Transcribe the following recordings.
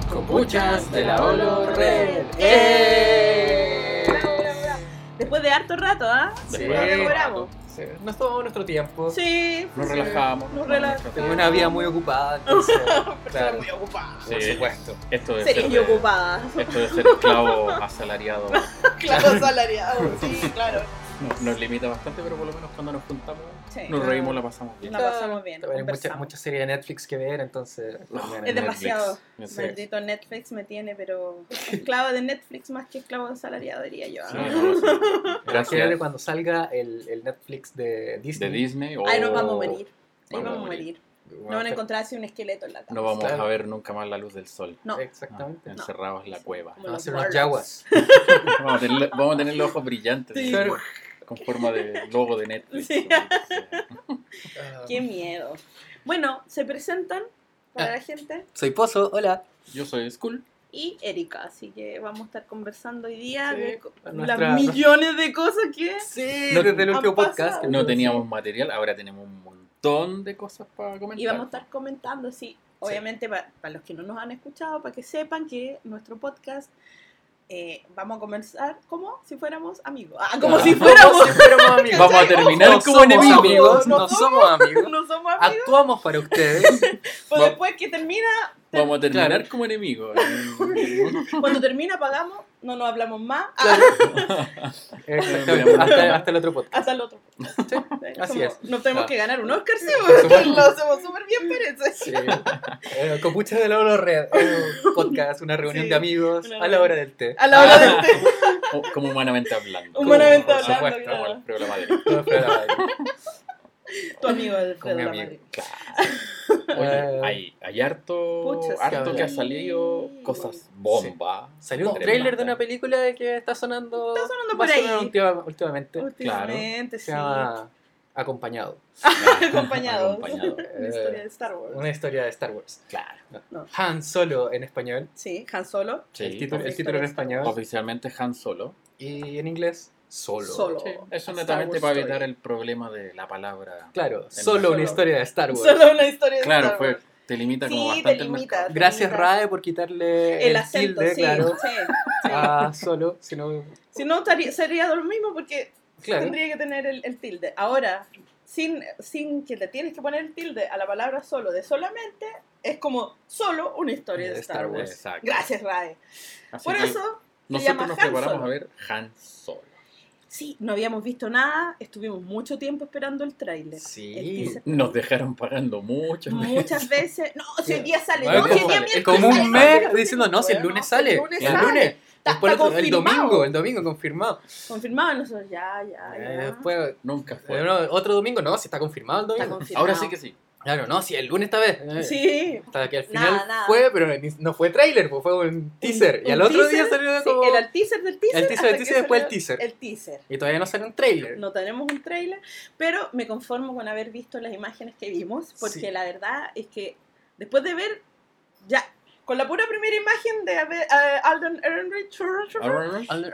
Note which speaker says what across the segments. Speaker 1: escuchas de la Olo Red.
Speaker 2: ¡Eh!
Speaker 3: Bravo, bravo, bravo. Después de harto rato, ¿ah?
Speaker 1: Sí.
Speaker 3: Logramos.
Speaker 2: Sí. Nos tomamos nuestro tiempo.
Speaker 3: Sí.
Speaker 2: Nos
Speaker 3: sí.
Speaker 2: relajamos.
Speaker 3: Nos relajamos.
Speaker 2: Tengo una vida muy ocupada, entonces. claro,
Speaker 3: Muy ocupada.
Speaker 1: Sí.
Speaker 2: por supuesto.
Speaker 1: Esto de
Speaker 3: Sería
Speaker 1: ser
Speaker 3: yo
Speaker 1: de-
Speaker 3: ocupada.
Speaker 1: Esto de ser clavo asalariado
Speaker 3: Claro, salariado. Sí, claro.
Speaker 1: nos, nos limita bastante, pero por lo menos cuando nos juntamos
Speaker 3: Sí.
Speaker 1: nos reímos, la pasamos bien.
Speaker 3: La pasamos bien.
Speaker 2: También hay mucha,
Speaker 3: conversamos.
Speaker 2: mucha serie de Netflix que ver, entonces. también
Speaker 3: Es
Speaker 2: hay Netflix.
Speaker 3: demasiado.
Speaker 1: Netflix.
Speaker 3: Maldito Netflix me tiene, pero esclavo de Netflix más que esclavo de salariado, diría yo. ¿ah?
Speaker 1: Sí,
Speaker 3: ¿no?
Speaker 1: no, sí.
Speaker 2: Imagínate
Speaker 1: Gracias
Speaker 2: cuando salga el, el Netflix de Disney.
Speaker 1: de Disney. o-
Speaker 3: Ay, nos vamos a morir. Ahí
Speaker 1: Oh. Vamos a
Speaker 3: vamos a
Speaker 1: morir.
Speaker 3: morir.
Speaker 2: Bueno,
Speaker 3: No van a encontrar así un esqueleto en la cama.
Speaker 1: No vamos
Speaker 2: Claro.
Speaker 1: a ver nunca más la luz del sol.
Speaker 3: No.
Speaker 2: Exactamente.
Speaker 1: Ah, encerrados en la cueva.
Speaker 3: Como
Speaker 2: Van a
Speaker 3: los
Speaker 2: ser unos
Speaker 3: birds.
Speaker 2: yaguas.
Speaker 1: Vamos a tener, vamos a tener los ojos brillantes.
Speaker 3: Sí.
Speaker 1: así, Con forma de logo de Netflix.
Speaker 3: Sí.
Speaker 2: Ah,
Speaker 3: Qué miedo. Bueno, se presentan
Speaker 1: Ah.
Speaker 3: para la gente
Speaker 2: Soy Pozo, hola.
Speaker 1: Yo soy Skull.
Speaker 3: y Erika, así que vamos a estar conversando hoy día
Speaker 2: Sí,
Speaker 3: de co-
Speaker 2: nuestra-
Speaker 3: las millones de cosas que
Speaker 2: Sí,
Speaker 1: No-
Speaker 2: desde el
Speaker 3: ha
Speaker 2: último podcast.
Speaker 3: pasado.
Speaker 2: que-
Speaker 1: No teníamos material, ahora tenemos un montón de cosas para comentar.
Speaker 3: y vamos a estar comentando, sí. Obviamente, pa- para, los que no nos han escuchado, para que sepan que nuestro podcast eh, vamos a conversar como si fuéramos amigos. Ah, como
Speaker 2: Ah.
Speaker 3: si fuéramos.
Speaker 2: Si fuéramos amigos.
Speaker 1: Vamos a terminar
Speaker 2: No
Speaker 1: como
Speaker 2: somos
Speaker 1: enemigos.
Speaker 2: amigos.
Speaker 3: No
Speaker 2: No somos amigos.
Speaker 3: no somos amigos.
Speaker 2: Actuamos para ustedes.
Speaker 3: Pero
Speaker 1: va-
Speaker 3: después que termina,
Speaker 1: Vamos a terminar
Speaker 2: Claro.
Speaker 1: como enemigos.
Speaker 3: cuando termina, pagamos, no nos hablamos más. Ah,
Speaker 2: Exactamente. Este, Hasta, hasta el otro podcast.
Speaker 3: Hasta el otro.
Speaker 2: así
Speaker 3: Como,
Speaker 2: es.
Speaker 3: No tenemos
Speaker 2: Ah.
Speaker 3: que ganar un Oscar, sí,
Speaker 2: Por
Speaker 3: porque
Speaker 2: supuesto.
Speaker 3: lo hacemos súper bien, parece.
Speaker 2: Sí. Eh, Copuchas de la Olo Red. Un podcast, una reunión
Speaker 3: Sí.
Speaker 2: de amigos
Speaker 3: Una
Speaker 2: a la hora
Speaker 3: reunión.
Speaker 2: del té. Ah,
Speaker 3: A la hora del té.
Speaker 1: O- como humanamente hablando.
Speaker 3: Humanamente
Speaker 1: Como-
Speaker 3: hablando,
Speaker 1: Por supuesto,
Speaker 3: claro.
Speaker 1: como el programa de
Speaker 2: No fue a la vaina.
Speaker 3: Tu amigo Alfredo
Speaker 2: Con mi
Speaker 3: la
Speaker 2: amigo.
Speaker 3: Madrid.
Speaker 1: Claro. Oye,
Speaker 2: Eh.
Speaker 1: hay, hay harto,
Speaker 3: Pucha, sí.
Speaker 1: harto que ha
Speaker 2: Sí.
Speaker 1: salido cosas bomba.
Speaker 2: Salió un
Speaker 1: Tremenda.
Speaker 2: tráiler de una película que está sonando.
Speaker 3: Está sonando
Speaker 2: va a
Speaker 3: por
Speaker 2: sonar
Speaker 3: ahí.
Speaker 2: última- últimamente.
Speaker 3: Últimamente,
Speaker 2: Se llama Acompañado.
Speaker 3: sí. Acompañados.
Speaker 1: Acompañado.
Speaker 3: Una historia de Star Wars.
Speaker 2: Eh, Una historia de Star Wars.
Speaker 1: Claro.
Speaker 2: Han Solo en español.
Speaker 3: Sí, Han Solo.
Speaker 1: Sí.
Speaker 2: el título, el
Speaker 3: perfecto.
Speaker 2: título en español.
Speaker 1: Oficialmente Han Solo.
Speaker 2: Y en inglés, Solo.
Speaker 3: Solo.
Speaker 1: Sí, Eso
Speaker 3: Star
Speaker 1: netamente
Speaker 3: Wars
Speaker 1: para
Speaker 3: Story.
Speaker 1: evitar el problema de la palabra.
Speaker 2: Claro,
Speaker 1: En
Speaker 2: solo una
Speaker 3: solo.
Speaker 2: historia de Star Wars.
Speaker 3: Solo una historia de
Speaker 1: Claro,
Speaker 3: Star
Speaker 1: fue,
Speaker 3: Wars.
Speaker 1: te limita como
Speaker 3: Sí,
Speaker 1: bastante
Speaker 3: te
Speaker 1: el
Speaker 3: limita.
Speaker 1: mercado.
Speaker 3: te
Speaker 2: Gracias,
Speaker 3: limita.
Speaker 2: RAE, por quitarle
Speaker 3: El acento,
Speaker 2: tilde,
Speaker 3: sí.
Speaker 2: claro,
Speaker 3: sí.
Speaker 2: a solo, sino.
Speaker 3: Si no, estaría- sería lo mismo porque
Speaker 2: Claro.
Speaker 3: tendría que tener el, el tilde. Ahora, sin, sin que te tienes que poner el tilde a la palabra solo de solamente, es como solo una historia de, Star, Wars.
Speaker 1: Exacto.
Speaker 3: Gracias, RAE.
Speaker 1: Así
Speaker 3: Por
Speaker 1: que
Speaker 3: eso, llama
Speaker 1: nosotros nos
Speaker 3: Han
Speaker 1: preparamos
Speaker 3: Solo.
Speaker 1: a ver Han Solo.
Speaker 3: sí, no habíamos visto nada, estuvimos mucho tiempo esperando el tráiler. El
Speaker 2: Sí.
Speaker 3: teaser.
Speaker 1: Nos dejaron pagando mucho.
Speaker 3: Muchas veces, no, si el día sale, no,
Speaker 2: Bueno,
Speaker 3: si el día
Speaker 1: vale,
Speaker 3: miércoles
Speaker 2: Es
Speaker 3: sale,
Speaker 2: como un
Speaker 3: no, si el
Speaker 2: mes
Speaker 3: lunes-
Speaker 2: diciendo, no, si el
Speaker 3: Bueno,
Speaker 2: lunes sale.
Speaker 3: El lunes
Speaker 2: El
Speaker 1: sale.
Speaker 2: lunes.
Speaker 3: Está-
Speaker 2: Después
Speaker 3: está
Speaker 2: el- el
Speaker 3: confirmado.
Speaker 2: domingo, el domingo confirmado.
Speaker 3: Confirmado, nosotros ya, ya,
Speaker 2: Eh,
Speaker 3: ya.
Speaker 2: Después,
Speaker 1: Nunca fue.
Speaker 2: bueno, otro domingo, no, si está confirmado el
Speaker 3: Está
Speaker 2: domingo.
Speaker 3: confirmado.
Speaker 1: Ahora sí que sí.
Speaker 2: Claro, no, si el lunes esta vez. Eh,
Speaker 3: Sí,
Speaker 2: Hasta que al
Speaker 3: Nada,
Speaker 2: final
Speaker 3: nada.
Speaker 2: fue, pero ni- no fue trailer, fue un teaser. y
Speaker 3: un
Speaker 2: al otro día
Speaker 3: teaser,
Speaker 2: salió
Speaker 3: sí,
Speaker 2: como.
Speaker 3: era el teaser del teaser.
Speaker 2: El teaser
Speaker 3: hasta
Speaker 2: del
Speaker 3: que
Speaker 2: teaser, después el
Speaker 3: salió
Speaker 2: teaser.
Speaker 3: El teaser.
Speaker 2: Y todavía no sale un trailer.
Speaker 3: No tenemos un trailer, pero me conformo con haber visto las imágenes que vimos, porque
Speaker 2: Sí.
Speaker 3: la verdad es que después de ver, ya, con la pura primera imagen de haber- eh, Alden Ehrenreich,
Speaker 2: Al-
Speaker 3: eh,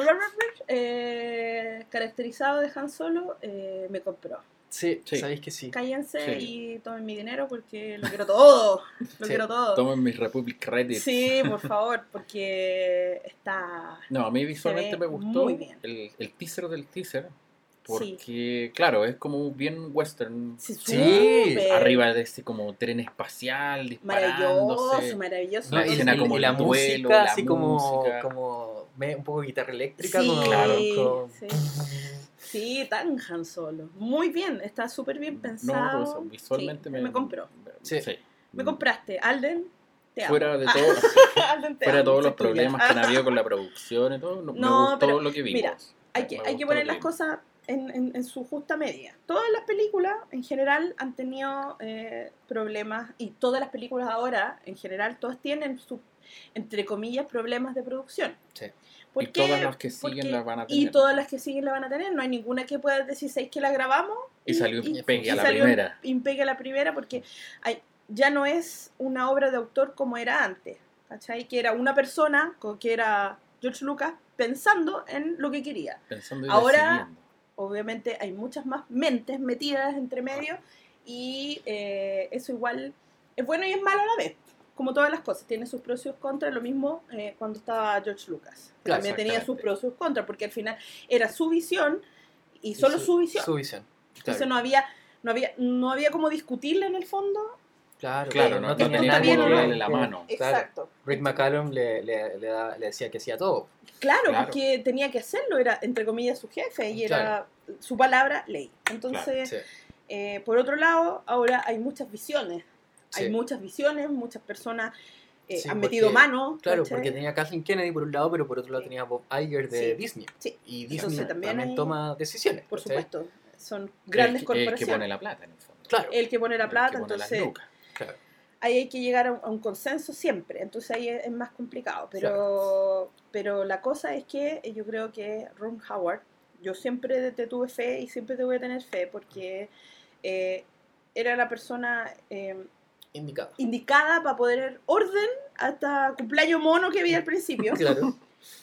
Speaker 3: Ehrenreich, eh, caracterizado de Han Solo, eh, me compró.
Speaker 2: sí,
Speaker 1: Sí.
Speaker 2: sabéis que sí.
Speaker 3: Cállense
Speaker 1: Sí.
Speaker 3: y tomen mi dinero porque lo quiero todo. Lo
Speaker 2: Sí,
Speaker 3: quiero todo.
Speaker 1: Tomen mis Republic Credits.
Speaker 3: Sí, por favor, porque está.
Speaker 1: No, a mí visualmente
Speaker 3: ve
Speaker 1: me gustó
Speaker 3: muy bien.
Speaker 1: El, el teaser del teaser.
Speaker 3: Sí.
Speaker 1: Porque, claro, es como bien western.
Speaker 3: Sí,
Speaker 2: Sí,
Speaker 3: súper.
Speaker 1: Arriba de ese como tren espacial disparándose.
Speaker 3: Maravilloso, maravilloso.
Speaker 1: La
Speaker 2: y-
Speaker 3: todo.
Speaker 1: escena
Speaker 2: y-
Speaker 1: como
Speaker 2: y
Speaker 1: el
Speaker 2: la
Speaker 1: duelo,
Speaker 2: música,
Speaker 1: la
Speaker 2: así como,
Speaker 1: música.
Speaker 2: como me- un poco guitarra
Speaker 3: Sí,
Speaker 2: eléctrica. con-
Speaker 1: claro,
Speaker 2: con-
Speaker 3: sí. Sí, tan Han Solo. Muy bien, está súper bien
Speaker 1: No,
Speaker 3: pensado.
Speaker 1: pues,
Speaker 3: Sí,
Speaker 1: visualmente me,
Speaker 3: compró.
Speaker 1: me-
Speaker 2: Sí.
Speaker 3: Me compraste, Alden. Te amo.
Speaker 1: Mm, Fuera de
Speaker 3: Ah,
Speaker 1: todo.
Speaker 3: Alden, te
Speaker 1: Fuera de
Speaker 3: amo,
Speaker 1: todos los
Speaker 3: soy tuya.
Speaker 1: problemas que han habido con la producción y todo,
Speaker 3: No,
Speaker 1: no, me gustó
Speaker 3: pero
Speaker 1: lo que vimos.
Speaker 3: mira, Hay que,
Speaker 1: Eh, Me
Speaker 3: hay que
Speaker 1: gustó
Speaker 3: poner
Speaker 1: lo
Speaker 3: las
Speaker 1: que
Speaker 3: cosas en, en- en su justa medida. Todas las películas en general han tenido eh, problemas y todas las películas ahora en general todas tienen sus, entre comillas, problemas de producción.
Speaker 2: Sí.
Speaker 3: ¿Por
Speaker 1: Y
Speaker 3: qué?
Speaker 1: todas las que
Speaker 3: Porque-
Speaker 1: siguen las van a tener.
Speaker 3: Y todas las que siguen la van a tener. No hay ninguna que pueda decir, ¿sabéis que la grabamos?
Speaker 1: Y salió
Speaker 3: y-
Speaker 1: impegue a
Speaker 3: y
Speaker 1: la
Speaker 3: salió
Speaker 1: primera.
Speaker 3: impegue a la primera porque hay- ya no es una obra de autor como era antes. ¿Cachai? Que era una persona, co- que era George Lucas, pensando en lo que quería.
Speaker 1: Pensando y
Speaker 3: ahora-
Speaker 1: decidiendo.
Speaker 3: Obviamente hay muchas más mentes metidas entre medio y eh, eso igual es bueno y es malo a la vez. como todas las cosas, tiene sus pros y sus contras, lo mismo eh, cuando estaba George Lucas, que
Speaker 2: Claro,
Speaker 3: también tenía sus
Speaker 1: exactamente.
Speaker 3: pros y sus contras, porque al final era su visión y solo
Speaker 2: su-
Speaker 3: su, visión.
Speaker 2: Su visión.
Speaker 3: Entonces
Speaker 2: Claro,
Speaker 3: no había, no había, no había como discutirla en el fondo. eh,
Speaker 2: claro,
Speaker 1: Claro, no, no
Speaker 3: tenía
Speaker 1: tenían
Speaker 3: nadie,
Speaker 1: cómo
Speaker 3: ¿no?
Speaker 1: darle la mano.
Speaker 2: Claro.
Speaker 3: Exacto.
Speaker 2: Rick McCallum le, le, le, da- le decía que sí a todo.
Speaker 3: Claro,
Speaker 1: Claro.
Speaker 3: porque tenía que hacerlo, era entre comillas su jefe y era su palabra ley. Entonces,
Speaker 2: Sí,
Speaker 3: eh, por otro lado, ahora hay muchas visiones. Hay
Speaker 2: sí.
Speaker 3: muchas visiones, muchas personas eh,
Speaker 2: Sí,
Speaker 3: han
Speaker 2: porque-
Speaker 3: metido mano.
Speaker 2: Claro,
Speaker 3: ¿cachai?
Speaker 2: porque tenía a Kathleen Kennedy por un lado, pero por otro lado
Speaker 3: Sí.
Speaker 2: tenía a Bob Iger de
Speaker 3: Sí.
Speaker 2: Disney.
Speaker 3: Sí.
Speaker 2: Y Disney
Speaker 3: Entonces,
Speaker 2: también,
Speaker 3: también hay-
Speaker 2: toma decisiones.
Speaker 3: Por
Speaker 2: ¿cachai?
Speaker 3: supuesto, son grandes
Speaker 1: el, que- el
Speaker 3: corporaciones.
Speaker 1: que pone la plata, en el fondo.
Speaker 2: Claro.
Speaker 3: la
Speaker 1: El que
Speaker 3: plata,
Speaker 1: pone las
Speaker 3: entonces
Speaker 1: lucas.
Speaker 3: ahí hay que llegar a un, a un consenso siempre, entonces ahí es, es más complicado. Pero, pero la cosa es que eh, yo creo que Ron Howard, yo siempre te tuve fe y siempre te voy a tener fe porque eh, era la persona eh,
Speaker 2: Indicado.
Speaker 3: indicada para poder dar orden hasta cumpleaños mono que vi al principio
Speaker 2: Claro.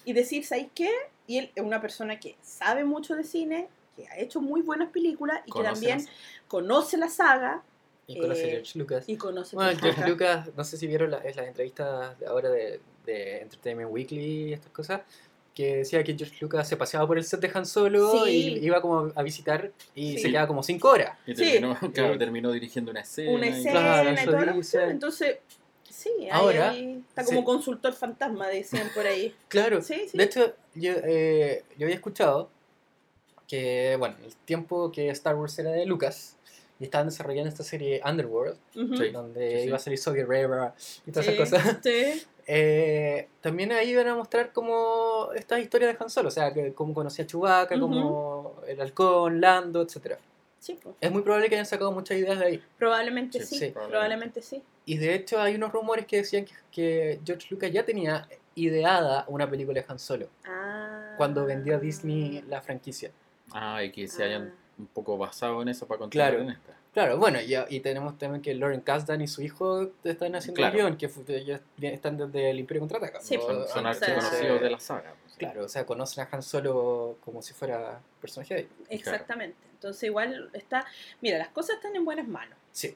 Speaker 3: y decir, ¿sabéis qué? Y él es una persona que sabe mucho de cine, que ha hecho muy buenas películas y
Speaker 1: Conoce
Speaker 3: que también
Speaker 1: las-
Speaker 3: conoce la saga
Speaker 2: Y conoce a
Speaker 3: Eh,
Speaker 2: George Lucas.
Speaker 3: y conoce
Speaker 2: Bueno,
Speaker 3: tu
Speaker 2: George
Speaker 3: saga.
Speaker 2: Lucas, no sé si vieron la- es las entrevistas de ahora de, de Entertainment Weekly y estas cosas, que decía que George Lucas se paseaba por el set de Han Solo
Speaker 3: Sí.
Speaker 2: y iba como a visitar y
Speaker 3: Sí.
Speaker 2: se quedaba como 5 horas.
Speaker 1: Y
Speaker 3: Sí.
Speaker 1: terminó, claro,
Speaker 2: Eh,
Speaker 1: terminó dirigiendo una escena.
Speaker 3: una
Speaker 1: y-
Speaker 3: escena
Speaker 2: Claro,
Speaker 3: y
Speaker 2: eso
Speaker 3: toda la
Speaker 2: dice.
Speaker 3: cuestión. Entonces, sí, ahí-
Speaker 2: Ahora,
Speaker 3: ahí está como
Speaker 2: sí.
Speaker 3: consultor fantasma, decían por ahí.
Speaker 2: Claro.
Speaker 3: Sí, sí.
Speaker 2: De hecho, yo, eh, yo había escuchado que, bueno, el tiempo que Star Wars era de Lucas y estaban desarrollando esta serie Underworld,
Speaker 3: Ujú.
Speaker 1: Sí.
Speaker 2: donde
Speaker 1: sí, sí.
Speaker 2: iba a salir Sophie Rivera y todas
Speaker 3: Mm. Sí,
Speaker 2: esas cosas,
Speaker 3: sí.
Speaker 2: eh, también ahí iban a mostrar como estas historias de Han Solo, o sea, que, cómo conocía a Chewbacca, cómo el halcón, Lando, etc.
Speaker 3: Sí, pues,
Speaker 2: Es muy probable que hayan sacado muchas ideas de ahí.
Speaker 3: probablemente
Speaker 1: Sí,
Speaker 3: sí,
Speaker 2: sí.
Speaker 3: probablemente sí.
Speaker 2: Y de hecho hay unos rumores que decían que, que George Lucas ya tenía ideada una película de Han Solo
Speaker 3: Ah.
Speaker 2: cuando vendió a Disney la franquicia.
Speaker 1: Ah, y que se
Speaker 3: Ah.
Speaker 1: hayan un poco basado en eso para continuar
Speaker 2: Claro.
Speaker 1: en esta.
Speaker 2: Claro, bueno, y, y tenemos también que Lauren Kasdan y su hijo están haciendo
Speaker 1: Claro.
Speaker 2: el guión, que fu- ya están desde el Imperio Contraataca.
Speaker 3: Sí,
Speaker 2: ¿no?
Speaker 1: Son, son
Speaker 3: o
Speaker 1: artes
Speaker 3: sea,
Speaker 1: conocidos de la saga. pues, sí.
Speaker 2: Claro, o sea, conocen a Han Solo como si fuera personaje de ahí.
Speaker 3: Exactamente. Entonces, igual está. Mira, las cosas están en buenas manos.
Speaker 2: Sí,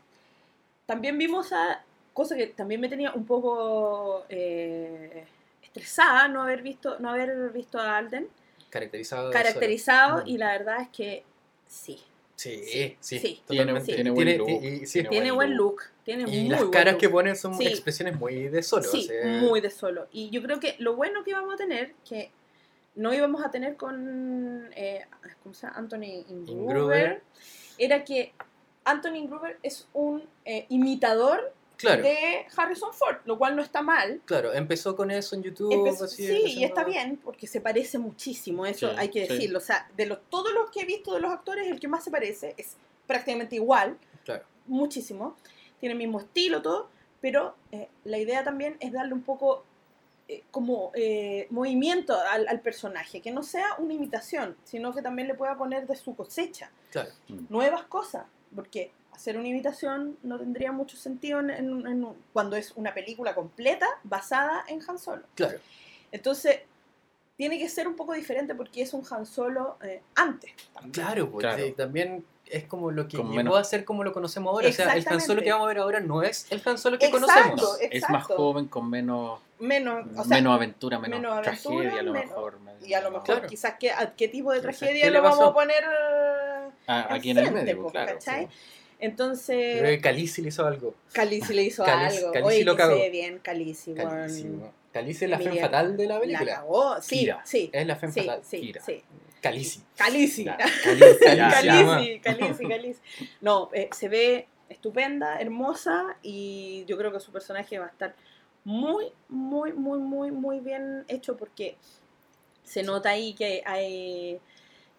Speaker 3: También vimos a. Cosa que también me tenía un poco eh, estresada no haber visto no haber visto a Alden
Speaker 2: caracterizado. solo.
Speaker 3: caracterizado
Speaker 2: Mm.
Speaker 3: y la verdad es que sí
Speaker 2: Sí, sí.
Speaker 3: sí.
Speaker 1: Tiene,
Speaker 2: totalmente.
Speaker 1: tiene buen
Speaker 2: Tiene-
Speaker 1: look.
Speaker 2: y- sí.
Speaker 3: tiene buen look tiene
Speaker 2: Y
Speaker 3: muy
Speaker 2: las
Speaker 3: buen
Speaker 2: caras
Speaker 3: look.
Speaker 2: que ponen son
Speaker 3: Sí.
Speaker 2: expresiones muy de solo.
Speaker 3: Sí,
Speaker 2: o sea,
Speaker 3: muy de solo. Y yo creo que lo bueno que íbamos a tener, que no íbamos a tener con eh, ¿cómo se llama? Anthony Ingruber,
Speaker 2: Ingruber.
Speaker 3: era que Anthony Ingruber es un eh, imitador
Speaker 2: Claro,
Speaker 3: de Harrison Ford, lo cual no está mal.
Speaker 2: claro. Empezó con eso en YouTube.
Speaker 3: Empezó-
Speaker 2: así,
Speaker 3: sí, y
Speaker 2: haciendo-
Speaker 3: está bien, porque se parece muchísimo, eso
Speaker 1: Sí,
Speaker 3: hay que
Speaker 1: sí.
Speaker 3: decirlo. O sea, de los, todos los que he visto de los actores, el que más se parece es prácticamente igual
Speaker 2: Claro.
Speaker 3: muchísimo, tiene el mismo estilo, todo, pero eh, la idea también es darle un poco eh, como eh, movimiento al, al personaje, que no sea una imitación, sino que también le pueda poner de su cosecha
Speaker 2: Claro,
Speaker 3: nuevas cosas, porque hacer una imitación no tendría mucho sentido en- en- en- cuando es una película completa basada en Han Solo.
Speaker 2: claro.
Speaker 3: Entonces, tiene que ser un poco diferente porque es un Han Solo eh, antes.
Speaker 2: Claro, pues,
Speaker 1: Claro.
Speaker 2: sí, también es como lo que
Speaker 1: Como
Speaker 2: llegó
Speaker 1: menos-
Speaker 2: a ser como lo conocemos ahora. O sea, el Han Solo
Speaker 3: Exactamente.
Speaker 2: que vamos a ver ahora no es el Han Solo que
Speaker 3: Exacto.
Speaker 2: conocemos.
Speaker 1: Es más
Speaker 3: exacto.
Speaker 1: joven, con menos,
Speaker 3: Menos, o sea,
Speaker 1: menos aventura, menos,
Speaker 3: menos aventura,
Speaker 1: tragedia, a lo
Speaker 3: menos-
Speaker 1: mejor.
Speaker 3: Y a lo mejor
Speaker 2: Claro.
Speaker 3: quizás qué, a qué tipo de
Speaker 1: Quizás,
Speaker 3: tragedia
Speaker 2: ¿qué
Speaker 3: lo
Speaker 2: le
Speaker 3: vamos
Speaker 2: pasó?
Speaker 3: a poner eh,
Speaker 1: Ah, aquí en el
Speaker 3: enfrente,
Speaker 1: medio,
Speaker 3: pues,
Speaker 1: claro.
Speaker 3: ¿cachai?
Speaker 1: sí.
Speaker 2: Yo creo
Speaker 3: Entonces,
Speaker 2: que Khaleesi le hizo algo.
Speaker 3: Calici le hizo
Speaker 2: Khaleesi-
Speaker 3: algo.
Speaker 2: Khaleesi
Speaker 3: Oye,
Speaker 2: lo
Speaker 3: que
Speaker 2: cagó.
Speaker 3: se ve bien Calici,
Speaker 2: Khaleesi,
Speaker 3: weón.
Speaker 2: ¿no? Khaleesi es la fe
Speaker 3: Miriam,
Speaker 2: fatal de la
Speaker 3: La
Speaker 2: película.
Speaker 3: cagó. Sí,
Speaker 1: Kira.
Speaker 3: sí.
Speaker 2: Es la fe
Speaker 3: Sí,
Speaker 2: fatal.
Speaker 3: sí,
Speaker 1: Kira.
Speaker 3: sí.
Speaker 2: Khaleesi.
Speaker 3: Khaleesi.
Speaker 1: Ya,
Speaker 2: Ya,
Speaker 3: Calici, Calici, Calici. No, eh, se ve estupenda, hermosa y yo creo que su personaje va a estar muy, muy, muy, muy, muy bien hecho porque se nota ahí que hay...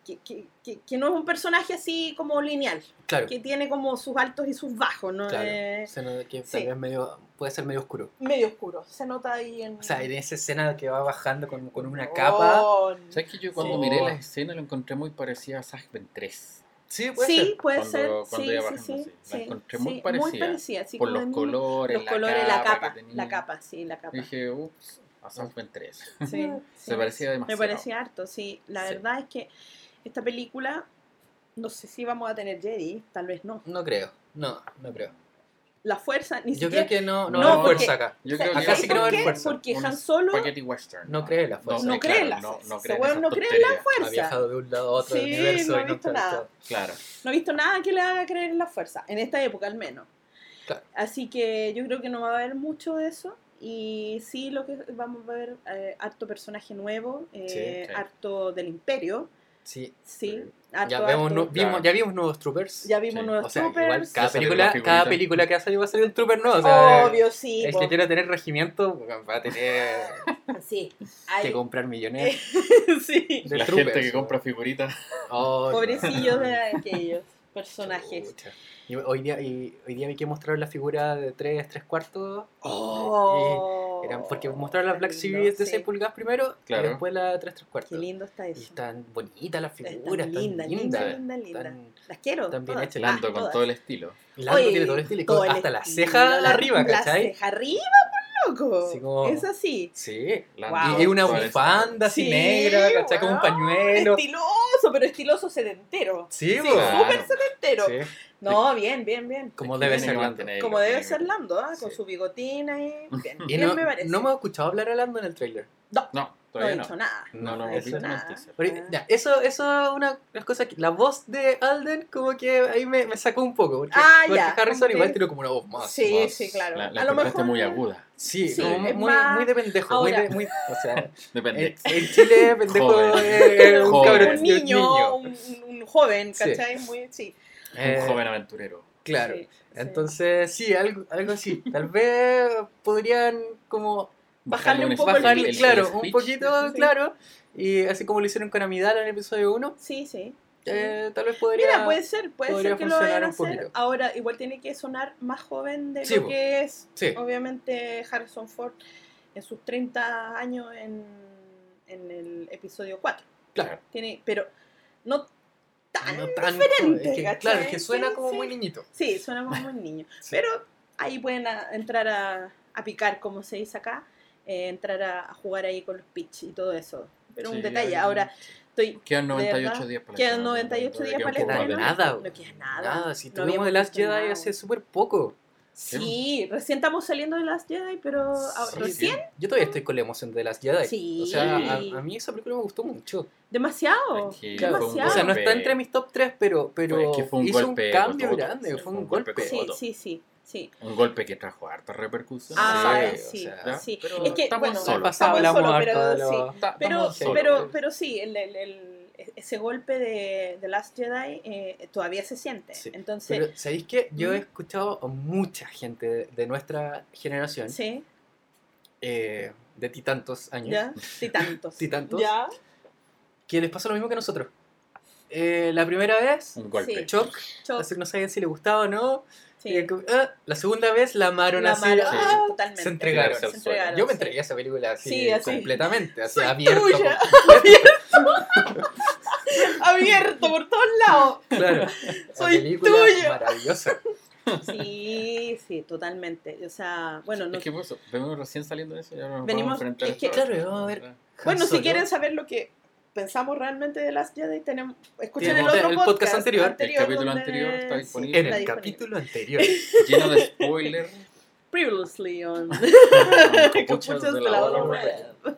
Speaker 3: Que, que- que- que no es un personaje así como lineal,
Speaker 2: Claro.
Speaker 3: que tiene como sus altos y sus bajos, ¿no?
Speaker 2: Claro.
Speaker 3: Eh,
Speaker 2: Se nota que
Speaker 3: Sí.
Speaker 2: tal vez medio, puede ser medio oscuro.
Speaker 3: medio oscuro, se nota ahí en...
Speaker 2: O sea, en esa escena que va bajando con, con una
Speaker 3: No.
Speaker 2: capa.
Speaker 1: ¿Sabes que yo cuando
Speaker 2: Sí.
Speaker 1: miré la escena lo encontré muy parecida a Sag 3?
Speaker 2: Sí, puede
Speaker 3: Sí,
Speaker 2: ser.
Speaker 3: puede
Speaker 1: Cuando-
Speaker 3: ser.
Speaker 1: cuando
Speaker 3: sí,
Speaker 1: ella
Speaker 3: sí,
Speaker 1: bajando,
Speaker 3: sí,
Speaker 1: sí.
Speaker 3: sí,
Speaker 1: La encontré
Speaker 3: sí,
Speaker 1: muy parecida,
Speaker 3: así
Speaker 1: Por
Speaker 3: como
Speaker 1: los
Speaker 3: el mismo-
Speaker 1: colores,
Speaker 3: los colores, la
Speaker 1: capa,
Speaker 3: capa,
Speaker 1: que tenía.
Speaker 3: la capa, sí, la capa.
Speaker 1: Dije, ups, a Sag 3.
Speaker 3: Sí,
Speaker 1: Se
Speaker 3: sí.
Speaker 1: parecía
Speaker 3: Me
Speaker 1: demasiado.
Speaker 3: parecía harto, sí. La
Speaker 2: Sí.
Speaker 3: verdad es que esta película, no sé si vamos a tener Jedi, tal vez no.
Speaker 2: No creo. No, no creo.
Speaker 3: la fuerza, ni
Speaker 2: Yo
Speaker 3: siquiera...
Speaker 2: creo que no, no,
Speaker 1: No,
Speaker 2: hay
Speaker 1: porque-
Speaker 2: fuerza acá.
Speaker 1: Yo
Speaker 3: o sea,
Speaker 1: creo que
Speaker 2: acá sí
Speaker 3: ¿sabes
Speaker 2: creo
Speaker 3: por
Speaker 2: en
Speaker 3: qué?
Speaker 2: fuerza.
Speaker 3: Porque
Speaker 1: unos
Speaker 3: Han Solo
Speaker 1: Spaghetti western.
Speaker 2: No cree en la fuerza.
Speaker 3: No
Speaker 1: eh,
Speaker 3: cree en la
Speaker 1: no-
Speaker 3: fuerza.
Speaker 1: no
Speaker 3: Ese
Speaker 1: cree en
Speaker 3: weón
Speaker 1: esas
Speaker 3: no cree en la
Speaker 1: tonterías.
Speaker 3: fuerza.
Speaker 2: Ha viajado de un lado a otro del
Speaker 3: Sí,
Speaker 2: universo
Speaker 3: no ha
Speaker 2: y no
Speaker 3: visto
Speaker 2: está
Speaker 3: nada.
Speaker 2: habitado.
Speaker 1: Claro.
Speaker 3: no he visto nada que le haga creer en la fuerza, en esta época al menos.
Speaker 2: Claro.
Speaker 3: Así que yo creo que no va a haber mucho de eso. Y sí, lo que vamos a ver, eh, harto personaje nuevo, eh,
Speaker 1: sí.
Speaker 3: harto del imperio,
Speaker 2: Sí,
Speaker 3: sí.
Speaker 1: Sí.
Speaker 3: Harto,
Speaker 2: ya, vemos,
Speaker 3: harto-
Speaker 2: nu- vimos,
Speaker 1: Claro.
Speaker 2: ya vimos nuevos troopers.
Speaker 3: ya vimos
Speaker 1: sí.
Speaker 3: nuevos
Speaker 2: o sea, igual
Speaker 3: troopers.
Speaker 2: cada
Speaker 1: Sale
Speaker 2: película,
Speaker 1: una figurita.
Speaker 2: cada película que ha salido va a salir un trooper nuevo. O sea,
Speaker 3: Obvio, sí.
Speaker 2: el
Speaker 3: po.
Speaker 2: que quiera tener regimiento va a tener
Speaker 3: Sí.
Speaker 2: que
Speaker 3: Ay, Eh,
Speaker 2: comprar millones
Speaker 3: sí.
Speaker 2: de
Speaker 1: la
Speaker 2: troopers.
Speaker 1: gente que
Speaker 2: weón.
Speaker 1: compra figuritas.
Speaker 2: Oh,
Speaker 3: Pobrecillos
Speaker 2: no.
Speaker 3: de aquellos personajes.
Speaker 2: Chucha. Y hoy día, y hoy día vi que mostraron la figura de 3, 3 cuartos.
Speaker 3: Oh,
Speaker 2: Eran porque mostraron
Speaker 3: qué
Speaker 2: las Black
Speaker 3: lindo,
Speaker 2: Series de
Speaker 3: sí.
Speaker 2: 6 pulgadas primero
Speaker 1: Claro.
Speaker 2: y después la 3, 3
Speaker 3: Qué
Speaker 2: cuartos.
Speaker 3: lindo está
Speaker 2: Y
Speaker 3: eso.
Speaker 2: están bonitas las
Speaker 3: Están
Speaker 2: figuras, están
Speaker 3: lindas,
Speaker 2: lindas.
Speaker 3: lindas, lindas, lindas.
Speaker 2: están-
Speaker 3: Las quiero.
Speaker 2: están bien
Speaker 3: todas.
Speaker 2: hechas.
Speaker 1: Lando
Speaker 3: Ah,
Speaker 1: con
Speaker 3: todas.
Speaker 1: todo el estilo.
Speaker 2: Lando
Speaker 3: Oye,
Speaker 2: tiene todo el estilo, y
Speaker 3: todo
Speaker 2: con-
Speaker 3: el
Speaker 2: hasta la
Speaker 3: estilo,
Speaker 2: ceja
Speaker 3: la-
Speaker 2: arriba,
Speaker 3: La
Speaker 2: ¿cachai?
Speaker 3: ceja arriba, por loco.
Speaker 2: Así como-
Speaker 3: Es así.
Speaker 2: Sí.
Speaker 1: Lando
Speaker 3: Wow.
Speaker 2: Y es una
Speaker 1: con todo el
Speaker 2: bufanda así
Speaker 3: Ah, Sí,
Speaker 2: negra, ¿cachai? Con un
Speaker 3: wow,
Speaker 2: pañuelo.
Speaker 3: Estiloso, pero estiloso sedentero.
Speaker 2: Sí,
Speaker 3: Sí,
Speaker 2: po.
Speaker 1: Claro.
Speaker 3: súper sedentero.
Speaker 2: Sí.
Speaker 3: No, bien, bien, bien.
Speaker 2: Como
Speaker 1: Es que
Speaker 2: debe
Speaker 1: tiene
Speaker 2: ser
Speaker 1: que
Speaker 2: Lando.
Speaker 1: mantener
Speaker 3: Como
Speaker 1: el
Speaker 3: debe
Speaker 1: equilibrio.
Speaker 3: ser Lando, ¿ah? con
Speaker 2: Sí.
Speaker 3: su bigotina y bien,
Speaker 2: Y
Speaker 3: bien
Speaker 2: no,
Speaker 3: me parece.
Speaker 2: no hemos escuchado hablar a Lando en el trailer.
Speaker 1: No,
Speaker 3: No he
Speaker 1: todavía no.
Speaker 3: dicho nada.
Speaker 1: No, no,
Speaker 3: he
Speaker 1: hemos
Speaker 3: dicho
Speaker 1: visto en el
Speaker 3: nada.
Speaker 1: teaser.
Speaker 2: Porque,
Speaker 3: Ah.
Speaker 2: ya, eso eso es una de las cosas que. La voz de Alden, como que ahí me, me sacó un poco. Porque,
Speaker 3: Ah,
Speaker 2: porque
Speaker 3: ya,
Speaker 2: Harrison
Speaker 3: como que-
Speaker 2: igual tiene como una voz más.
Speaker 3: sí,
Speaker 2: más-
Speaker 3: sí, claro.
Speaker 1: La, la
Speaker 3: a lo
Speaker 1: encontraste
Speaker 3: mejor
Speaker 1: muy aguda.
Speaker 2: Sí,
Speaker 1: Sí,
Speaker 2: como
Speaker 1: es
Speaker 2: muy,
Speaker 3: más-
Speaker 2: muy de pendejo.
Speaker 3: Ahora-
Speaker 2: Muy de, muy, o sea, en,
Speaker 1: Depende.
Speaker 2: en Chile, pendejo eh,
Speaker 1: Joven.
Speaker 2: es un
Speaker 1: Joven.
Speaker 2: cabrón.
Speaker 3: un niño, un, un joven,
Speaker 2: Sí.
Speaker 3: ¿cachai? Muy, sí.
Speaker 2: Eh,
Speaker 1: Un joven aventurero.
Speaker 2: Claro.
Speaker 3: sí, sí.
Speaker 2: Entonces, sí, algo, algo así. Tal vez podrían como
Speaker 3: Bajarle un poco el
Speaker 2: bajarle,
Speaker 3: pitch.
Speaker 2: claro,
Speaker 1: el
Speaker 2: un
Speaker 1: speech.
Speaker 2: poquito,
Speaker 3: Sí.
Speaker 2: claro. Y así como lo hicieron con Amidala en el episodio 1,
Speaker 3: Sí, sí.
Speaker 2: eh, tal vez podría...
Speaker 3: Mira, pues, puede ser, puede
Speaker 2: podría
Speaker 3: ser que lo vayan a
Speaker 2: funcionar un
Speaker 3: hacer.
Speaker 2: poquito.
Speaker 3: Ahora, igual tiene que sonar más joven de
Speaker 2: Sí,
Speaker 3: lo
Speaker 2: po.
Speaker 3: que es.
Speaker 2: Sí,
Speaker 3: Obviamente, Harrison Ford en sus 30 años en, en el episodio 4.
Speaker 2: claro.
Speaker 3: Tiene, pero no tan.
Speaker 2: No tanto,
Speaker 3: diferente,
Speaker 2: es que,
Speaker 3: ¿cachai?
Speaker 2: claro, es que suena
Speaker 3: Sí,
Speaker 2: como
Speaker 3: sí.
Speaker 2: muy niñito.
Speaker 3: Sí, suena como un niño.
Speaker 2: Sí.
Speaker 3: Pero ahí pueden a- entrar a, a picar, como se dice acá. eh, entrar a, a jugar ahí con los pitch y todo eso. Pero un
Speaker 1: Sí,
Speaker 3: detalle.
Speaker 1: hay-
Speaker 3: Ahora, estoy.
Speaker 1: Quedan
Speaker 3: de
Speaker 1: 98
Speaker 3: verdad,
Speaker 1: días para el
Speaker 3: quedan
Speaker 1: estreno,
Speaker 3: 98
Speaker 1: todavía
Speaker 3: días
Speaker 1: queda un
Speaker 3: para el
Speaker 1: poco más
Speaker 2: Queda
Speaker 3: estreno.
Speaker 1: de-
Speaker 2: nada,
Speaker 3: No queda nada.
Speaker 2: si
Speaker 3: No
Speaker 2: tuvimos
Speaker 3: habíamos
Speaker 2: de Last
Speaker 3: visto
Speaker 2: Jedi
Speaker 3: nada.
Speaker 2: hace súper poco.
Speaker 3: Sí, recién estamos saliendo de las Jedi, pero ah,
Speaker 2: Sí,
Speaker 3: recién.
Speaker 2: sí. Yo todavía estoy con la emoción de Last Jedi.
Speaker 3: Sí.
Speaker 2: O sea, a, a mí esa película me gustó mucho.
Speaker 3: Demasiado.
Speaker 1: Aquí
Speaker 2: Claro.
Speaker 1: fue un
Speaker 3: Demasiado.
Speaker 2: O sea, no
Speaker 1: golpe.
Speaker 2: está entre mis top 3, pero, pero
Speaker 1: Pues es que fue un
Speaker 2: hizo
Speaker 1: golpe
Speaker 2: un cambio
Speaker 1: rotundo,
Speaker 2: grande,
Speaker 1: sí,
Speaker 2: fue un golpe.
Speaker 1: rotundo.
Speaker 3: Sí,
Speaker 1: Otto.
Speaker 3: sí, sí, sí.
Speaker 1: Un golpe que trajo harta repercusión.
Speaker 3: Ah,
Speaker 2: Sí,
Speaker 3: sí,
Speaker 2: o sea,
Speaker 3: sí.
Speaker 1: pero
Speaker 3: Es que,
Speaker 1: estamos
Speaker 3: bueno,
Speaker 1: solos.
Speaker 2: pasado
Speaker 3: estamos
Speaker 2: hablamos
Speaker 3: solos,
Speaker 2: harto
Speaker 3: pero
Speaker 2: de los-
Speaker 3: Pero,
Speaker 2: solos.
Speaker 3: pero, pero sí, el, el- el- ese golpe de The Last Jedi eh, todavía se siente.
Speaker 2: Sí,
Speaker 3: Entonces,
Speaker 2: Pero, ¿sabéis qué? Yo he
Speaker 3: Mm.
Speaker 2: escuchado a mucha gente de, de nuestra generación,
Speaker 3: sí,
Speaker 2: eh, de ti tantos años,
Speaker 3: ya, sí tantos.
Speaker 2: ti tantos,
Speaker 3: Ya,
Speaker 2: que les pasó lo mismo que a nosotros. Eh, la primera vez,
Speaker 1: Un golpe.
Speaker 3: Sí.
Speaker 2: shock,
Speaker 3: yo-
Speaker 2: así que no sabían si le gustaba o no.
Speaker 3: sí,
Speaker 2: y era como, ah, la segunda vez la amaron
Speaker 3: la
Speaker 2: así.
Speaker 3: mano,
Speaker 2: ah,
Speaker 3: sí, totalmente.
Speaker 2: se entregaron.
Speaker 3: Se entregaron,
Speaker 2: Yo me
Speaker 3: sí.
Speaker 2: entregué a esa película así,
Speaker 3: Sí, así.
Speaker 2: completamente, así
Speaker 3: Soy
Speaker 2: abierto.
Speaker 3: tuya.
Speaker 2: con-
Speaker 3: Abierto por todos lados.
Speaker 2: Claro,
Speaker 3: Soy
Speaker 2: la película
Speaker 3: tuya.
Speaker 2: maravillosa.
Speaker 3: Sí, sí, totalmente. O sea, bueno, no
Speaker 1: Es que por eso, venimos recién saliendo de eso y ahora nos
Speaker 3: Venimos-
Speaker 1: vamos a enfrentar
Speaker 3: es
Speaker 1: a
Speaker 3: que-
Speaker 1: esto.
Speaker 2: claro, vamos a ver.
Speaker 3: Bueno, si
Speaker 2: Han Solo.
Speaker 3: quieren saber lo que pensamos realmente de Last Jedi, tenemos, escuchen el
Speaker 2: Tenemos
Speaker 3: otro
Speaker 2: el
Speaker 3: podcast,
Speaker 2: podcast anterior. El
Speaker 1: El capítulo
Speaker 3: donde-
Speaker 1: anterior está
Speaker 3: sí,
Speaker 1: disponible.
Speaker 2: En
Speaker 3: está
Speaker 2: el
Speaker 3: disponible.
Speaker 2: capítulo anterior.
Speaker 1: Lleno de spoilers.
Speaker 3: Previously on
Speaker 1: Capuchas de la
Speaker 3: Hora
Speaker 1: Hora
Speaker 3: Red.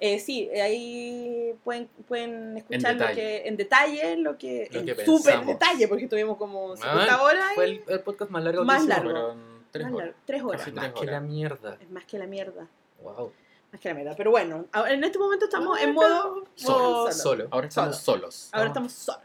Speaker 3: Eh, sí, eh, ahí pueden, pueden escuchar
Speaker 1: En
Speaker 3: lo
Speaker 1: detalle.
Speaker 3: que, en detalle, lo que,
Speaker 2: Lo
Speaker 3: en
Speaker 2: que
Speaker 3: súper
Speaker 2: pensamos.
Speaker 3: detalle, porque tuvimos como 50
Speaker 2: Ah,
Speaker 3: horas. y-
Speaker 2: Fue el, el podcast más largo
Speaker 3: Más
Speaker 2: que hicimos.
Speaker 3: largo.
Speaker 1: Fueron tres
Speaker 3: más
Speaker 1: horas.
Speaker 3: largo, tres horas.
Speaker 1: Casi
Speaker 2: Más
Speaker 1: tres
Speaker 2: que la
Speaker 1: horas.
Speaker 2: mierda.
Speaker 3: Es más que la mierda.
Speaker 2: Wow.
Speaker 3: Más que la mierda. Pero bueno, ahora- en este momento estamos
Speaker 1: Ah,
Speaker 3: en modo, modo
Speaker 2: Solo.
Speaker 3: solo.
Speaker 2: Solo.
Speaker 1: Ahora estamos solos.
Speaker 3: Ahora
Speaker 2: Estamos-
Speaker 3: estamos solos.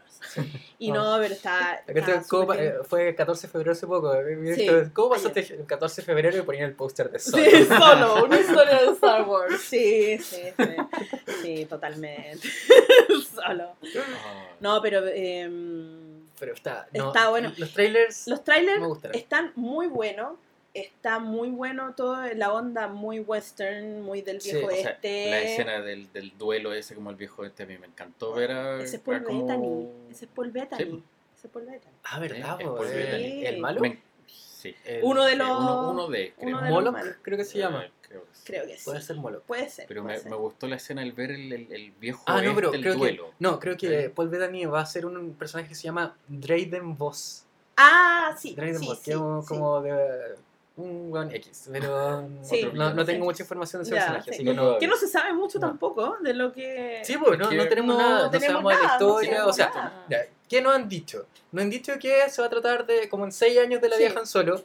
Speaker 3: Y no, pero está.
Speaker 2: Acá está,
Speaker 3: está
Speaker 2: ¿cómo
Speaker 3: Ah, súper
Speaker 2: pa-
Speaker 3: bien.
Speaker 2: eh, fue 14 de febrero hace poco. eh, vi
Speaker 3: Sí,
Speaker 2: esto. ¿Cómo pasaste el 14 de febrero y ponían el póster de Solo?
Speaker 3: Sí, solo, una historia de Star Wars. Sí, sí, sí. Sí, totalmente. solo.
Speaker 1: Ah.
Speaker 3: No, pero em,
Speaker 2: Pero está, no,
Speaker 3: Está bueno.
Speaker 2: Los trailers
Speaker 3: los
Speaker 2: me
Speaker 3: trailers
Speaker 2: gustaron.
Speaker 3: están muy buenos. Está muy bueno todo, la onda muy western, muy del
Speaker 2: Sí,
Speaker 3: viejo
Speaker 1: O sea,
Speaker 3: este.
Speaker 1: la escena del, del duelo ese como el viejo este a mí me encantó ver a,
Speaker 3: Ah, Ese es
Speaker 1: a
Speaker 3: Paul
Speaker 1: como-
Speaker 3: Bettany. Ese es Paul Bettany.
Speaker 1: Sí.
Speaker 3: Ese es Paul Bettany.
Speaker 2: Ah, ¿verdad?
Speaker 1: Eh,
Speaker 2: po?
Speaker 1: Paul
Speaker 2: Eh,
Speaker 1: Bettany.
Speaker 2: ¿El malo?
Speaker 1: Me- sí.
Speaker 2: El-
Speaker 3: Uno de
Speaker 1: Eh,
Speaker 3: los.
Speaker 1: uno, uno de, creo.
Speaker 3: uno de los
Speaker 2: Moloch,
Speaker 3: malos.
Speaker 2: creo que se llama.
Speaker 1: Eh, creo que sí.
Speaker 3: Creo que sí.
Speaker 2: Puede ser Moloch.
Speaker 3: Puede ser.
Speaker 1: Pero
Speaker 3: puede
Speaker 1: me,
Speaker 3: ser.
Speaker 1: me gustó la escena el ver el, el, el viejo
Speaker 2: Ah, no, pero
Speaker 1: este, el
Speaker 2: creo que,
Speaker 1: duelo.
Speaker 2: no, creo que
Speaker 1: Sí.
Speaker 2: Paul Bettany va a ser un personaje que se llama Drayden Voss.
Speaker 3: Ah, sí.
Speaker 2: Dragon
Speaker 3: sí,
Speaker 2: Ball,
Speaker 3: sí,
Speaker 2: que es un-
Speaker 3: sí.
Speaker 2: como de eh, un weón X, pero
Speaker 3: Sí.
Speaker 2: otro- no, no
Speaker 3: Sí.
Speaker 2: tengo mucha información de ese
Speaker 3: Ya,
Speaker 2: personaje,
Speaker 3: sí.
Speaker 2: así que no...
Speaker 3: Que no se sabe mucho
Speaker 2: No.
Speaker 3: tampoco de lo que.
Speaker 2: Sí, pues no,
Speaker 1: Porque-
Speaker 2: no tenemos
Speaker 3: No
Speaker 2: nada, no
Speaker 3: tenemos
Speaker 2: sabemos de la
Speaker 3: nada, no
Speaker 2: historia,
Speaker 3: sabemos
Speaker 2: o sea,
Speaker 3: nada.
Speaker 2: ya, ¿qué nos han dicho? Nos han dicho que se va a tratar de, como en seis años de la
Speaker 3: Sí.
Speaker 2: vieja en solo,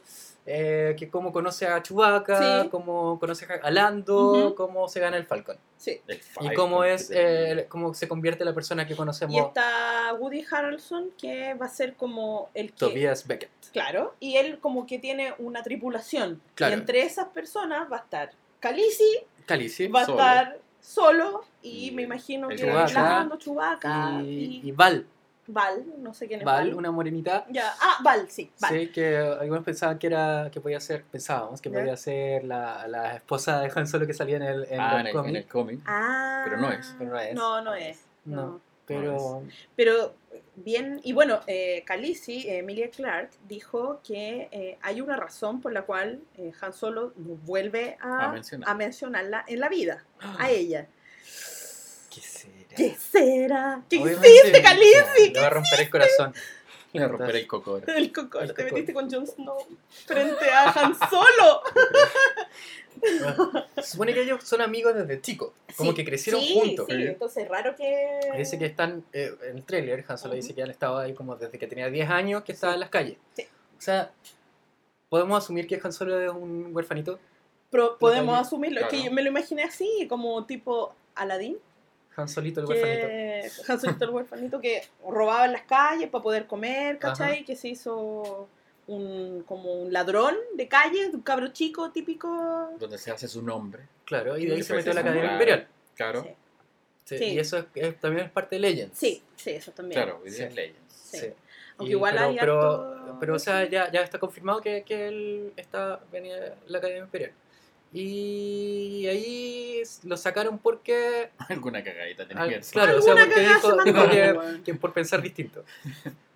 Speaker 2: eh, que cómo conoce a Chewbacca,
Speaker 3: Sí.
Speaker 2: cómo conoce a Lando,
Speaker 3: Ujú.
Speaker 2: cómo se gana el Falcon,
Speaker 3: Sí.
Speaker 1: El
Speaker 2: y
Speaker 1: Falcon,
Speaker 2: cómo
Speaker 1: que
Speaker 2: es,
Speaker 1: te-
Speaker 2: eh, cómo se convierte la persona que
Speaker 3: Y
Speaker 2: conocemos,
Speaker 3: está Woody Harrelson, que va a ser como el que.
Speaker 2: Tobias Beckett.
Speaker 3: Claro. Y él, como que tiene una tripulación.
Speaker 2: Claro.
Speaker 3: Y entre esas personas va a estar Khaleesi,
Speaker 2: Calisi.
Speaker 3: va a
Speaker 1: Solo.
Speaker 3: estar solo, y,
Speaker 1: Y
Speaker 3: me imagino
Speaker 1: el
Speaker 3: que
Speaker 2: Chewbacca.
Speaker 3: Lando, Chewbacca
Speaker 2: y,
Speaker 3: y,
Speaker 2: y Val,
Speaker 3: Val, no sé quién es Val.
Speaker 2: Val, una morenita.
Speaker 3: Ya. Ah, Val, sí, Val.
Speaker 2: Sí, que algunos pensaban que era, que podía ser, pensábamos que
Speaker 3: ¿Ya?
Speaker 2: podía ser la, la esposa de Han Solo que salía en el, en
Speaker 1: Ah,
Speaker 2: el
Speaker 1: en el-
Speaker 2: cómic,
Speaker 1: en el cómic.
Speaker 3: Ah.
Speaker 1: Pero no es,
Speaker 2: pero no es.
Speaker 3: No, no es.
Speaker 2: No.
Speaker 3: no.
Speaker 2: pero
Speaker 3: Pero bien, y bueno, eh, Khaleesi, eh, Emilia Clark, dijo que eh, hay una razón por la cual eh, Han Solo no vuelve a,
Speaker 1: A mencionar.
Speaker 3: a mencionarla en la vida, a ella.
Speaker 2: ¿qué será?
Speaker 3: ¿Qué será? ¿Qué
Speaker 2: Obviamente,
Speaker 3: hiciste, Khaleesi?
Speaker 2: Le va a romper el corazón.
Speaker 1: Le va a romper el cocor.
Speaker 3: ¿Qué- El cocor,
Speaker 2: El
Speaker 3: te
Speaker 2: cocor.
Speaker 3: metiste con Jon Snow frente a Han Solo.
Speaker 2: Se supone que ellos son amigos desde chico, como
Speaker 3: Sí,
Speaker 2: que crecieron
Speaker 3: sí,
Speaker 2: juntos.
Speaker 3: Sí, entonces raro que...
Speaker 2: Dice que están, eh, en el trailer Han Solo dice
Speaker 3: Ujú.
Speaker 2: que han estado ahí como desde que tenía 10 años que estaba en las calles.
Speaker 3: Sí.
Speaker 2: O sea, ¿podemos asumir que Han Solo es un huerfanito?
Speaker 3: Pero podemos
Speaker 2: Claro.
Speaker 3: asumirlo, es que yo me lo imaginé así, como tipo Aladdin.
Speaker 2: Han Solito el huerfanito.
Speaker 3: que Han Solito el huerfanito que robaba en las calles para poder comer, ¿cachai? Que se hizo un, como un ladrón de calle, un cabro chico típico.
Speaker 1: Donde se hace su nombre.
Speaker 2: Claro, y de ahí
Speaker 1: que
Speaker 2: se metió a la
Speaker 1: parece
Speaker 2: cadena
Speaker 1: Pues un-
Speaker 2: imperial.
Speaker 1: Claro.
Speaker 3: Sí.
Speaker 2: Sí,
Speaker 3: Sí.
Speaker 2: Y eso es- es- también es parte de Legends.
Speaker 3: Sí, sí, eso también.
Speaker 1: Claro, hoy día
Speaker 2: Sí.
Speaker 1: es Legends.
Speaker 3: Sí.
Speaker 2: Sí.
Speaker 3: Aunque
Speaker 2: Y-
Speaker 3: igual
Speaker 2: pero,
Speaker 3: hay
Speaker 2: pero,
Speaker 3: harto-
Speaker 2: pero, o sea, ya, ya está confirmado que, que él está, venía de la Academia Imperial. Y ahí s- lo sacaron porque...
Speaker 1: Alguna cagadita tenés
Speaker 2: al-
Speaker 1: que hacer.
Speaker 2: claro, o sea,
Speaker 3: Alguna
Speaker 2: porque
Speaker 3: cagada
Speaker 2: dijo,
Speaker 3: se
Speaker 2: dijo
Speaker 3: mandó,
Speaker 2: que,
Speaker 3: weón.
Speaker 2: que por pensar distinto.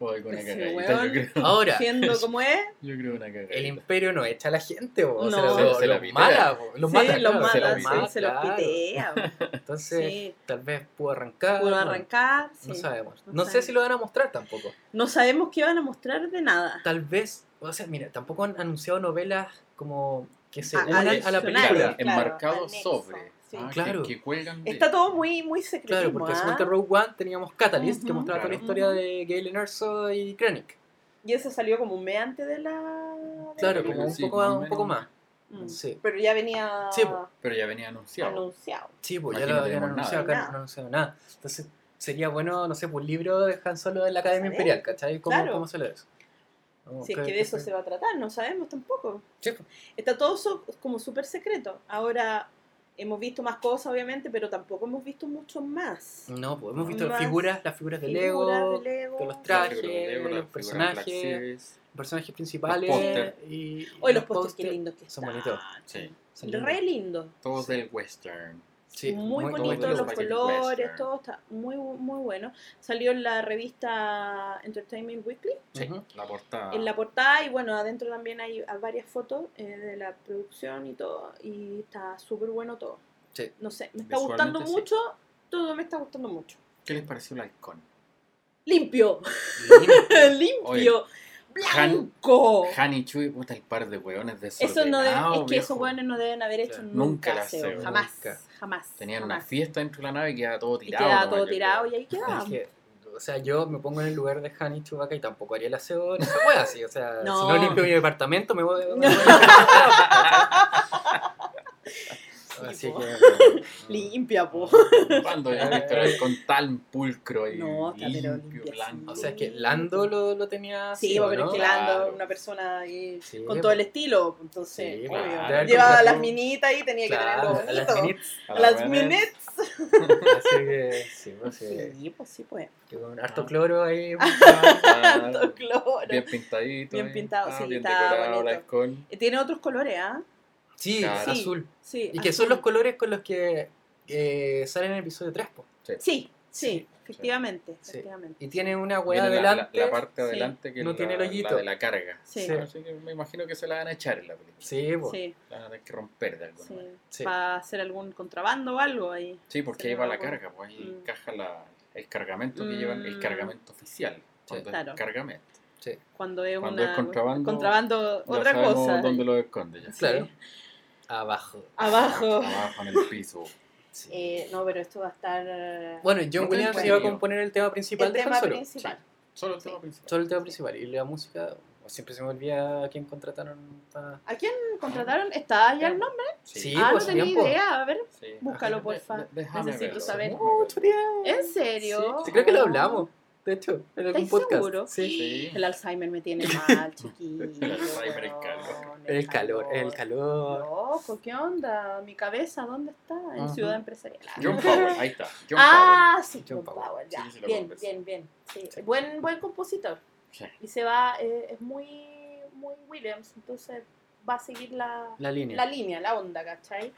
Speaker 1: O alguna
Speaker 3: Ese
Speaker 1: cagadita, yo
Speaker 3: weón.
Speaker 1: creo.
Speaker 2: Ahora,
Speaker 3: Siendo como es,
Speaker 1: Yo creo una cagadita.
Speaker 2: el Imperio no echa a la gente, bo, se
Speaker 3: No.
Speaker 2: lo-
Speaker 3: Se-
Speaker 2: lo-
Speaker 1: se la
Speaker 2: los
Speaker 1: pitea.
Speaker 2: mata, bo, los
Speaker 3: sí, los
Speaker 2: mata, claro,
Speaker 3: mata,
Speaker 1: se
Speaker 3: se,
Speaker 1: los
Speaker 3: los,
Speaker 1: mata,
Speaker 3: se los
Speaker 2: claro.
Speaker 3: pitea.
Speaker 2: Entonces,
Speaker 3: Sí,
Speaker 2: tal vez pudo arrancar.
Speaker 3: pudo
Speaker 2: no-
Speaker 3: arrancar. sí.
Speaker 2: No sabemos.
Speaker 3: no
Speaker 2: No sé
Speaker 3: sabemos.
Speaker 2: si lo van a mostrar tampoco.
Speaker 3: No sabemos qué van a mostrar de nada.
Speaker 2: Tal vez, o sea, mira, tampoco han anunciado novelas como que se
Speaker 3: A-
Speaker 2: unan a la
Speaker 3: adicionales.
Speaker 2: película.
Speaker 1: Claro,
Speaker 3: Ah, Claro,
Speaker 1: enmarcado
Speaker 3: anexo,
Speaker 1: sobre.
Speaker 3: sí.
Speaker 1: Ah, que-
Speaker 2: Claro.
Speaker 1: Que, cuelgan de-
Speaker 3: Está todo muy, muy secreto.
Speaker 2: Claro, porque supuestamente Rogue One teníamos Catalyst, que
Speaker 3: ¿ah? Ujú.
Speaker 2: mostraba toda la
Speaker 1: Claro.
Speaker 2: historia
Speaker 3: Ujú.
Speaker 2: de Galen Erso y Krennic.
Speaker 3: Y eso salió como un mes antes de la. de
Speaker 2: Claro,
Speaker 3: la-
Speaker 1: Pero
Speaker 2: como un
Speaker 1: sí,
Speaker 2: poco,
Speaker 1: más o
Speaker 2: más- un
Speaker 1: menos.
Speaker 2: poco más.
Speaker 3: Mm.
Speaker 2: Sí.
Speaker 3: Pero ya venía
Speaker 2: Sí, po.
Speaker 1: Pero ya venía anunciado.
Speaker 3: anunciado.
Speaker 2: Sí, pues ya
Speaker 1: Aquí
Speaker 2: lo
Speaker 1: no
Speaker 2: habían
Speaker 1: tenemos
Speaker 2: anunciado
Speaker 3: nada.
Speaker 2: acá, no anunciaron nada. Entonces, sería bueno, no sé, pues, un libro de Han Solo en la Academia
Speaker 3: ¿Sabes?
Speaker 2: Imperial, ¿cachai? ¿Cómo,
Speaker 3: Claro.
Speaker 2: cómo se lo es?
Speaker 3: Si es que de eso se va a tratar, no sabemos tampoco.
Speaker 2: pues,
Speaker 3: Está todo so- como súper secreto. Ahora hemos visto más cosas, obviamente, pero tampoco hemos visto mucho más.
Speaker 2: No, pues hemos visto
Speaker 3: Más
Speaker 2: figuras, las figuras de Lego,
Speaker 3: Figuras de Lego.
Speaker 2: con los
Speaker 1: La
Speaker 2: trajes,
Speaker 1: figura de Lego, la
Speaker 2: los
Speaker 1: figura de Black
Speaker 2: personajes.
Speaker 1: Series.
Speaker 2: personajes principales.
Speaker 1: Los póster.
Speaker 2: y,
Speaker 3: Hoy
Speaker 2: y
Speaker 3: los postes, qué lindos que
Speaker 2: son
Speaker 3: están.
Speaker 2: bonitos.
Speaker 1: Sí.
Speaker 2: Son
Speaker 3: Re
Speaker 2: lindos.
Speaker 3: lindos.
Speaker 1: Todos
Speaker 2: Sí.
Speaker 1: del western.
Speaker 2: Sí,
Speaker 3: muy,
Speaker 1: muy
Speaker 3: bonitos
Speaker 1: bonito
Speaker 3: los
Speaker 1: los
Speaker 3: colores,
Speaker 1: western.
Speaker 3: todo está muy, muy bueno. Salió en la revista Entertainment Weekly.
Speaker 1: Sí,
Speaker 2: Ujú.
Speaker 1: la portada.
Speaker 3: en la portada y bueno, adentro también hay a- varias fotos eh, de la producción y todo, y está súper bueno todo.
Speaker 2: Sí.
Speaker 3: No sé, me está gustando
Speaker 1: Visualmente, sí.
Speaker 3: mucho, todo me está gustando mucho.
Speaker 1: ¿Qué les pareció el halcón?
Speaker 3: Limpio,
Speaker 2: pues,
Speaker 1: Lindo.
Speaker 3: limpio, blanco.
Speaker 1: Han y Chewie, puta, el par de hueones de
Speaker 3: Eso no debe- es que esos buenos no deben haber hecho
Speaker 2: Claro,
Speaker 1: nunca
Speaker 3: nunca,
Speaker 1: las
Speaker 3: aseo,
Speaker 1: hacen,
Speaker 3: jamás,
Speaker 2: nunca.
Speaker 3: jamás.
Speaker 1: Tenían una
Speaker 3: jamás.
Speaker 1: fiesta dentro de la nave y quedaba todo
Speaker 3: Y
Speaker 1: tirado.
Speaker 3: quedaba
Speaker 1: nomás,
Speaker 3: todo
Speaker 1: yo
Speaker 3: tirado y
Speaker 1: creo.
Speaker 3: ahí quedaba.
Speaker 2: Es que, o sea, yo me pongo en el lugar de Han y Chewbacca y tampoco haría el aseo ni esa wea así. O sea,
Speaker 3: No.
Speaker 2: si no limpio mi departamento, me voy. me voy- así
Speaker 3: po.
Speaker 2: que.
Speaker 3: Limpia, po.
Speaker 1: Cuando ya
Speaker 2: Eh,
Speaker 1: he visto el halcón tan pulcro y
Speaker 3: No, está pero
Speaker 1: limpio,
Speaker 3: limpio,
Speaker 1: blanco.
Speaker 2: o sea, es que Lando lo, lo tenía así.
Speaker 3: Sí,
Speaker 2: ¿o
Speaker 3: pero
Speaker 2: no?
Speaker 3: es que Lando
Speaker 1: Claro.
Speaker 3: es una persona ahí
Speaker 2: Sí,
Speaker 3: con
Speaker 2: po.
Speaker 3: todo el estilo, entonces,
Speaker 2: Sí, pues,
Speaker 3: obvio.
Speaker 1: claro.
Speaker 2: Debe
Speaker 3: Llevaba
Speaker 2: haber
Speaker 3: las
Speaker 1: comprado-
Speaker 3: minitas ahí, tenía
Speaker 2: Claro,
Speaker 3: que
Speaker 2: a
Speaker 3: tenerlo
Speaker 2: las
Speaker 3: bonito.
Speaker 2: minutes.
Speaker 1: A
Speaker 3: las
Speaker 1: buena.
Speaker 3: minutes.
Speaker 2: Así que, sí, pues sí.
Speaker 3: Sí, pues sí, pues.
Speaker 2: que Con harto cloro ahí.
Speaker 1: Ah,
Speaker 3: Tanto cloro.
Speaker 1: Bien pintadito.
Speaker 3: Bien
Speaker 1: eh.
Speaker 3: pintado, sí,
Speaker 1: bien
Speaker 3: estaba
Speaker 1: decorado el
Speaker 3: bonito.
Speaker 1: halcón.
Speaker 3: Eh, Tiene otros colores, ¿ah?
Speaker 2: Sí,
Speaker 1: Claro.
Speaker 2: azul.
Speaker 3: Sí.
Speaker 2: Y que son los colores con los que eh, salen en el episodio 3, po.
Speaker 3: Sí,
Speaker 1: Sí,
Speaker 3: sí, efectivamente,
Speaker 2: sí.
Speaker 3: efectivamente.
Speaker 2: Y tiene una
Speaker 1: Viene
Speaker 2: weá
Speaker 1: la- la,
Speaker 2: adelante.
Speaker 1: la parte
Speaker 3: Sí.
Speaker 1: adelante que
Speaker 2: No
Speaker 1: es la,
Speaker 2: tiene el hoyito.
Speaker 1: la de la carga.
Speaker 3: Sí,
Speaker 2: Sí.
Speaker 1: Así que me imagino que se la van a echar en la película.
Speaker 2: Sí, po.
Speaker 3: sí,
Speaker 1: La van a tener que romper de alguna
Speaker 3: sí.
Speaker 1: manera.
Speaker 2: Sí.
Speaker 3: Para hacer algún contrabando o algo ahí.
Speaker 1: Sí, porque
Speaker 3: Se
Speaker 1: ahí
Speaker 3: me
Speaker 1: va la
Speaker 3: va por-
Speaker 1: carga, pues ahí
Speaker 3: Mm.
Speaker 1: encaja la, el cargamento que llevan, el
Speaker 3: Mm.
Speaker 1: cargamento oficial. Cuando es
Speaker 3: Claro.
Speaker 1: cargamento.
Speaker 2: Sí.
Speaker 3: Cuando es
Speaker 1: Cuando
Speaker 3: una,
Speaker 1: es contrabando,
Speaker 3: contrabando,
Speaker 1: Ya
Speaker 3: otra
Speaker 1: sabemos
Speaker 3: cosa.
Speaker 1: dónde lo esconde ya.
Speaker 3: Sí.
Speaker 2: Claro. Abajo.
Speaker 3: Abajo.
Speaker 1: Abajo en el piso.
Speaker 2: Sí.
Speaker 3: Eh, no, pero esto va a estar. eh,
Speaker 2: bueno, John
Speaker 1: no
Speaker 2: Williams
Speaker 1: tengo
Speaker 2: iba a
Speaker 1: entendido.
Speaker 2: componer el tema principal
Speaker 3: el
Speaker 2: de Han
Speaker 3: tema
Speaker 2: Solo.
Speaker 3: principal.
Speaker 2: Sí,
Speaker 1: Solo el
Speaker 3: Sí.
Speaker 1: tema principal.
Speaker 2: solo el tema principal. Y la música, siempre se me olvida a quién contrataron para...
Speaker 3: ¿A quién contrataron? ¿Está ya el nombre?
Speaker 2: Sí,
Speaker 3: ah,
Speaker 2: pues,
Speaker 3: no tenía
Speaker 2: bien, po.
Speaker 3: idea. A ver,
Speaker 1: Sí.
Speaker 3: Búscalo,
Speaker 1: De-
Speaker 3: porfa.
Speaker 1: de- déjame
Speaker 3: Necesito
Speaker 1: verlo.
Speaker 3: saber.
Speaker 2: Mucho tiempo.
Speaker 3: ¿en serio? Oh.
Speaker 2: Sí, creo que lo hablamos, de hecho, en algún
Speaker 3: ¿Estáis
Speaker 2: podcast.
Speaker 3: seguro?
Speaker 2: Sí.
Speaker 1: Sí.
Speaker 3: El Alzheimer me tiene mal, chiquillo.
Speaker 1: El Alzheimer, el calor.
Speaker 3: weón,
Speaker 2: El calor, el calor.
Speaker 3: Loco, ¿qué onda? Mi cabeza, ¿dónnde está? En
Speaker 2: Ajá.
Speaker 3: Ciudad Empresarial.
Speaker 1: John Powell, ahí está. John
Speaker 3: ah, sí,
Speaker 2: John
Speaker 3: John
Speaker 2: Powell.
Speaker 3: Powell, ya.
Speaker 1: Sí, sí, lo
Speaker 3: bien,
Speaker 1: conversé.
Speaker 3: bien, bien, sí.
Speaker 2: Sí.
Speaker 3: Buen, buen compositor.
Speaker 1: Sí.
Speaker 3: Y se va, eh, es muy, muy Williams, entonces va a seguir la,
Speaker 2: La línea.
Speaker 3: la línea, la onda, ¿cachai?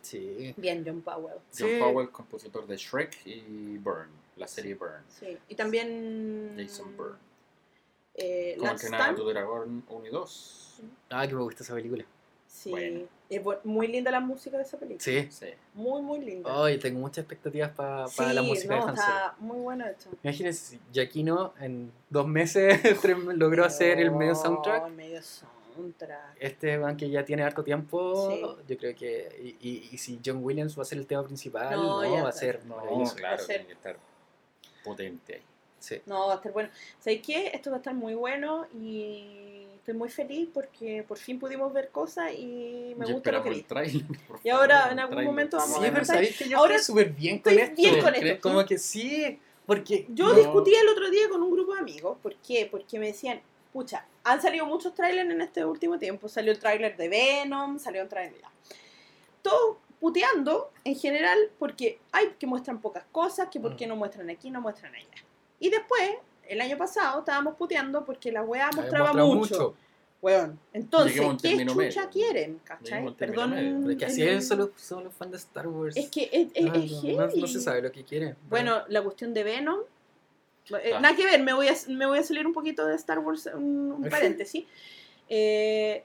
Speaker 2: Sí.
Speaker 3: Bien, John Powell.
Speaker 1: John
Speaker 2: Sí.
Speaker 1: Powell, compositor de Shrek y Burn, la serie Burn.
Speaker 3: Sí. Y también.
Speaker 1: Jason Bourne.
Speaker 3: Eh,
Speaker 1: Como
Speaker 3: Lance
Speaker 1: entrenar a
Speaker 3: Stan.
Speaker 1: tu dragón 1 y 2.
Speaker 2: Ah, que me gusta esa película.
Speaker 3: Sí.
Speaker 1: Bueno.
Speaker 3: Es bu- muy linda la música de esa película.
Speaker 2: Sí.
Speaker 1: Sí.
Speaker 3: Muy, muy linda.
Speaker 2: Ay, tengo muchas expectativas para la
Speaker 3: Sí,
Speaker 2: música
Speaker 3: no,
Speaker 2: de Han Solo.
Speaker 3: está muy bueno esto.
Speaker 2: Imagínense, si Giacchino en dos meses tres, logró hacer el medio soundtrack.
Speaker 3: El medio soundtrack.
Speaker 2: Este man que ya tiene harto tiempo,
Speaker 3: Sí.
Speaker 2: yo creo que. Y, y- y si John Williams va a ser el tema principal,
Speaker 3: No,
Speaker 2: no,
Speaker 3: ya
Speaker 2: va a
Speaker 3: está.
Speaker 2: ser
Speaker 1: No,
Speaker 2: maravilloso.
Speaker 1: claro,
Speaker 3: Va a ser-
Speaker 1: tiene que estar potente ahí.
Speaker 2: Sí.
Speaker 3: No, va a estar bueno. ¿Sabéis qué? Esto va a estar muy bueno y estoy muy feliz porque por fin pudimos ver cosas y me gusta
Speaker 1: y
Speaker 3: lo
Speaker 1: esperamos
Speaker 3: que
Speaker 1: el
Speaker 3: vi.
Speaker 1: trailer. por
Speaker 3: Y ahora,
Speaker 1: favor,
Speaker 3: en
Speaker 1: el
Speaker 3: algún
Speaker 1: tráiler.
Speaker 3: momento vamos a
Speaker 2: Sí,
Speaker 1: Sí,
Speaker 3: ver.
Speaker 2: pero
Speaker 1: pero-
Speaker 2: sabéis que yo
Speaker 3: Ahora
Speaker 2: estoy súper bien con
Speaker 3: estoy
Speaker 2: esto.
Speaker 3: bien
Speaker 1: con
Speaker 2: ¿Crees?
Speaker 3: esto.
Speaker 2: Como que sí, porque.
Speaker 3: Yo
Speaker 1: No.
Speaker 3: discutí el otro día con un grupo de amigos. ¿Por qué? Porque me decían, pucha, han salido muchos trailers en este último tiempo. Salió el trailer de Venom, salió un trailer ya. Todo puteando en general porque hay que muestran pocas cosas, que por qué no muestran aquí, no muestran allá. Y después, el año pasado, estábamos puteando porque la weá
Speaker 2: Había
Speaker 3: mostraba
Speaker 2: mostrado
Speaker 3: mucho. Weón. Entonces,
Speaker 1: Lleguemos a un
Speaker 3: ¿qué
Speaker 1: término
Speaker 3: chucha
Speaker 1: medio.
Speaker 3: quieren?
Speaker 1: Lleguemos a
Speaker 3: ¿Cachai?
Speaker 1: un término medio.
Speaker 3: Perdón.
Speaker 2: Porque así
Speaker 3: el-
Speaker 2: es, solo, solo fan de Star Wars.
Speaker 3: Mm. Es que es, es,
Speaker 2: Ah,
Speaker 3: es
Speaker 2: no, no- no
Speaker 3: heavy.
Speaker 2: se sabe lo que quiere.
Speaker 3: Bueno, la cuestión de Venom. eh,
Speaker 1: Ah.
Speaker 3: Nada que ver, me voy, a, me voy a salir un poquito de Star Wars, un, un paréntesis. Eh,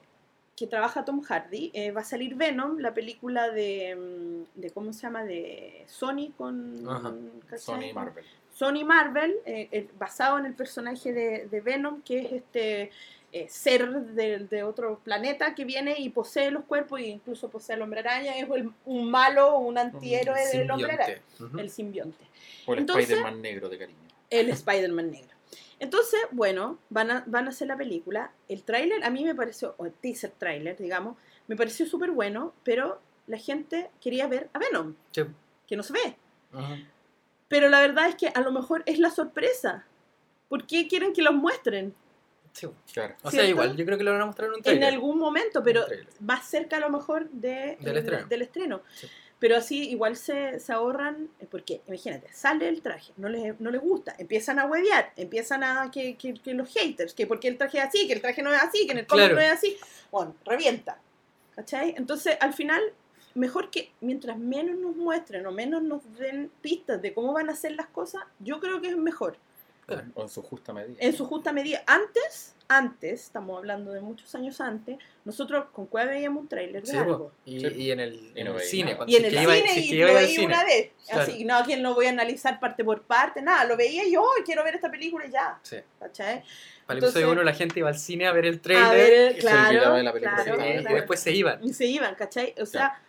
Speaker 3: que trabaja Tom Hardy. eh, va a salir Venom, la película de, mm, de. ¿Cómo se llama? De Sony con.
Speaker 2: Ajá.
Speaker 3: ¿cachai?
Speaker 1: Sony y Marvel.
Speaker 3: Sony Marvel, eh, eh, basado en el personaje de, de Venom, que es este eh, ser de, de otro planeta que viene y posee los cuerpos, e incluso posee al hombre araña, es el- un malo o un antihéroe del hombre araña,
Speaker 2: Simbionte. Ujú.
Speaker 3: el simbionte,
Speaker 1: O el
Speaker 3: Entonces-
Speaker 1: Spider-Man negro de cariño.
Speaker 3: el Spider-Man negro. Entonces, bueno, van a, van a hacer la película. El tráiler a mí me pareció, o el teaser tráiler, digamos, me pareció súper bueno, pero la gente quería ver a Venom,
Speaker 2: Sí.
Speaker 3: que no se ve.
Speaker 2: Ujú.
Speaker 3: Pero la verdad es que a lo mejor es la sorpresa. ¿Por qué quieren que los muestren?
Speaker 2: Sí. O
Speaker 1: Claro.
Speaker 2: sea,
Speaker 3: ¿Cierto?
Speaker 2: igual, yo creo que lo van a mostrar en un
Speaker 3: En
Speaker 2: trailer.
Speaker 3: algún momento, pero
Speaker 2: Un trailer.
Speaker 3: más cerca a lo mejor de, eh,
Speaker 2: Del estreno.
Speaker 3: estreno.
Speaker 2: Sí.
Speaker 3: Pero así igual se, se ahorran, eh, porque imagínate, sale el traje, no les, no les gusta, empiezan a huevear, empiezan a que, que- que los haters, que porque el traje es así, que el traje no es así, que en el cómic
Speaker 2: Claro.
Speaker 3: no es así, bueno, revienta. ¿Cachai? Entonces, al final, mejor que mientras menos nos muestren o menos nos den pistas de cómo van a hacer las cosas, yo creo que es mejor
Speaker 2: Claro.
Speaker 1: O en su justa medida.
Speaker 3: en su justa medida. Antes, antes, estamos hablando de muchos años antes, nosotros con cuál veíamos un tráiler de
Speaker 2: Sí,
Speaker 3: algo.
Speaker 2: po. y,
Speaker 1: Sí.
Speaker 2: y en el,
Speaker 1: Y
Speaker 2: en
Speaker 1: no
Speaker 2: el
Speaker 1: veía
Speaker 2: cine.
Speaker 1: nada.
Speaker 2: cuando-
Speaker 3: Y en
Speaker 2: si
Speaker 3: el
Speaker 2: es que iba-
Speaker 3: cine,
Speaker 2: si es que
Speaker 3: y
Speaker 2: iba
Speaker 3: lo
Speaker 2: al
Speaker 3: veía
Speaker 2: cine.
Speaker 3: una vez.
Speaker 2: Claro.
Speaker 3: Así, no, aquí no voy a analizar parte por parte, nada, lo veía yo y quiero ver esta película y ya.
Speaker 2: Sí.
Speaker 3: ¿Cachai?
Speaker 2: Para el
Speaker 3: Entonces-
Speaker 2: episodio 1 la gente iba al cine a ver el trailer.
Speaker 3: A ver,
Speaker 2: y-
Speaker 3: claro,
Speaker 1: olvidaba de la película
Speaker 2: sí,
Speaker 3: claro,
Speaker 1: que estaba
Speaker 2: y
Speaker 3: claro.
Speaker 2: después se iban.
Speaker 3: Y se iban, ¿cachai? O sea,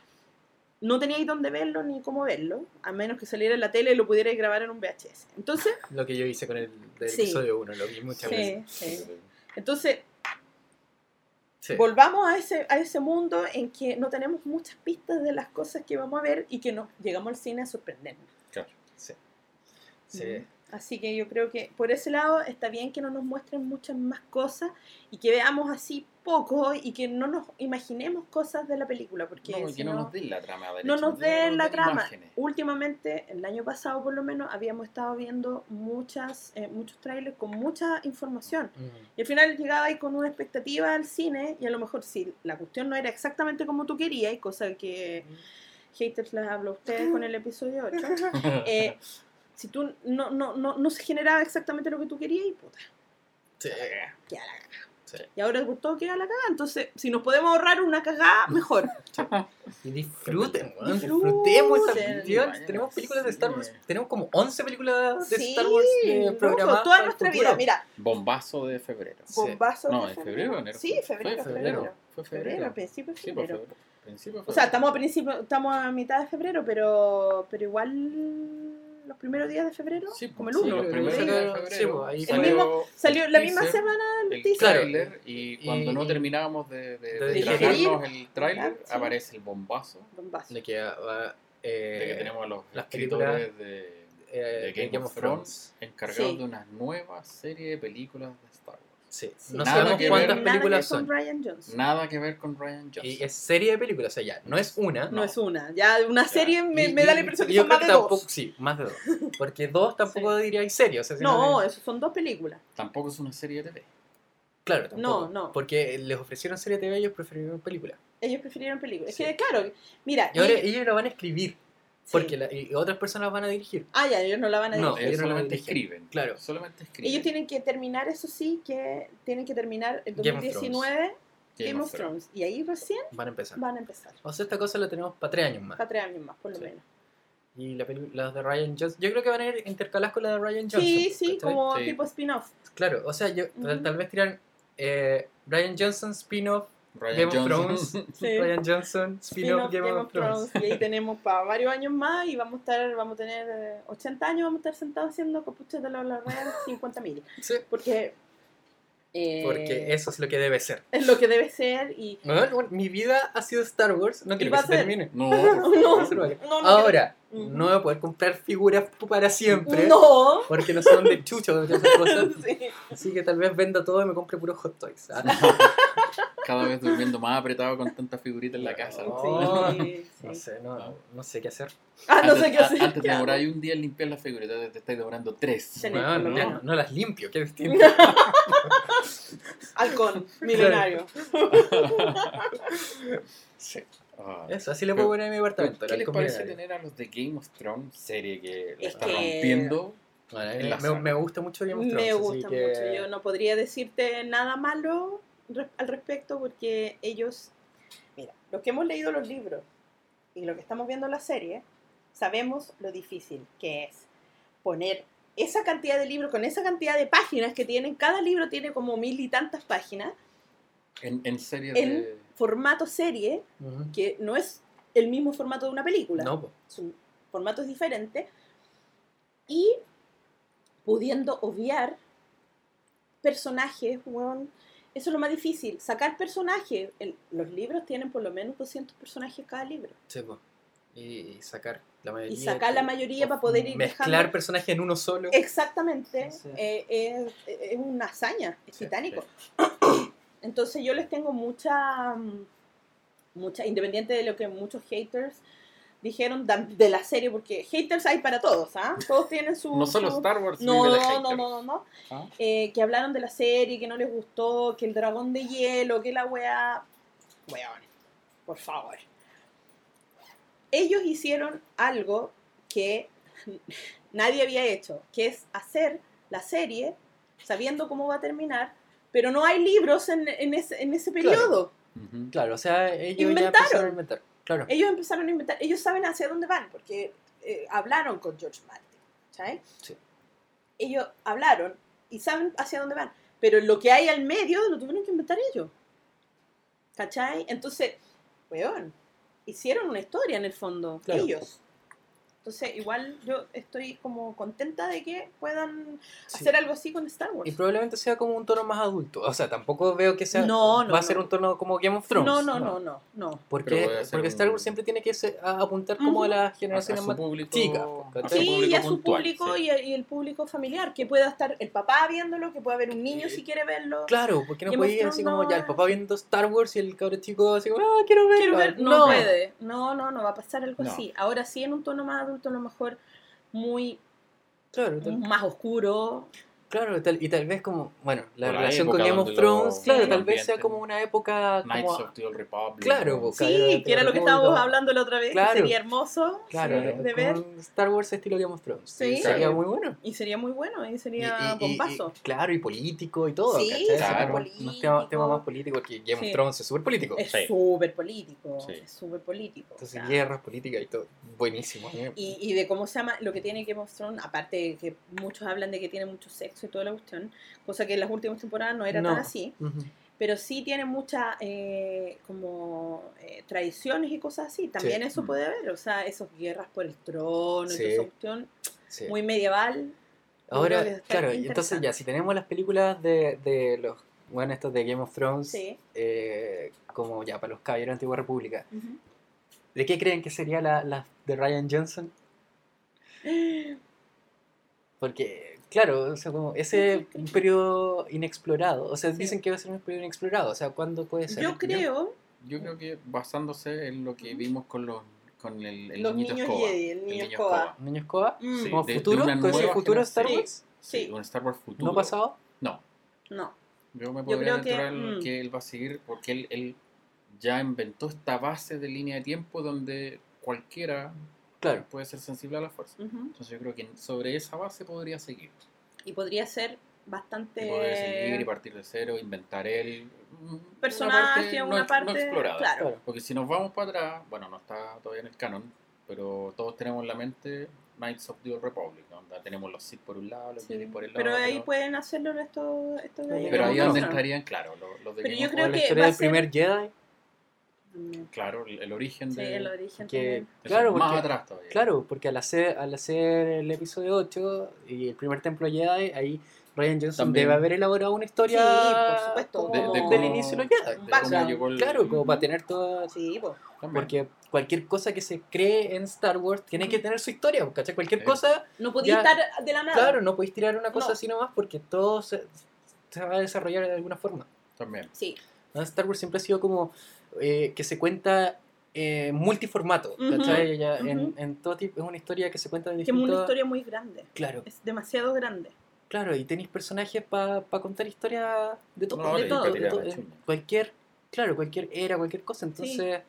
Speaker 3: no teníais dónde verlo ni cómo verlo, a menos que saliera en la tele y lo pudierais grabar en un VHS. Entonces,
Speaker 2: Lo que yo hice con el del
Speaker 3: Sí.
Speaker 2: episodio 1, lo vi muchas veces.
Speaker 3: sí, sí. entonces
Speaker 2: Sí.
Speaker 3: Volvamos a ese, a ese mundo en que no tenemos muchas pistas de las cosas que vamos a ver y que nos llegamos al cine a sorprendernos.
Speaker 1: Claro.
Speaker 2: Sí.
Speaker 3: Así que yo creo que por ese lado está bien que no nos muestren muchas más cosas y que veamos así poco y que no nos imaginemos cosas de la película, porque
Speaker 1: No, y
Speaker 3: si
Speaker 1: que no
Speaker 3: no-
Speaker 1: nos den la trama.
Speaker 3: no nos den la trama.
Speaker 1: imágenes.
Speaker 3: Últimamente, el año pasado por lo menos, habíamos estado viendo muchas, eh, muchos trailers con mucha información.
Speaker 2: Mm.
Speaker 3: Y al final llegaba ahí con una expectativa al cine y a lo mejor si la cuestión no era exactamente como tú querías, y cosa que
Speaker 2: Mm.
Speaker 3: haters les hablo a ustedes con el episodio 8, eh, si tú no, no, no, no se generaba exactamente lo que tú querías, y puta,
Speaker 2: Sí.
Speaker 3: queda la cagada.
Speaker 1: Sí.
Speaker 3: Y ahora por todo queda la cagada. Entonces, si nos podemos ahorrar una cagada, mejor.
Speaker 2: Y disfruten, weón,
Speaker 3: Disfruten.
Speaker 2: disfrutemos esta cuestión.
Speaker 1: Vaya,
Speaker 2: Tenemos películas de
Speaker 1: sí.
Speaker 2: Star Wars, tenemos como 11 películas de
Speaker 3: Sí,
Speaker 2: Star Wars eh,
Speaker 3: loco,
Speaker 2: programadas. para
Speaker 3: toda
Speaker 2: el
Speaker 3: nuestra
Speaker 2: futuro.
Speaker 3: vida. Mira,
Speaker 1: Bombazo de febrero.
Speaker 2: Sí.
Speaker 3: bombazo.
Speaker 1: No,
Speaker 3: de
Speaker 1: en febrero o enero.
Speaker 3: Sí, febrero,
Speaker 1: Fue
Speaker 3: febrero.
Speaker 1: febrero. Fue
Speaker 3: Febrero,
Speaker 1: febrero.
Speaker 3: principio de
Speaker 1: Sí, pues, por
Speaker 3: febrero.
Speaker 1: febrero. Principio de
Speaker 3: O sea,
Speaker 1: febrero.
Speaker 3: estamos a principio, estamos a mitad de febrero, pero, pero igual los primeros días de febrero,
Speaker 1: Sí,
Speaker 3: como el
Speaker 1: sí,
Speaker 3: 1.
Speaker 1: los
Speaker 2: el
Speaker 1: primeros
Speaker 2: uno.
Speaker 1: días de
Speaker 2: Sí,
Speaker 1: febrero
Speaker 2: pues, ahí
Speaker 3: salió Salió la
Speaker 1: el
Speaker 3: misma
Speaker 1: teaser,
Speaker 3: semana el
Speaker 1: el
Speaker 3: teaser.
Speaker 2: Claro.
Speaker 1: tráiler y cuando no
Speaker 2: y-
Speaker 1: terminábamos de, de,
Speaker 2: de
Speaker 1: de
Speaker 2: digerir.
Speaker 1: tragarnos el tráiler
Speaker 3: Ah, sí.
Speaker 1: aparece el bombazo
Speaker 3: Bombazo.
Speaker 2: De que, ah, eh,
Speaker 1: de que tenemos a los
Speaker 2: las
Speaker 1: escritores de,
Speaker 2: eh,
Speaker 1: de Game, of Thrones, encargados
Speaker 3: Sí.
Speaker 1: de una nueva serie de películas de Star Wars.
Speaker 2: Sí,
Speaker 3: Sí.
Speaker 2: no
Speaker 1: Nada
Speaker 2: sabemos
Speaker 1: que ver.
Speaker 2: cuántas
Speaker 1: Nada
Speaker 2: películas
Speaker 3: son.
Speaker 2: son.
Speaker 3: Brian Johnson.
Speaker 1: Nada que ver con Ryan Johnson.
Speaker 2: Y es serie de películas, o sea, ya, no es una.
Speaker 3: No.
Speaker 1: no.
Speaker 3: es una. Ya una serie me,
Speaker 2: Y-
Speaker 3: me da la
Speaker 2: y-
Speaker 3: impresión que
Speaker 2: yo
Speaker 3: son
Speaker 2: creo
Speaker 3: más de
Speaker 2: que tampoco,
Speaker 3: dos.
Speaker 2: Sí, más de dos. Porque dos tampoco diría hay serie. O sea, si
Speaker 3: No, eso son dos películas.
Speaker 1: Tampoco es una serie de TV.
Speaker 2: Claro, tampoco.
Speaker 3: No, no.
Speaker 2: Porque les ofrecieron serie TV y ellos prefirieron película.
Speaker 3: Ellos prefirieron películas.
Speaker 2: Sí.
Speaker 3: Es que, claro, mira.
Speaker 2: Y ahora
Speaker 3: y-
Speaker 2: ellos la van a escribir.
Speaker 3: sí.
Speaker 2: Porque la- y otras personas van a dirigir.
Speaker 3: Ah, ya, ellos no la van a
Speaker 2: No,
Speaker 3: decir.
Speaker 1: Ellos
Speaker 2: ellos no lo
Speaker 1: solamente
Speaker 2: dirigen.
Speaker 1: escriben.
Speaker 2: Claro.
Speaker 1: Solamente escriben.
Speaker 3: Ellos tienen que terminar, eso sí, que tienen que terminar en
Speaker 2: Game of Thrones.
Speaker 3: 2019
Speaker 1: Game of Thrones.
Speaker 3: Y ahí recién
Speaker 2: Van a empezar.
Speaker 3: van a empezar.
Speaker 2: O sea, esta cosa la tenemos para tres años más.
Speaker 3: Para tres años más, por lo
Speaker 2: Sí.
Speaker 3: menos.
Speaker 2: Y la peli- las de Ryan Johnson. Yo creo que van a ir intercaladas con las de Ryan Johnson.
Speaker 3: sí, sí,
Speaker 2: ¿cachai?
Speaker 3: como
Speaker 1: Sí.
Speaker 3: tipo spin-off.
Speaker 2: Claro, o sea, yo, tal,
Speaker 3: Ujú.
Speaker 2: tal vez tiran eh, Ryan Johnson spin-off,
Speaker 1: Ryan
Speaker 2: Game of
Speaker 1: Johnson.
Speaker 2: Thrones.
Speaker 3: Sí.
Speaker 2: Ryan Johnson spin-off, Game, of Thrones.
Speaker 3: Y ahí tenemos para varios años más y vamos a estar, vamos a tener eh, 80 años, vamos a estar sentados haciendo capuchas de la la real 50 mil.
Speaker 2: Sí,
Speaker 3: Porque, eh,
Speaker 2: porque eso es lo que debe ser.
Speaker 3: es lo que debe ser y
Speaker 2: Bueno, bueno, mi vida ha sido Star Wars, no quiero
Speaker 3: va
Speaker 2: que
Speaker 3: a
Speaker 2: se
Speaker 3: ser.
Speaker 2: termine.
Speaker 1: No,
Speaker 3: No,
Speaker 1: por
Speaker 2: Se lo
Speaker 1: favor.
Speaker 2: vaya.
Speaker 3: no, no
Speaker 2: Ahora,
Speaker 3: quiero. Ujú.
Speaker 2: no voy a poder comprar figuras para siempre.
Speaker 3: no.
Speaker 2: Porque no son de chucho de esas cosas.
Speaker 3: Sí.
Speaker 2: Así que tal vez venda todo y me compre puros hot toys. ¿ah?
Speaker 1: Cada vez durmiendo más apretado con tantas figuritas en la casa.
Speaker 2: No.
Speaker 3: Sí, sí.
Speaker 2: Oh, No sé, no, no sé qué hacer.
Speaker 3: Ah, no
Speaker 1: antes,
Speaker 3: sé qué hacer.
Speaker 1: a- Antes
Speaker 3: ¿qué
Speaker 1: de
Speaker 3: hago?
Speaker 1: demorar un día en limpiar las figuritas, te- te estáis demorando tres.
Speaker 3: Sí.
Speaker 2: Bueno,
Speaker 1: no.
Speaker 2: ya, no las limpio, qué distinto.
Speaker 3: Halcón, milenario.
Speaker 1: Ah.
Speaker 2: Eso, así le puedo poner a mi apartamento.
Speaker 1: ¿Qué
Speaker 2: la
Speaker 1: les
Speaker 2: comida
Speaker 1: parece
Speaker 2: diaria.
Speaker 1: tener a los de Game of Thrones, serie que la
Speaker 3: Es
Speaker 1: está
Speaker 3: que-
Speaker 1: rompiendo?
Speaker 2: Bueno, a mí
Speaker 1: en la
Speaker 2: me-
Speaker 1: sala?
Speaker 2: me, gusta mucho Game of Thrones.
Speaker 3: Me
Speaker 2: así
Speaker 3: gusta
Speaker 2: que-
Speaker 3: mucho. Yo no podría decirte nada malo res- al respecto porque ellos, mira, los que hemos leído los libros y lo que estamos viendo en la serie, sabemos lo difícil que es poner esa cantidad de libros con esa cantidad de páginas que tienen. Cada libro tiene como mil y tantas páginas,
Speaker 1: En, en serie
Speaker 3: En-
Speaker 1: de...
Speaker 3: formato serie,
Speaker 2: Ujú.
Speaker 3: que no es el mismo formato de una película.
Speaker 2: No, po.
Speaker 3: son formatos diferentes y pudiendo obviar personajes, weón, eso es lo más difícil, sacar personajes, El- los libros tienen por lo menos 200 personajes cada libro
Speaker 2: Sí, po. Y, y sacar la
Speaker 3: y
Speaker 2: mayoría. mm,
Speaker 3: sacar la mayoría para poder ir
Speaker 2: Mezclar
Speaker 3: dejando-
Speaker 2: personajes en uno solo.
Speaker 3: Exactamente,
Speaker 2: Sí.
Speaker 3: eh, es, es una hazaña, es
Speaker 2: Sí,
Speaker 3: titánico. Entonces yo les tengo mucha, mm, mucha, independiente de lo que muchos haters dijeron da- de la serie, porque haters hay para todos, ¿ah? Todos tienen su...
Speaker 1: No solo
Speaker 3: su-
Speaker 1: Star Wars,
Speaker 3: no,
Speaker 1: sino de
Speaker 3: no,
Speaker 1: haters.
Speaker 3: no, no, no.
Speaker 1: Ah.
Speaker 3: Eh, que hablaron de la serie, que no les gustó, que el dragón de hielo, que la weá... Weón, por favor. Ellos hicieron algo que nadie había hecho, que es hacer la serie sabiendo cómo va a terminar, pero no hay libros en, en ese, en ese
Speaker 2: Claro.
Speaker 3: periodo.
Speaker 1: Ujú.
Speaker 2: Claro, o sea, ellos ya
Speaker 3: Inventaron. Eh,
Speaker 2: empezaron a inventar. Claro.
Speaker 3: Ellos empezaron a inventar, ellos saben hacia dónde van, porque eh, hablaron con George Martin, ¿cachai?
Speaker 2: Sí.
Speaker 3: Ellos hablaron y saben hacia dónde van, pero lo que hay al medio lo tuvieron que inventar ellos, ¿cachai? Entonces, weón, hicieron una historia en el fondo,
Speaker 2: Claro.
Speaker 3: ellos. Entonces, igual yo estoy como contenta de que puedan
Speaker 2: Sí.
Speaker 3: hacer algo así con Star Wars.
Speaker 2: Y probablemente sea como un tono más adulto. O sea, tampoco veo que sea.
Speaker 3: No, no,
Speaker 2: va a ser
Speaker 3: no.
Speaker 2: un tono como Game of Thrones.
Speaker 3: No, no, no, no, no.
Speaker 1: Pero
Speaker 2: Porque,
Speaker 1: puede ser
Speaker 2: porque Star Wars
Speaker 1: un-
Speaker 2: siempre tiene que ser- a- apuntar como a las
Speaker 1: A, a
Speaker 2: generaciones
Speaker 1: su
Speaker 2: más
Speaker 1: público...
Speaker 2: chicas,
Speaker 1: a su
Speaker 2: Sí,
Speaker 3: Sí, y a su
Speaker 1: puntual,
Speaker 3: público
Speaker 1: sí.
Speaker 3: y, a- y el público familiar, que pueda estar el papá viéndolo, que pueda haber un niño
Speaker 2: Eh,
Speaker 3: si quiere verlo.
Speaker 2: Claro, porque no
Speaker 3: Game of
Speaker 2: podía así
Speaker 3: Thrones
Speaker 2: como ya el
Speaker 3: no
Speaker 2: papá viendo Star Wars y el cabrón chico así como, ah, quiero verlo.
Speaker 3: Quiero ver- no,
Speaker 2: No.
Speaker 3: puede. No, no, no va a pasar algo
Speaker 1: No.
Speaker 3: así. Ahora sí, en un tono más adulto, a lo mejor muy
Speaker 2: Claro, tal-
Speaker 3: más oscuro,
Speaker 2: Claro, tal- y tal vez como, bueno, la
Speaker 1: Por la
Speaker 2: relación con
Speaker 1: época
Speaker 2: Game of
Speaker 1: donde lo-
Speaker 2: Thrones, claro,
Speaker 3: Sí.
Speaker 2: tal vez sea
Speaker 1: ambiente.
Speaker 2: como una época
Speaker 1: Knights
Speaker 2: como...
Speaker 1: of the Old Republic.
Speaker 2: Claro, po.
Speaker 3: Sí, que era lo que estábamos hablando la otra vez,
Speaker 2: Claro.
Speaker 3: que sería hermoso
Speaker 2: Claro,
Speaker 3: sí,
Speaker 2: lo-
Speaker 3: de
Speaker 2: como
Speaker 3: ver
Speaker 2: un Star Wars estilo Game of Thrones.
Speaker 3: Sí.
Speaker 2: Sería
Speaker 1: Claro.
Speaker 2: muy bueno.
Speaker 3: y sería muy bueno y
Speaker 2: Y-
Speaker 3: sería
Speaker 2: y- y-
Speaker 3: bombazo.
Speaker 2: y- claro, y político y todo.
Speaker 3: Sí,
Speaker 2: ¿cachai?
Speaker 3: súper
Speaker 2: Claro.
Speaker 3: político.
Speaker 2: Un tema, tema más político que Game
Speaker 3: Sí.
Speaker 2: of Thrones es súper político.
Speaker 1: Sí.
Speaker 3: Es súper político,
Speaker 1: Sí.
Speaker 3: es súper político. o
Speaker 2: Entonces,
Speaker 3: sea.
Speaker 2: guerras, políticas y todo. Buenísimo. ¿eh?
Speaker 3: y, y de cómo se llama, lo que tiene Game of Thrones, aparte de que muchos hablan de que tiene mucho sexo y toda la cuestión, cosa que en las últimas temporadas no era
Speaker 2: No.
Speaker 3: tan así,
Speaker 2: Ujú.
Speaker 3: pero sí tiene muchas eh, como eh, tradiciones y cosas así, también
Speaker 2: Sí.
Speaker 3: eso puede haber, o sea, esas guerras por el trono, y
Speaker 2: Sí.
Speaker 3: toda esa cuestión
Speaker 2: Sí.
Speaker 3: muy medieval.
Speaker 2: Ahora,
Speaker 3: creo que está
Speaker 2: claro, y entonces
Speaker 3: interesante.
Speaker 2: ya, si tenemos las películas de, de los, bueno, estos de Game of Thrones,
Speaker 3: Sí.
Speaker 2: eh, como ya para los caballeros de la Antigua República,
Speaker 3: Ujú.
Speaker 2: ¿de qué creen que sería la, la de Ryan Johnson? Porque, claro, o sea, como ese
Speaker 3: Sí, sí, sí.
Speaker 2: periodo inexplorado, o sea,
Speaker 3: Sí.
Speaker 2: dicen que va a ser un periodo inexplorado, o sea, ¿cuándo puede ser?
Speaker 3: Yo creo
Speaker 1: Yo creo que basándose en lo que
Speaker 3: Ujú.
Speaker 1: vimos con los con el, el
Speaker 3: los
Speaker 1: niñito
Speaker 3: niños
Speaker 1: escoba.
Speaker 3: Jedi, el niño escoba.
Speaker 2: ¿Niños Coa?
Speaker 3: Mm,
Speaker 1: Sí.
Speaker 2: ¿Como
Speaker 1: de- de
Speaker 2: futuro?
Speaker 1: una
Speaker 2: ¿Puede ser
Speaker 1: nueva
Speaker 2: futuro Star
Speaker 1: generación.
Speaker 2: Wars?
Speaker 1: Sí,
Speaker 3: Sí.
Speaker 1: un Star Wars
Speaker 3: Mm.
Speaker 1: futuro.
Speaker 2: ¿No pasado?
Speaker 1: No,
Speaker 3: No,
Speaker 1: yo me podría
Speaker 3: creo
Speaker 1: aventurar
Speaker 3: que, mm.
Speaker 1: que él va a seguir porque él, él ya inventó esta base de línea de tiempo donde cualquiera
Speaker 2: Claro.
Speaker 1: puede ser sensible a la fuerza.
Speaker 3: Ujú.
Speaker 1: Entonces yo creo que sobre esa base podría seguir.
Speaker 3: y podría ser bastante...
Speaker 1: Y poder seguir y partir de cero, inventar él.
Speaker 3: Este,
Speaker 1: mm,
Speaker 3: personaje, una parte,
Speaker 1: no, ex- no explorada.
Speaker 3: claro,
Speaker 2: Claro.
Speaker 1: Porque si nos vamos para atrás, bueno, no está todavía en el canon, pero todos tenemos en la mente Knights of the Old Republic, ¿no? Onda, tenemos los Sith por un lado, los
Speaker 3: sí.
Speaker 1: Jedi por el otro.
Speaker 3: pero ahí pueden hacerlo en estos estos
Speaker 2: Pero
Speaker 3: gallos
Speaker 1: Pero
Speaker 3: que
Speaker 1: ahí
Speaker 2: No,
Speaker 1: donde
Speaker 3: mostraron.
Speaker 1: estarían, claro, los, los de
Speaker 3: Pero
Speaker 1: Game
Speaker 3: yo
Speaker 1: of
Speaker 3: creo
Speaker 2: ¿O la
Speaker 1: Thrones,
Speaker 3: que
Speaker 2: historia
Speaker 3: va a
Speaker 2: del primer Jedi?
Speaker 3: Mm,
Speaker 1: Claro, el, el origen
Speaker 3: sí
Speaker 1: de...
Speaker 3: el origen
Speaker 2: Que,
Speaker 3: también.
Speaker 1: eso,
Speaker 2: claro,
Speaker 1: más
Speaker 2: porque
Speaker 1: atrás todavía.
Speaker 2: Claro, porque al hacer, al hacer el episodio 8 y el primer templo Jedi, ahí Ryan Johnson
Speaker 1: También.
Speaker 2: debe haber elaborado una historia
Speaker 3: Sí, por supuesto.
Speaker 2: como
Speaker 1: De- de
Speaker 2: del
Speaker 1: cómo-
Speaker 2: inicio de los Jedi.
Speaker 1: De
Speaker 3: Pasa.
Speaker 1: cómo llegó el...
Speaker 2: Claro, como
Speaker 3: Ujú.
Speaker 2: para tener todo...
Speaker 3: sí pues
Speaker 1: también.
Speaker 2: Porque cualquier cosa que se cree en Star Wars tiene que tener su historia, pues, ¿cachai? Cualquier
Speaker 1: Sí.
Speaker 2: cosa,
Speaker 3: no podía
Speaker 2: Ya.
Speaker 3: estar de la nada
Speaker 2: claro, no podéis tirar una cosa
Speaker 3: No.
Speaker 2: así nomás porque todo se, se va a desarrollar de alguna forma.
Speaker 1: También.
Speaker 3: sí
Speaker 2: ¿no? Star Wars siempre ha sido como eh, que se cuenta eh, multiformato,
Speaker 3: Ujú,
Speaker 2: ¿cachai? Ya en,
Speaker 3: ujú.
Speaker 2: en todo tipo, es una historia que se cuenta de
Speaker 3: que es una
Speaker 2: distintos...
Speaker 3: historia muy grande
Speaker 2: Claro,
Speaker 3: es demasiado grande
Speaker 2: Claro, y tenéis personajes para contar historias de todo.
Speaker 1: No,
Speaker 3: de
Speaker 2: de
Speaker 3: todo,
Speaker 2: todo,
Speaker 3: de
Speaker 2: de
Speaker 1: todo.
Speaker 2: todo, en cualquier, claro, cualquier era, cualquier cosa. Entonces,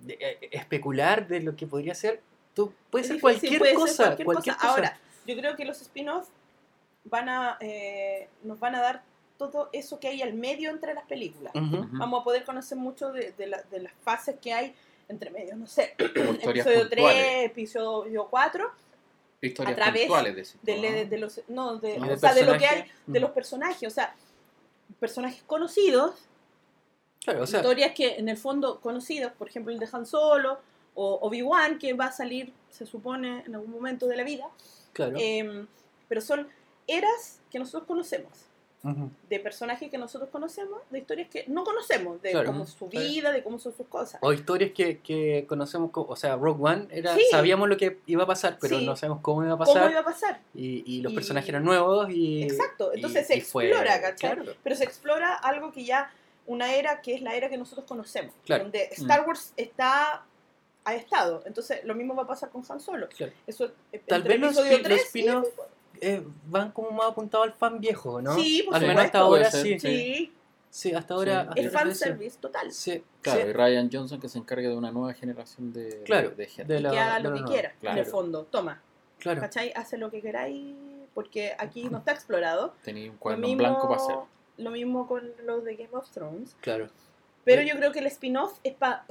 Speaker 2: de- eh, especular de lo que podría ser, tú, puede
Speaker 3: Es
Speaker 2: ser
Speaker 3: difícil,
Speaker 2: cualquier,
Speaker 3: puede ser
Speaker 2: cosa,
Speaker 3: cualquier
Speaker 2: cualquier
Speaker 3: cosa.
Speaker 2: cosa.
Speaker 3: ahora yo creo que los spin-offs van a eh, nos van a dar todo eso que hay al medio entre las películas
Speaker 2: Ujú.
Speaker 1: Ujú.
Speaker 3: vamos a poder conocer mucho de, de la- de las fases que hay entre medio no sé
Speaker 1: Como historias
Speaker 3: episodio 3
Speaker 1: puntuales.
Speaker 3: episodio 4
Speaker 1: Historias
Speaker 3: a través
Speaker 1: puntuales, decís tú,
Speaker 3: de,
Speaker 1: ¿no?
Speaker 3: de- de los no de,
Speaker 2: Ah. Y
Speaker 3: o sea, de lo que hay
Speaker 2: personajes,
Speaker 3: de los
Speaker 2: mm,
Speaker 3: personajes o sea personajes conocidos
Speaker 2: claro, o sea,
Speaker 3: historias que en el fondo conocidos por ejemplo el de Han Solo o Obi Wan que va a salir se supone en algún momento de la vida
Speaker 2: claro.
Speaker 3: eh, pero son eras que nosotros conocemos
Speaker 2: ujú,
Speaker 3: de personajes que nosotros conocemos de historias que no conocemos de
Speaker 2: Claro,
Speaker 3: cómo
Speaker 2: mm,
Speaker 3: es su
Speaker 2: claro.
Speaker 3: vida de cómo son sus cosas
Speaker 2: O historias que, que conocemos, co- o sea, Rogue One, era,
Speaker 3: Sí.
Speaker 2: sabíamos lo que iba a pasar, pero
Speaker 3: Sí.
Speaker 2: no sabemos cómo iba a pasar.
Speaker 3: cómo iba a pasar
Speaker 2: Y, y los
Speaker 3: y-
Speaker 2: personajes eran nuevos y...
Speaker 3: Exacto,
Speaker 2: y-
Speaker 3: entonces se
Speaker 2: y fue-
Speaker 3: explora, ¿cachai?
Speaker 2: Claro,
Speaker 3: pero se explora algo que ya, una era que es la era que nosotros conocemos,
Speaker 2: Claro. Mm.
Speaker 3: donde Star Wars está, ha estado, entonces lo mismo va a pasar con Han Solo.
Speaker 2: claro.
Speaker 3: Eso, eh,
Speaker 2: Tal
Speaker 3: entre
Speaker 2: vez los,
Speaker 3: episodio
Speaker 2: pi- los
Speaker 3: tres, sí,
Speaker 2: spin-off eh, van como más apuntados al fan viejo, ¿no?
Speaker 3: Sí, por
Speaker 2: Al menos
Speaker 3: supuesto.
Speaker 2: hasta ahora
Speaker 1: Puede
Speaker 2: sí.
Speaker 1: ser,
Speaker 2: sí.
Speaker 3: sí,
Speaker 2: hasta ahora.
Speaker 1: Sí.
Speaker 2: hasta
Speaker 3: es
Speaker 2: ahora eso.
Speaker 3: fanservice total,
Speaker 2: Sí,
Speaker 1: Claro, y
Speaker 2: sí,
Speaker 1: Ryan Johnson que se encarga de una nueva generación de,
Speaker 2: Claro,
Speaker 1: de, de gente.
Speaker 2: de la-
Speaker 3: que haga
Speaker 2: no,
Speaker 3: lo que
Speaker 2: no, no,
Speaker 3: quiera, en el
Speaker 1: claro.
Speaker 3: fondo, toma,
Speaker 2: claro.
Speaker 3: ¿cachai? Hace lo que queráis, porque aquí no está explorado.
Speaker 1: Tenía un
Speaker 3: Lo
Speaker 1: cuaderno en
Speaker 3: mismo,
Speaker 1: blanco para hacer.
Speaker 3: lo mismo con los de Game of Thrones.
Speaker 2: Claro.
Speaker 3: Pero
Speaker 2: Sí.
Speaker 3: yo creo que el spin-off es para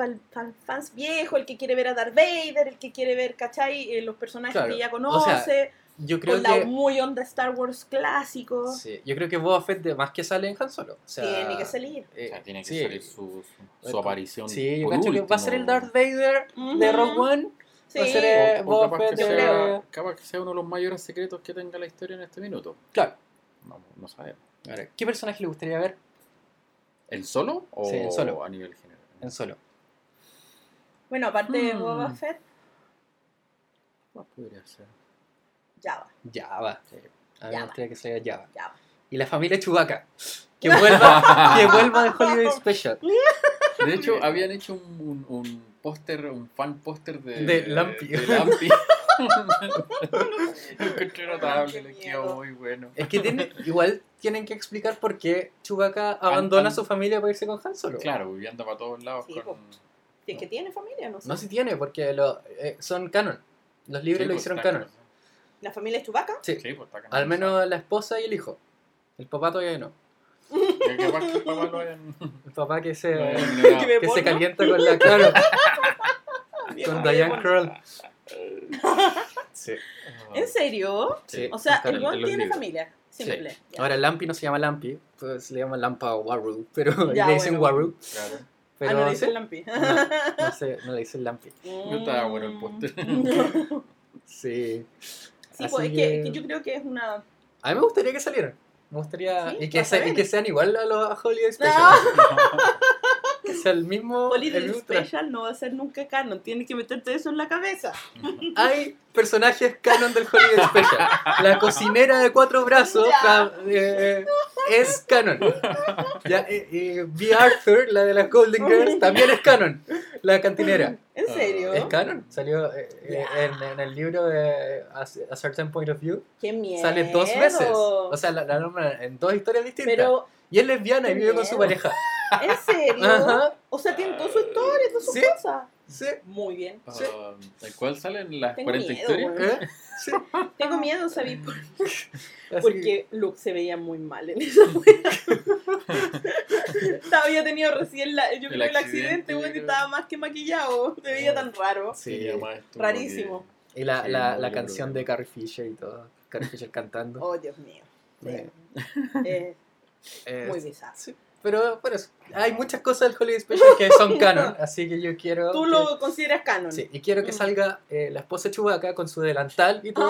Speaker 3: fans viejo, el que quiere ver a Darth Vader, el que quiere ver, ¿cachai? Eh, los personajes
Speaker 2: Claro,
Speaker 3: que ya
Speaker 2: o sea,
Speaker 3: conoce,
Speaker 2: Yo creo
Speaker 3: con la
Speaker 2: que.
Speaker 3: muy onda Star Wars clásico.
Speaker 2: sí, yo creo que Boba Fett, de más que sale en Han Solo. O sea,
Speaker 3: Tiene que salir.
Speaker 2: eh,
Speaker 1: O sea, tiene que
Speaker 2: sí.
Speaker 1: salir su, su- su
Speaker 2: Bueno,
Speaker 1: aparición.
Speaker 2: Sí, yo
Speaker 1: por
Speaker 2: cacho que va a
Speaker 1: último.
Speaker 2: ser el Darth Vader de Rogue One.
Speaker 3: Sí.
Speaker 2: va a ser el- Eh,
Speaker 1: O- o
Speaker 2: Boba
Speaker 1: capaz, que
Speaker 2: Fett, eh,
Speaker 3: yo
Speaker 1: sea,
Speaker 2: creo.
Speaker 1: capaz que sea uno de los mayores secretos que tenga la historia en este minuto.
Speaker 2: Claro.
Speaker 1: No, no sabemos.
Speaker 2: Ahora, ¿Qué personaje le gustaría ver
Speaker 1: ¿El solo o
Speaker 2: Sí, el solo.
Speaker 1: a nivel general?
Speaker 2: en Solo?
Speaker 3: Bueno, aparte de
Speaker 1: Hmm.
Speaker 3: Boba Fett,
Speaker 1: ¿Cuál podría ser?
Speaker 3: Java.
Speaker 2: Java.
Speaker 1: Sí.
Speaker 2: A mí me
Speaker 3: Java.
Speaker 2: gustaría que saliera Java.
Speaker 3: Java.
Speaker 2: Y la familia Chewbacca. Que vuelva, que vuelva de Holiday Special.
Speaker 1: De hecho, habían hecho un, un, un póster, un fan póster de,
Speaker 2: De Lampi.
Speaker 1: de Lampi Lo encontré notable, le quedó muy bueno.
Speaker 2: Es que tiene- igual tienen que explicar por qué Chewbacca abandona a su familia para irse con Han Solo.
Speaker 1: Claro, viviendo para todos lados
Speaker 3: Sí,
Speaker 1: con...
Speaker 3: Si es que tiene familia, no sé.
Speaker 2: No si tiene, porque lo- eh, son canon. Los libros
Speaker 1: Sí,
Speaker 2: lo
Speaker 1: pues,
Speaker 2: hicieron
Speaker 1: está
Speaker 2: canon.
Speaker 1: canonizado.
Speaker 3: La familia es Chubaca.
Speaker 2: Sí.
Speaker 1: Sí, pues está
Speaker 2: Al
Speaker 1: canonizado.
Speaker 2: menos la esposa y el hijo. El papá todavía no.
Speaker 1: Que capaz que el papá lo hayan-
Speaker 2: El papá que
Speaker 1: lo
Speaker 2: se,
Speaker 1: hayan
Speaker 3: Que
Speaker 1: ignorado.
Speaker 3: me-
Speaker 2: que
Speaker 3: ¿Porno?
Speaker 2: se calienta con la cara. con Diane Krull. Sí.
Speaker 3: ¿En serio?
Speaker 2: Sí.
Speaker 3: O sea,
Speaker 2: Eh, Está
Speaker 3: el
Speaker 2: en-
Speaker 3: Ron
Speaker 2: en los
Speaker 3: tiene
Speaker 2: libros.
Speaker 3: familia. Simple. Ya.
Speaker 2: Ahora Lampi no se llama Lampi, pues le llaman Lampa o Waru, pero
Speaker 3: Ya,
Speaker 2: le dicen
Speaker 3: bueno.
Speaker 2: Waru.
Speaker 1: Claro.
Speaker 2: Pero
Speaker 3: ah, no le dicen
Speaker 2: sí,
Speaker 3: Lampi.
Speaker 2: no, no sé, no le dicen Lampi.
Speaker 1: No estaba bueno el póster.
Speaker 2: Sí.
Speaker 3: Mm. sí,
Speaker 2: Así
Speaker 3: pues es que,
Speaker 2: que-
Speaker 3: que yo creo que es una.
Speaker 2: A mí me gustaría que salieran. Me gustaría.
Speaker 3: Sí,
Speaker 2: y, que
Speaker 3: vas a
Speaker 2: se- y
Speaker 3: ver.
Speaker 2: que sean igual a los a Holiday Special. Que sea el mismo. el
Speaker 3: Holiday
Speaker 2: mismo tra-
Speaker 3: Special no va a ser nunca canon. Tienes que meterte eso en la cabeza.
Speaker 2: Hay personajes canon del Holiday Special. La cocinera de cuatro brazos
Speaker 3: Ya.
Speaker 2: la- eh, es canon. Ya, eh, eh, B. Arthur, la de las Golden Girls, también es canon. La cantinera.
Speaker 3: ¿En serio?
Speaker 2: Ah, Es canon. Salió eh, eh, en, en el libro de A A Certain Point of View.
Speaker 3: ¡Qué miedo!
Speaker 2: Sale dos veces. O sea, la, la nombran en dos historias distintas.
Speaker 3: Pero,
Speaker 2: y es lesbiana y vive con su
Speaker 3: Miedo.
Speaker 2: pareja.
Speaker 3: ¿en serio?
Speaker 2: Ajá.
Speaker 3: O sea, tiene toda su historia, todas sus
Speaker 2: Sí.
Speaker 3: cosas.
Speaker 2: Sí.
Speaker 3: Muy bien.
Speaker 1: Ah, ¿El cual salen las
Speaker 3: Tengo
Speaker 1: 40
Speaker 3: miedo,
Speaker 1: historias?
Speaker 3: weón.
Speaker 2: ¿Eh? Sí.
Speaker 3: Tengo miedo, ¿sabí? Por-
Speaker 2: Así-
Speaker 3: Porque Luke se veía muy mal en esa wea. Estaba- Había tenido recién la, yo
Speaker 1: El
Speaker 3: creo Oh. el
Speaker 1: accidente,
Speaker 3: accidente, weón, y estaba más que maquillado. Se veía tan raro.
Speaker 2: Sí.
Speaker 1: Y además estuvo
Speaker 3: Rarísimo.
Speaker 2: Y la,
Speaker 1: Sí,
Speaker 2: la,
Speaker 1: muy
Speaker 2: la
Speaker 1: bien,
Speaker 2: canción
Speaker 1: muy bien.
Speaker 2: de Carrie Fisher y todo. Carrie Fisher cantando.
Speaker 3: Oh, Dios mío. Sí.
Speaker 2: Eh,
Speaker 3: Eh,
Speaker 2: eh,
Speaker 3: muy bizarro.
Speaker 2: sí. Pero, pero eso, hay muchas cosas del Holiday Special que son canon, así que yo quiero.
Speaker 3: Tú
Speaker 2: que-
Speaker 3: lo consideras canon.
Speaker 2: Sí, y quiero que
Speaker 3: Mm.
Speaker 2: salga eh, la esposa de Chewbacca con su delantal y todo.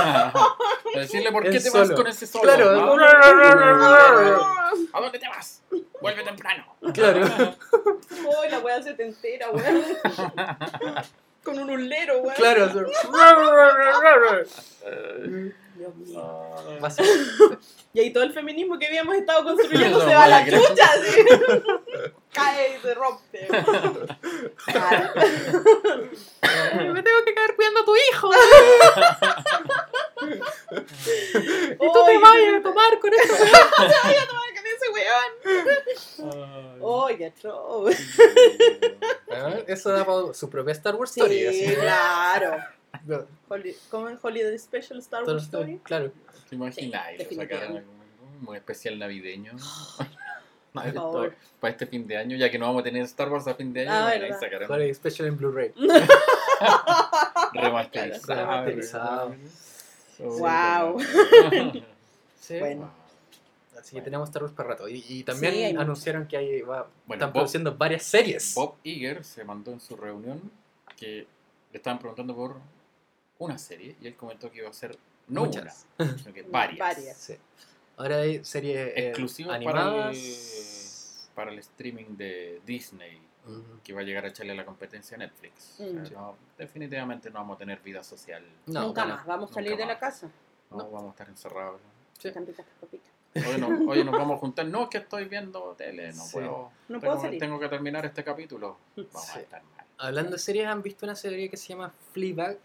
Speaker 3: Ah,
Speaker 1: Para decirle por qué
Speaker 2: El
Speaker 1: te vas
Speaker 2: solo.
Speaker 1: con ese solo.
Speaker 2: Claro.
Speaker 1: ¿no?
Speaker 2: Ah.
Speaker 1: ¿A dónde te vas? Vuelve temprano.
Speaker 2: Claro,
Speaker 3: Oh, la wea se te entera, Con un ulero, weón.
Speaker 2: claro. su-
Speaker 3: Dios mío.
Speaker 2: Va a ser-
Speaker 3: Y ahí todo el feminismo que habíamos estado construyendo
Speaker 1: No,
Speaker 3: se va a la
Speaker 1: madre,
Speaker 3: chucha, así. Cae y se rompe. Claro.
Speaker 2: Me tengo que quedar cuidando a tu hijo. Y tú
Speaker 3: Oy,
Speaker 2: te vayas a tomar con este esto.
Speaker 3: ay, que me hace weón. Oy, qué atroz.
Speaker 2: Eso da pa- su propia Star Wars Story. así
Speaker 3: Sí,
Speaker 2: que-
Speaker 3: claro.
Speaker 2: No,
Speaker 3: Holi- ¿Cómo en Holiday Special Star
Speaker 2: Star
Speaker 3: Wars
Speaker 2: Wars
Speaker 3: Story?
Speaker 2: Story, claro.
Speaker 1: ¿Te imaginas?
Speaker 3: Sí,
Speaker 1: Lo sacaron
Speaker 3: definitivamente.
Speaker 1: algún- un especial navideño. Para
Speaker 3: favor.
Speaker 1: esto- para este fin de año, ya que no vamos a tener Star Wars a fin de año,
Speaker 3: Ah,
Speaker 1: bueno, ahí
Speaker 3: verdad.
Speaker 1: sacaron
Speaker 2: Holiday Special en Blu-ray.
Speaker 1: remasterizado.
Speaker 2: Claro, remasterizado.
Speaker 3: Wow.
Speaker 2: Sí.
Speaker 3: Bueno.
Speaker 2: Así que tenemos Star Wars para rato. Y, y también
Speaker 3: Sí, hay
Speaker 2: anunciaron que ahí va,
Speaker 1: Bueno,
Speaker 2: están
Speaker 1: Bob-
Speaker 2: produciendo varias series.
Speaker 1: Bob Iger se mandó en su reunión que le estaban preguntando por una serie y él comentó que iba a ser no
Speaker 2: Muchas.
Speaker 1: una, sino que varias.
Speaker 3: Varias.
Speaker 2: Sí. Ahora hay series eh,
Speaker 1: Exclusivas
Speaker 2: animadas.
Speaker 1: para el streaming de Disney
Speaker 2: Ujú.
Speaker 1: que va a llegar a echarle la competencia a Netflix.
Speaker 3: Mm.
Speaker 1: O sea, no, definitivamente no vamos a tener vida social.
Speaker 2: No,
Speaker 3: Nunca
Speaker 2: bueno,
Speaker 3: más. Vamos a
Speaker 1: nunca
Speaker 3: salir de
Speaker 1: más.
Speaker 3: la casa.
Speaker 1: No,
Speaker 2: No.
Speaker 1: vamos a estar encerrados.
Speaker 2: Sí.
Speaker 3: Tan ricas las papitas.
Speaker 1: Oye, no- oye, nos vamos a juntar. No, es que estoy viendo tele, no
Speaker 2: Sí.
Speaker 1: puedo.
Speaker 3: No puedo
Speaker 1: tengo,
Speaker 3: salir.
Speaker 1: tengo que terminar este capítulo. Vamos
Speaker 2: Sí.
Speaker 1: a estar mal.
Speaker 2: Hablando de series, ¿han visto una serie que se llama Fleabag?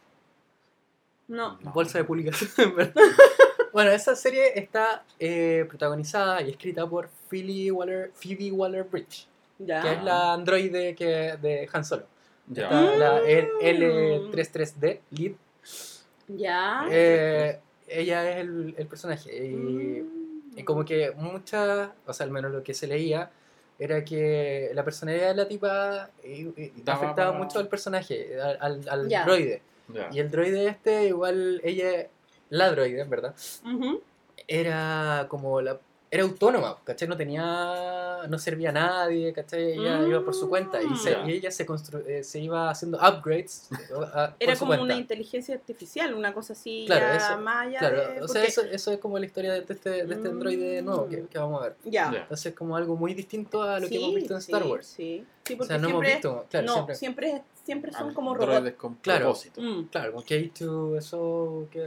Speaker 3: No.
Speaker 2: Bolsa de pulgas. bueno, esa serie está eh, protagonizada y escrita por Phoebe Waller, Phoebe Waller Bridge, que
Speaker 3: Ya.
Speaker 2: es la androide que, de Han Solo.
Speaker 1: Ah. Ya.
Speaker 2: Está la
Speaker 3: Mm.
Speaker 2: L33D, Lead.
Speaker 3: Ya.
Speaker 2: Eh, ella es el, el personaje. Y,
Speaker 3: Mm.
Speaker 2: y como que muchas, o sea, al menos lo que se leía, era que la personalidad de la tipa eh, eh,
Speaker 1: Daba
Speaker 2: afectaba
Speaker 1: para-
Speaker 2: mucho al personaje, al, al, al
Speaker 3: Ya.
Speaker 2: droide.
Speaker 1: Ya.
Speaker 2: Y el droide este, igual, ella, la droide, en verdad,
Speaker 3: Ujú.
Speaker 2: era como la... Era autónoma, ¿cachai? No tenía... No servía a nadie, ¿cachai? Ella
Speaker 3: Mm.
Speaker 2: iba por su cuenta y, se-
Speaker 1: Ya.
Speaker 2: y ella se, constru- eh, se iba haciendo upgrades. eh, a- por
Speaker 3: Era
Speaker 2: su
Speaker 3: como una
Speaker 2: cuenta.
Speaker 3: inteligencia artificial, una cosa así
Speaker 2: Claro,
Speaker 3: ya
Speaker 2: eso-
Speaker 3: maya. de-
Speaker 2: Claro, o
Speaker 3: porque-
Speaker 2: sea,
Speaker 3: Mm.
Speaker 2: eso, eso es como la historia de este, de este androide nuevo que, que vamos a ver.
Speaker 3: Ya.
Speaker 1: Ya.
Speaker 2: Entonces es como algo muy distinto a lo
Speaker 3: Sí,
Speaker 2: que hemos visto en Star
Speaker 3: sí,
Speaker 2: Wars.
Speaker 3: Sí, sí,
Speaker 2: O
Speaker 3: porque
Speaker 2: sea, no hemos
Speaker 3: siempre,
Speaker 2: visto, claro,
Speaker 3: no,
Speaker 2: siempre.
Speaker 3: siempre, siempre, son como robots.
Speaker 1: Androides con
Speaker 2: Claro.
Speaker 1: propósito.
Speaker 3: Mm.
Speaker 2: Claro, con K2, eso que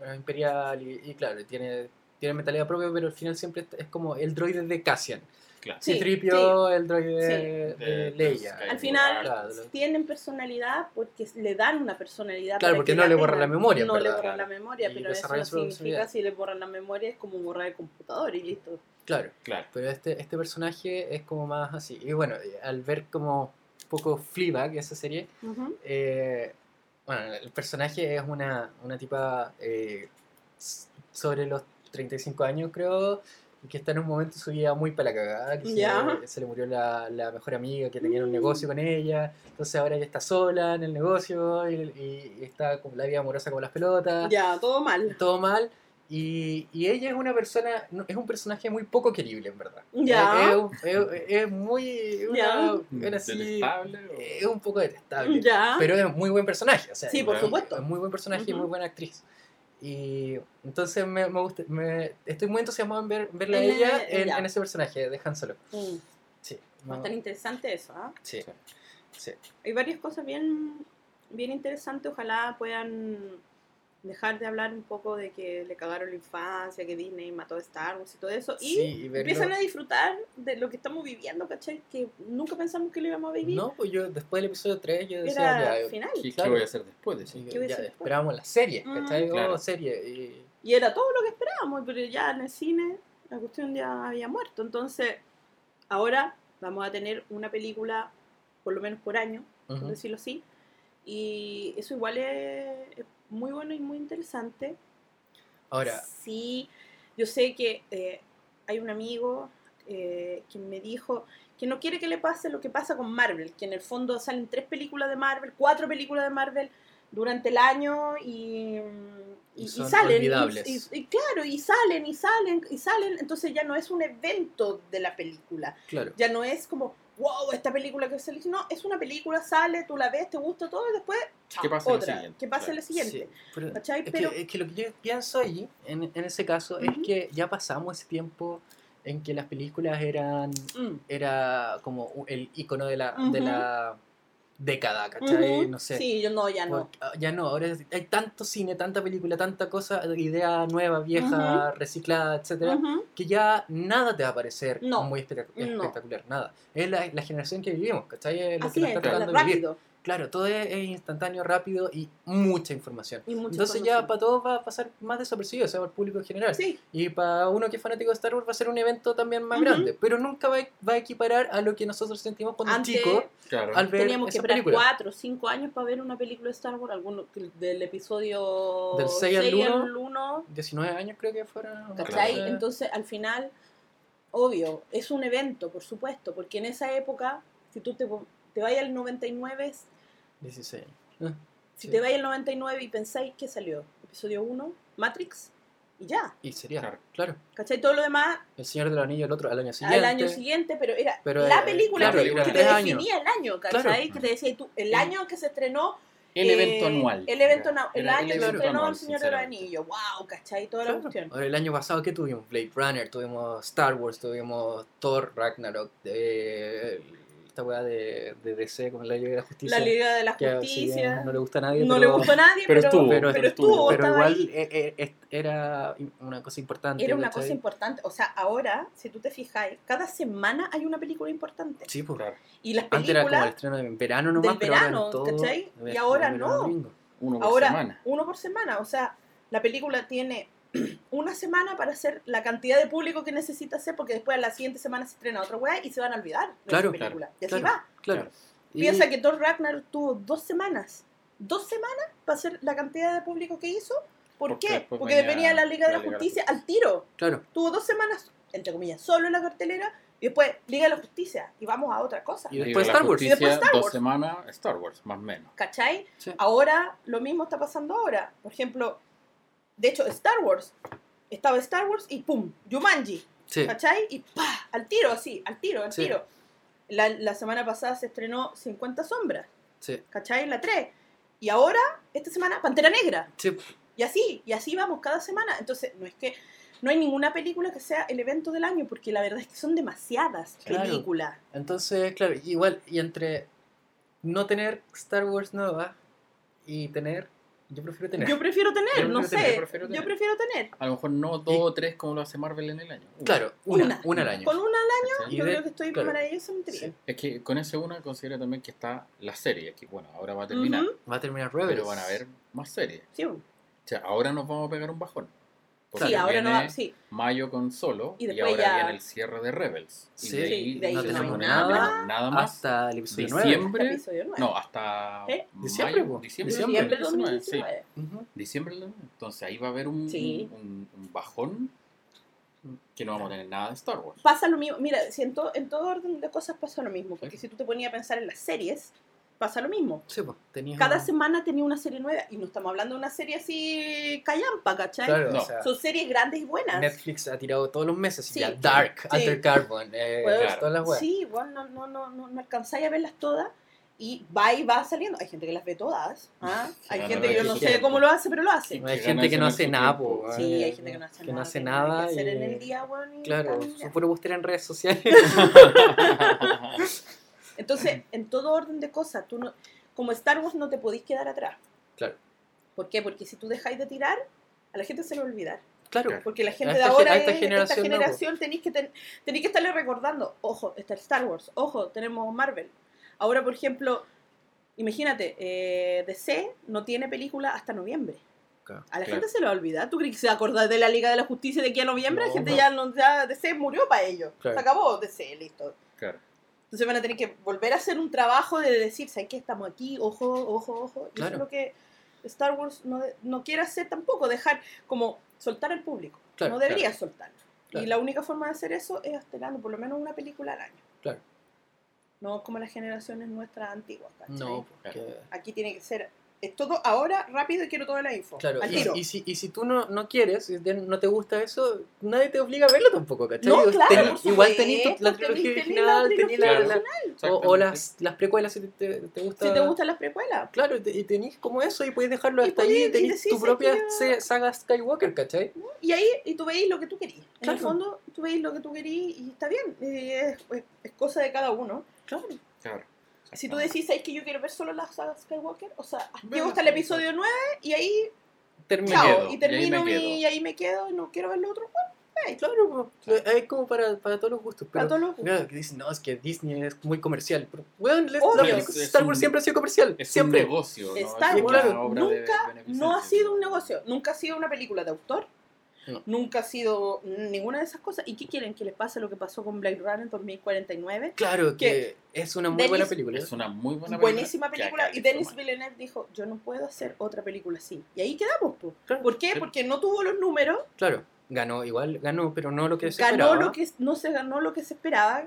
Speaker 2: era imperial y, y claro, tiene, tiene mentalidad propia, pero al final siempre es como el droide de Cassian.
Speaker 1: Claro.
Speaker 3: Sí,
Speaker 2: Citripio, el droide
Speaker 1: Sí.
Speaker 2: de
Speaker 1: De-
Speaker 2: Leia.
Speaker 1: de-
Speaker 3: Al final,
Speaker 2: Claro, lo-
Speaker 3: tienen personalidad porque le dan una personalidad.
Speaker 2: Claro,
Speaker 3: para
Speaker 2: porque
Speaker 3: que
Speaker 2: no
Speaker 3: la
Speaker 2: le borran
Speaker 3: tengan.
Speaker 2: la memoria, en
Speaker 3: No le
Speaker 2: verdad.
Speaker 3: borran la
Speaker 2: Claro.
Speaker 3: memoria,
Speaker 2: Y
Speaker 3: pero eso
Speaker 2: desarrollan
Speaker 3: no
Speaker 2: su personalidad.
Speaker 3: significa si le borran la memoria es como borrar el computador y listo.
Speaker 2: claro.
Speaker 1: claro.
Speaker 2: Pero este, este personaje es como más así. Y bueno, eh, al ver como un poco Fleabag esa serie,
Speaker 3: Ujú.
Speaker 2: eh, bueno, el personaje es una, una tipa eh, s- sobre los 35 años, creo, y que está en un momento de su vida muy para la cagada, que se-
Speaker 3: Ya.
Speaker 2: se, le murió la, la mejor amiga que tenía un
Speaker 3: Mm.
Speaker 2: negocio con ella, entonces ahora ella está sola en el negocio y, y- y está con la vida amorosa como las pelotas,
Speaker 3: Ya, todo mal.
Speaker 2: todo mal. Y, y ella es una persona, no- es un personaje muy poco querible, en verdad. Eh,
Speaker 3: Ya.
Speaker 2: Es, es un- es- es muy...
Speaker 3: Ya.
Speaker 2: Una, una así,
Speaker 1: ¿Detestable o-
Speaker 3: Eh,
Speaker 2: es un poco detestable
Speaker 3: Ya.
Speaker 2: uh, pero es muy buen personaje. O sea,
Speaker 3: Ah. Sí, por
Speaker 2: es-
Speaker 3: supuesto.
Speaker 2: Es muy buen personaje y
Speaker 3: Ujú.
Speaker 2: muy buena actriz. Y entonces me, me gusta, me- estoy muy entusiasmado en ver, verla a
Speaker 3: En-
Speaker 2: ella
Speaker 3: en-
Speaker 2: en,
Speaker 3: ya.
Speaker 2: en ese personaje de Han Solo.
Speaker 3: Mm.
Speaker 2: Sí,
Speaker 3: Va a
Speaker 2: no,
Speaker 3: estar interesante eso, ¿ah?
Speaker 2: sí, sí.
Speaker 3: Hay varias cosas bien, bien interesantes. Ojalá puedan dejar de hablar un poco de que le cagaron la infancia, que Disney mató a Star Wars y todo eso. Y
Speaker 2: Sí, y verlo-
Speaker 3: empiezan a disfrutar de lo que estamos viviendo, ¿cachai? Que nunca pensamos que lo íbamos a vivir.
Speaker 2: No, pues yo después del episodio 3 yo decía,
Speaker 3: Era
Speaker 2: ya,
Speaker 3: final.
Speaker 1: ¿Qué- ¿Qué,
Speaker 2: claro.
Speaker 1: voy a hacer después de eso?
Speaker 2: sí,
Speaker 3: ¿Qué hubiese
Speaker 2: ya
Speaker 3: sido?
Speaker 2: esperábamos la serie,
Speaker 3: Mm.
Speaker 2: ¿cachai? Oh,
Speaker 1: Claro.
Speaker 2: serie. Y,
Speaker 3: Y era todo lo que esperábamos, pero ya en el cine la cuestión ya había muerto. Entonces, ahora vamos a tener una película, por lo menos por año,
Speaker 2: Ujú.
Speaker 3: por decirlo así. Y eso igual es, es muy bueno y muy interesante.
Speaker 2: Ahora,
Speaker 3: Sí, yo sé que eh, hay un amigo eh, que me dijo que no quiere que le pase lo que pasa con Marvel, que en el fondo salen tres películas de Marvel, cuatro películas de Marvel durante el año y, mm,
Speaker 2: Y
Speaker 3: y- y
Speaker 2: son
Speaker 3: salen. y-
Speaker 2: olvidables.
Speaker 3: Y, y claro, y salen, y salen, y salen. Entonces ya no es un evento de la película.
Speaker 2: claro.
Speaker 3: Ya no es como, wow, esta película que sale. No, es una película, sale, tú la ves, te gusta todo y después chao,
Speaker 1: Que pase la
Speaker 3: otra.
Speaker 1: siguiente,
Speaker 3: Que pase
Speaker 1: claro.
Speaker 3: la siguiente.
Speaker 2: Sí, pero-
Speaker 3: ¿Cachai?
Speaker 2: Es,
Speaker 3: Pero-
Speaker 2: que, es que lo que yo pienso ahí, en, en ese caso,
Speaker 3: Ujú.
Speaker 2: es que ya pasamos ese tiempo en que las películas eran
Speaker 3: Mm.
Speaker 2: era como u- el icono de la, de
Speaker 3: Ujú.
Speaker 2: la década, ¿cachai?
Speaker 3: Ujú.
Speaker 2: No sé.
Speaker 3: Sí, yo no, ya no.
Speaker 2: Porque- ah, ya no, ahora es- hay tanto cine, tanta película, tanta cosa, idea nueva, vieja, reciclada, etcétera,
Speaker 3: Ujú.
Speaker 2: que ya nada te va a parecer
Speaker 3: No.
Speaker 2: muy espectac-
Speaker 3: No.
Speaker 2: espectacular, nada. Es la, la generación que vivimos, ¿cachai? Es lo
Speaker 3: Así
Speaker 2: que nos
Speaker 3: es,
Speaker 2: está
Speaker 3: claro,
Speaker 2: tratando de vivir.
Speaker 3: rápido.
Speaker 2: Claro, todo es, es instantáneo, rápido y mucha información.
Speaker 3: Y mucha
Speaker 2: Entonces ya
Speaker 3: información.
Speaker 2: para todos va a pasar más desapercibido, o sea, para el público en general.
Speaker 3: Sí,
Speaker 2: Y para uno que es fanático de Star Wars va a ser un evento también más
Speaker 3: Ujú.
Speaker 2: grande, pero nunca va a, e-, va a equiparar a lo que nosotros sentimos cuando
Speaker 3: antes
Speaker 2: chicos
Speaker 1: Claro.
Speaker 2: al ver
Speaker 3: teníamos que
Speaker 2: esa
Speaker 3: esperar
Speaker 2: película.
Speaker 3: 4 o 5 años para ver una película de Star Wars, alguno que- del episodio
Speaker 2: Del seis al
Speaker 3: seis
Speaker 2: uno.
Speaker 3: al uno,
Speaker 2: 19 años creo que fueron.
Speaker 3: ¿cachai?
Speaker 1: Claro.
Speaker 3: Entonces, al final, obvio, es un evento, por supuesto, porque en esa época, si tú te, te vayas al 99,
Speaker 2: Entonces, 16.
Speaker 3: si
Speaker 2: Sí.
Speaker 3: te vayas al 99 y pensáis que salió episodio 1, Matrix, y ya,
Speaker 2: Y sería, claro.
Speaker 1: Claro.
Speaker 3: ¿cachai? Todo lo demás
Speaker 2: El Señor del Anillo el otro al año siguiente.
Speaker 3: al año siguiente, pero era
Speaker 2: Pero,
Speaker 3: la
Speaker 2: eh,
Speaker 3: película
Speaker 1: claro,
Speaker 3: que,
Speaker 1: era
Speaker 3: que te
Speaker 1: tres
Speaker 2: años.
Speaker 3: definía el año, ¿cachai?
Speaker 2: Claro.
Speaker 3: Que te decía tú, el año que se estrenó
Speaker 1: El
Speaker 3: Eh,
Speaker 1: evento anual.
Speaker 3: El evento anual. El
Speaker 1: Era
Speaker 3: año que se
Speaker 1: evento
Speaker 3: estrenó
Speaker 1: anual,
Speaker 3: El Señor del
Speaker 1: sinceramente.
Speaker 3: Anillo. ¡Wow! ¿Cachai? Toda
Speaker 2: Claro.
Speaker 3: la cuestión.
Speaker 2: Ahora, el año pasado que tuvimos Blade Runner, tuvimos Star Wars, tuvimos Thor, Ragnarok, eh, esta weá de, de DC con la Liga de la Justicia.
Speaker 3: La Liga de la
Speaker 2: que si bien
Speaker 3: Justicia.
Speaker 2: no
Speaker 3: No,
Speaker 2: le gusta a nadie.
Speaker 3: le
Speaker 2: pero-
Speaker 3: gustó a nadie,
Speaker 1: pero
Speaker 3: pero,
Speaker 1: estuvo,
Speaker 3: pero
Speaker 2: pero
Speaker 3: estuvo,
Speaker 1: estuvo,
Speaker 2: Pero
Speaker 3: estaba
Speaker 2: igual
Speaker 3: ahí.
Speaker 2: eh, eh, es- era una cosa importante.
Speaker 3: Era una
Speaker 2: ¿cachai?
Speaker 3: cosa importante. O sea, ahora, si tú te fijáis, cada semana hay una película importante.
Speaker 2: Sí, pues.
Speaker 1: Claro.
Speaker 3: Y las
Speaker 2: Antes era como el
Speaker 3: películas,
Speaker 2: estreno en verano nomás,
Speaker 3: del
Speaker 2: pero ahora en
Speaker 3: verano,
Speaker 2: todo-
Speaker 3: ¿cachai?
Speaker 2: en
Speaker 3: Y ahora
Speaker 2: en verano
Speaker 3: no.
Speaker 2: gringo.
Speaker 1: Uno por
Speaker 3: ahora,
Speaker 1: semana.
Speaker 3: uno por semana. O sea, la película tiene una semana para hacer la cantidad de público que necesita hacer, porque después a la siguiente semana se estrena otra weá y se van a olvidar de
Speaker 2: Claro,
Speaker 3: esa película. y así
Speaker 2: claro.
Speaker 3: va.
Speaker 2: Claro. Y-
Speaker 3: Piensa que Thor Ragnar tuvo dos semanas. Dos semanas para hacer la cantidad de público que hizo. ¿Por
Speaker 1: Porque
Speaker 3: qué?
Speaker 1: después
Speaker 3: Porque
Speaker 1: venía
Speaker 3: dependía de la Liga de la
Speaker 1: la Liga de la
Speaker 3: Justicia al tiro.
Speaker 2: Claro,
Speaker 3: Tuvo dos semanas, entre comillas, solo en la cartelera. Y después Liga de la Justicia. Y vamos a otra cosa.
Speaker 2: Y después
Speaker 1: la
Speaker 2: Star Wars.
Speaker 1: Justicia,
Speaker 3: Y después Star
Speaker 1: Dos
Speaker 3: Wars.
Speaker 1: semanas Star Wars, más o menos.
Speaker 3: ¿Cachai?
Speaker 2: sí.
Speaker 3: Ahora lo mismo está pasando ahora. Por ejemplo, de hecho, Star Wars. Estaba Star Wars y ¡pum! Jumanji.
Speaker 2: sí.
Speaker 3: ¿Cachai? Y ¡pa! Al tiro, así, al tiro, al
Speaker 2: Sí.
Speaker 3: tiro. La, la semana pasada se estrenó 50 sombras.
Speaker 2: Sí,
Speaker 3: ¿cachai? La 3. Y ahora, esta semana, Pantera Negra.
Speaker 2: sí, pues,
Speaker 3: Y así, y así vamos cada semana. Entonces, no es que no hay ninguna película que sea el evento del año, porque la verdad es que son demasiadas
Speaker 2: Claro.
Speaker 3: películas.
Speaker 2: entonces, claro, igual, y entre no tener Star Wars nueva y tener Yo prefiero tener.
Speaker 3: Yo prefiero tener,
Speaker 1: Yo
Speaker 3: no
Speaker 1: prefiero
Speaker 3: sé.
Speaker 1: tener, yo prefiero
Speaker 3: Yo
Speaker 1: tener.
Speaker 3: prefiero tener.
Speaker 1: A lo mejor no dos o tres como lo hace Marvel en el año. Una,
Speaker 2: claro, una, una,
Speaker 3: Una.
Speaker 2: al año.
Speaker 3: Con una al
Speaker 1: ¿cachai?
Speaker 2: Y
Speaker 3: año, yo
Speaker 2: de-
Speaker 3: creo que estoy
Speaker 2: claro.
Speaker 3: maravillosa en trío.
Speaker 2: Sí.
Speaker 1: Es que con ese una considera también que está la serie, que bueno, ahora va a terminar,
Speaker 3: Ujú.
Speaker 2: Va a terminar Rebels.
Speaker 1: pero van a haber más series.
Speaker 3: Sí, bueno.
Speaker 1: O sea, ahora nos vamos a pegar un bajón.
Speaker 3: Sí,
Speaker 1: Porque
Speaker 3: ahora no va.
Speaker 1: viene
Speaker 3: Sí,
Speaker 1: Mayo con Solo
Speaker 3: Y
Speaker 1: y,
Speaker 3: después
Speaker 1: ahora
Speaker 3: ya-
Speaker 1: viene el cierre de Rebels.
Speaker 2: Sí,
Speaker 1: y de
Speaker 3: sí,
Speaker 1: ahí
Speaker 3: de ahí
Speaker 1: no
Speaker 3: no
Speaker 1: tenemos
Speaker 3: hay
Speaker 1: nada,
Speaker 3: nada.
Speaker 1: nada más.
Speaker 2: Hasta el episodio 9.
Speaker 1: Diciembre.
Speaker 3: episodio nueve.
Speaker 1: No, hasta
Speaker 3: ¿Eh?
Speaker 2: Diciembre,
Speaker 1: mayo,
Speaker 2: po.
Speaker 1: diciembre,
Speaker 2: Diciembre.
Speaker 1: del
Speaker 3: Diciembre
Speaker 1: 2019,
Speaker 3: 2019.
Speaker 1: sí. Diciembre del 2019. Entonces ahí va a haber un,
Speaker 3: Sí.
Speaker 1: un- un bajón que no vamos a tener nada de Star Wars.
Speaker 3: Pasa lo mismo. Mira, si en, to- en todo orden de cosas pasa lo mismo. Porque
Speaker 1: Sí.
Speaker 3: si tú te ponías a pensar en las series, pasa lo mismo.
Speaker 2: Sí, pues, tenías
Speaker 3: Cada
Speaker 2: una-
Speaker 3: semana tenía una serie nueva. Y no estamos hablando de una serie así callampa, ¿cachai?
Speaker 2: Claro,
Speaker 1: No.
Speaker 2: o sea,
Speaker 3: Son series grandes y buenas.
Speaker 2: Netflix ha tirado todos los meses.
Speaker 3: Sí.
Speaker 2: ya, Dark,
Speaker 3: Sí.
Speaker 2: Alter Carbon, eh,
Speaker 3: Bueno,
Speaker 1: Claro.
Speaker 2: todas las weas.
Speaker 3: Sí, igual no, no, no, no, no alcanzáis a verlas todas y va y va saliendo. Hay gente que las ve todas. ¿ah? Hay
Speaker 1: Claro,
Speaker 3: gente que yo no
Speaker 1: sí.
Speaker 3: sé cómo lo hace, pero lo hace.
Speaker 1: Sí,
Speaker 2: Hay
Speaker 1: que
Speaker 2: gente
Speaker 1: ganan
Speaker 2: que no
Speaker 1: en
Speaker 2: hace
Speaker 1: su
Speaker 2: nada,
Speaker 1: tiempo.
Speaker 2: po,
Speaker 3: Sí,
Speaker 2: weón.
Speaker 3: hay gente que no hace
Speaker 2: que no
Speaker 3: nada.
Speaker 2: hace
Speaker 3: que tiene que
Speaker 2: nada
Speaker 3: hacer
Speaker 2: y-
Speaker 3: en el día, bueno, y
Speaker 2: Claro,
Speaker 3: está, mira.
Speaker 2: son puro búster en redes sociales.
Speaker 3: Entonces, en todo orden de cosas, tú no, como Star Wars no te podís quedar atrás.
Speaker 2: Claro.
Speaker 3: ¿Por qué? Porque si tú dejáis de tirar, a la gente se le va a olvidar.
Speaker 2: claro,
Speaker 1: Claro.
Speaker 3: Porque la gente
Speaker 2: A
Speaker 3: de
Speaker 2: esta
Speaker 3: ahora,
Speaker 2: gen- a esta
Speaker 3: es- esta generación,
Speaker 2: generación no,
Speaker 3: tenéis que ten- tenéis que estarle recordando, ojo, está el Star Wars, ojo, tenemos Marvel. Ahora, por ejemplo, imagínate, eh, DC no tiene película hasta noviembre.
Speaker 2: Claro.
Speaker 3: A la
Speaker 1: Claro.
Speaker 3: gente se lo va a olvidar. ¿Tú crees que se va a acordar de la Liga de la Justicia de aquí a noviembre? la
Speaker 2: No,
Speaker 3: gente
Speaker 2: no.
Speaker 3: ya, no, ya DC murió para ellos.
Speaker 2: Claro.
Speaker 3: Se acabó DC, listo.
Speaker 1: Claro.
Speaker 3: Entonces van a tener que volver a hacer un trabajo de decir, ¿sabes qué? Estamos aquí, ojo, ojo, ojo. Y eso
Speaker 2: Claro.
Speaker 3: es lo que Star Wars no, de- no quiere hacer tampoco, dejar como soltar al público.
Speaker 2: Claro,
Speaker 3: no debería soltarlo.
Speaker 2: Claro.
Speaker 3: Y la única forma de hacer eso es esperando por lo menos una película al año.
Speaker 2: Claro.
Speaker 3: No como las generaciones nuestras antiguas. ¿cachai?
Speaker 2: no,
Speaker 1: Claro.
Speaker 2: porque-
Speaker 3: Aquí tiene que ser, es todo ahora, rápido y quiero toda la info.
Speaker 2: Claro,
Speaker 3: al
Speaker 2: y,
Speaker 3: tiro.
Speaker 2: y si, y si tú no, no quieres, si te- no te gusta eso, nadie te obliga a verlo tampoco, ¿cachai?
Speaker 3: No,
Speaker 2: Digo,
Speaker 3: claro,
Speaker 2: teni-
Speaker 3: por
Speaker 2: igual
Speaker 3: supuesto,
Speaker 2: tenés tu- la
Speaker 3: tenés-
Speaker 2: trilogía
Speaker 3: tenés la
Speaker 2: original, tenés la,
Speaker 1: trilogía
Speaker 2: la- o, o las, las precuelas si te, te- te gusta.
Speaker 3: si te gustan las precuelas.
Speaker 2: Claro, y te- y tenés como eso y podés dejarlo
Speaker 3: Y
Speaker 2: hasta
Speaker 3: podés-
Speaker 2: ahí,
Speaker 3: y
Speaker 2: tenés
Speaker 3: decís,
Speaker 2: tu propia
Speaker 3: "Aquí ya".
Speaker 2: se- saga Skywalker, ¿cachai?
Speaker 3: Y ahí y tú veis lo que tú querís. En el
Speaker 2: Claro.
Speaker 3: fondo, tú veis lo que tú querís y está bien. eh, Es, es- es cosa de cada uno. Claro.
Speaker 1: Claro.
Speaker 3: Si tú decís, ¿sabes que yo quiero ver solo las sagas Skywalker? O sea,
Speaker 1: Ve
Speaker 3: llego
Speaker 1: las
Speaker 3: hasta el
Speaker 1: películas.
Speaker 3: episodio 9 y ahí,
Speaker 2: Terminé.
Speaker 3: chao.
Speaker 1: quedo,
Speaker 3: y
Speaker 1: y ahí
Speaker 3: termino
Speaker 1: me
Speaker 3: mi-
Speaker 1: quedo.
Speaker 3: y ahí me quedo y no quiero ver lo otro. Bueno, hey,
Speaker 2: Claro, pues, hay como para, para todos los gustos.
Speaker 3: para
Speaker 2: Pero,
Speaker 3: todos los gustos.
Speaker 2: mira, que dicen, no, es que Disney es muy comercial. Pero, weón, les-
Speaker 3: Obvio.
Speaker 2: la-
Speaker 1: Es- es
Speaker 2: Star Wars
Speaker 1: un-
Speaker 2: siempre ha sido comercial.
Speaker 1: Es
Speaker 2: siempre.
Speaker 1: un negocio. ¿no?
Speaker 3: Star
Speaker 1: Es
Speaker 2: Wars
Speaker 1: una obra de
Speaker 3: nunca
Speaker 1: beneficencia.
Speaker 3: no ha sido un negocio, nunca ha sido una película de autor,
Speaker 2: No.
Speaker 3: nunca ha sido ninguna de esas cosas. ¿Y qué quieren que les pase lo que pasó con Blade Runner en 2049?
Speaker 2: Claro
Speaker 3: Que
Speaker 2: que es una muy
Speaker 3: Dennis-
Speaker 2: buena película.
Speaker 1: Es una muy buena película.
Speaker 3: Buenísima
Speaker 1: que
Speaker 3: película.
Speaker 1: acá
Speaker 3: Y
Speaker 1: le fue
Speaker 3: Denis
Speaker 1: mal.
Speaker 3: Villeneuve dijo, yo no puedo hacer otra película así. Y ahí quedamos. po.
Speaker 2: Claro.
Speaker 3: ¿Por qué?
Speaker 1: Sí.
Speaker 3: Porque no tuvo los números,
Speaker 2: Claro, ganó igual, ganó, pero no lo que se
Speaker 3: ganó
Speaker 2: esperaba.
Speaker 3: lo que no se ganó lo que se esperaba.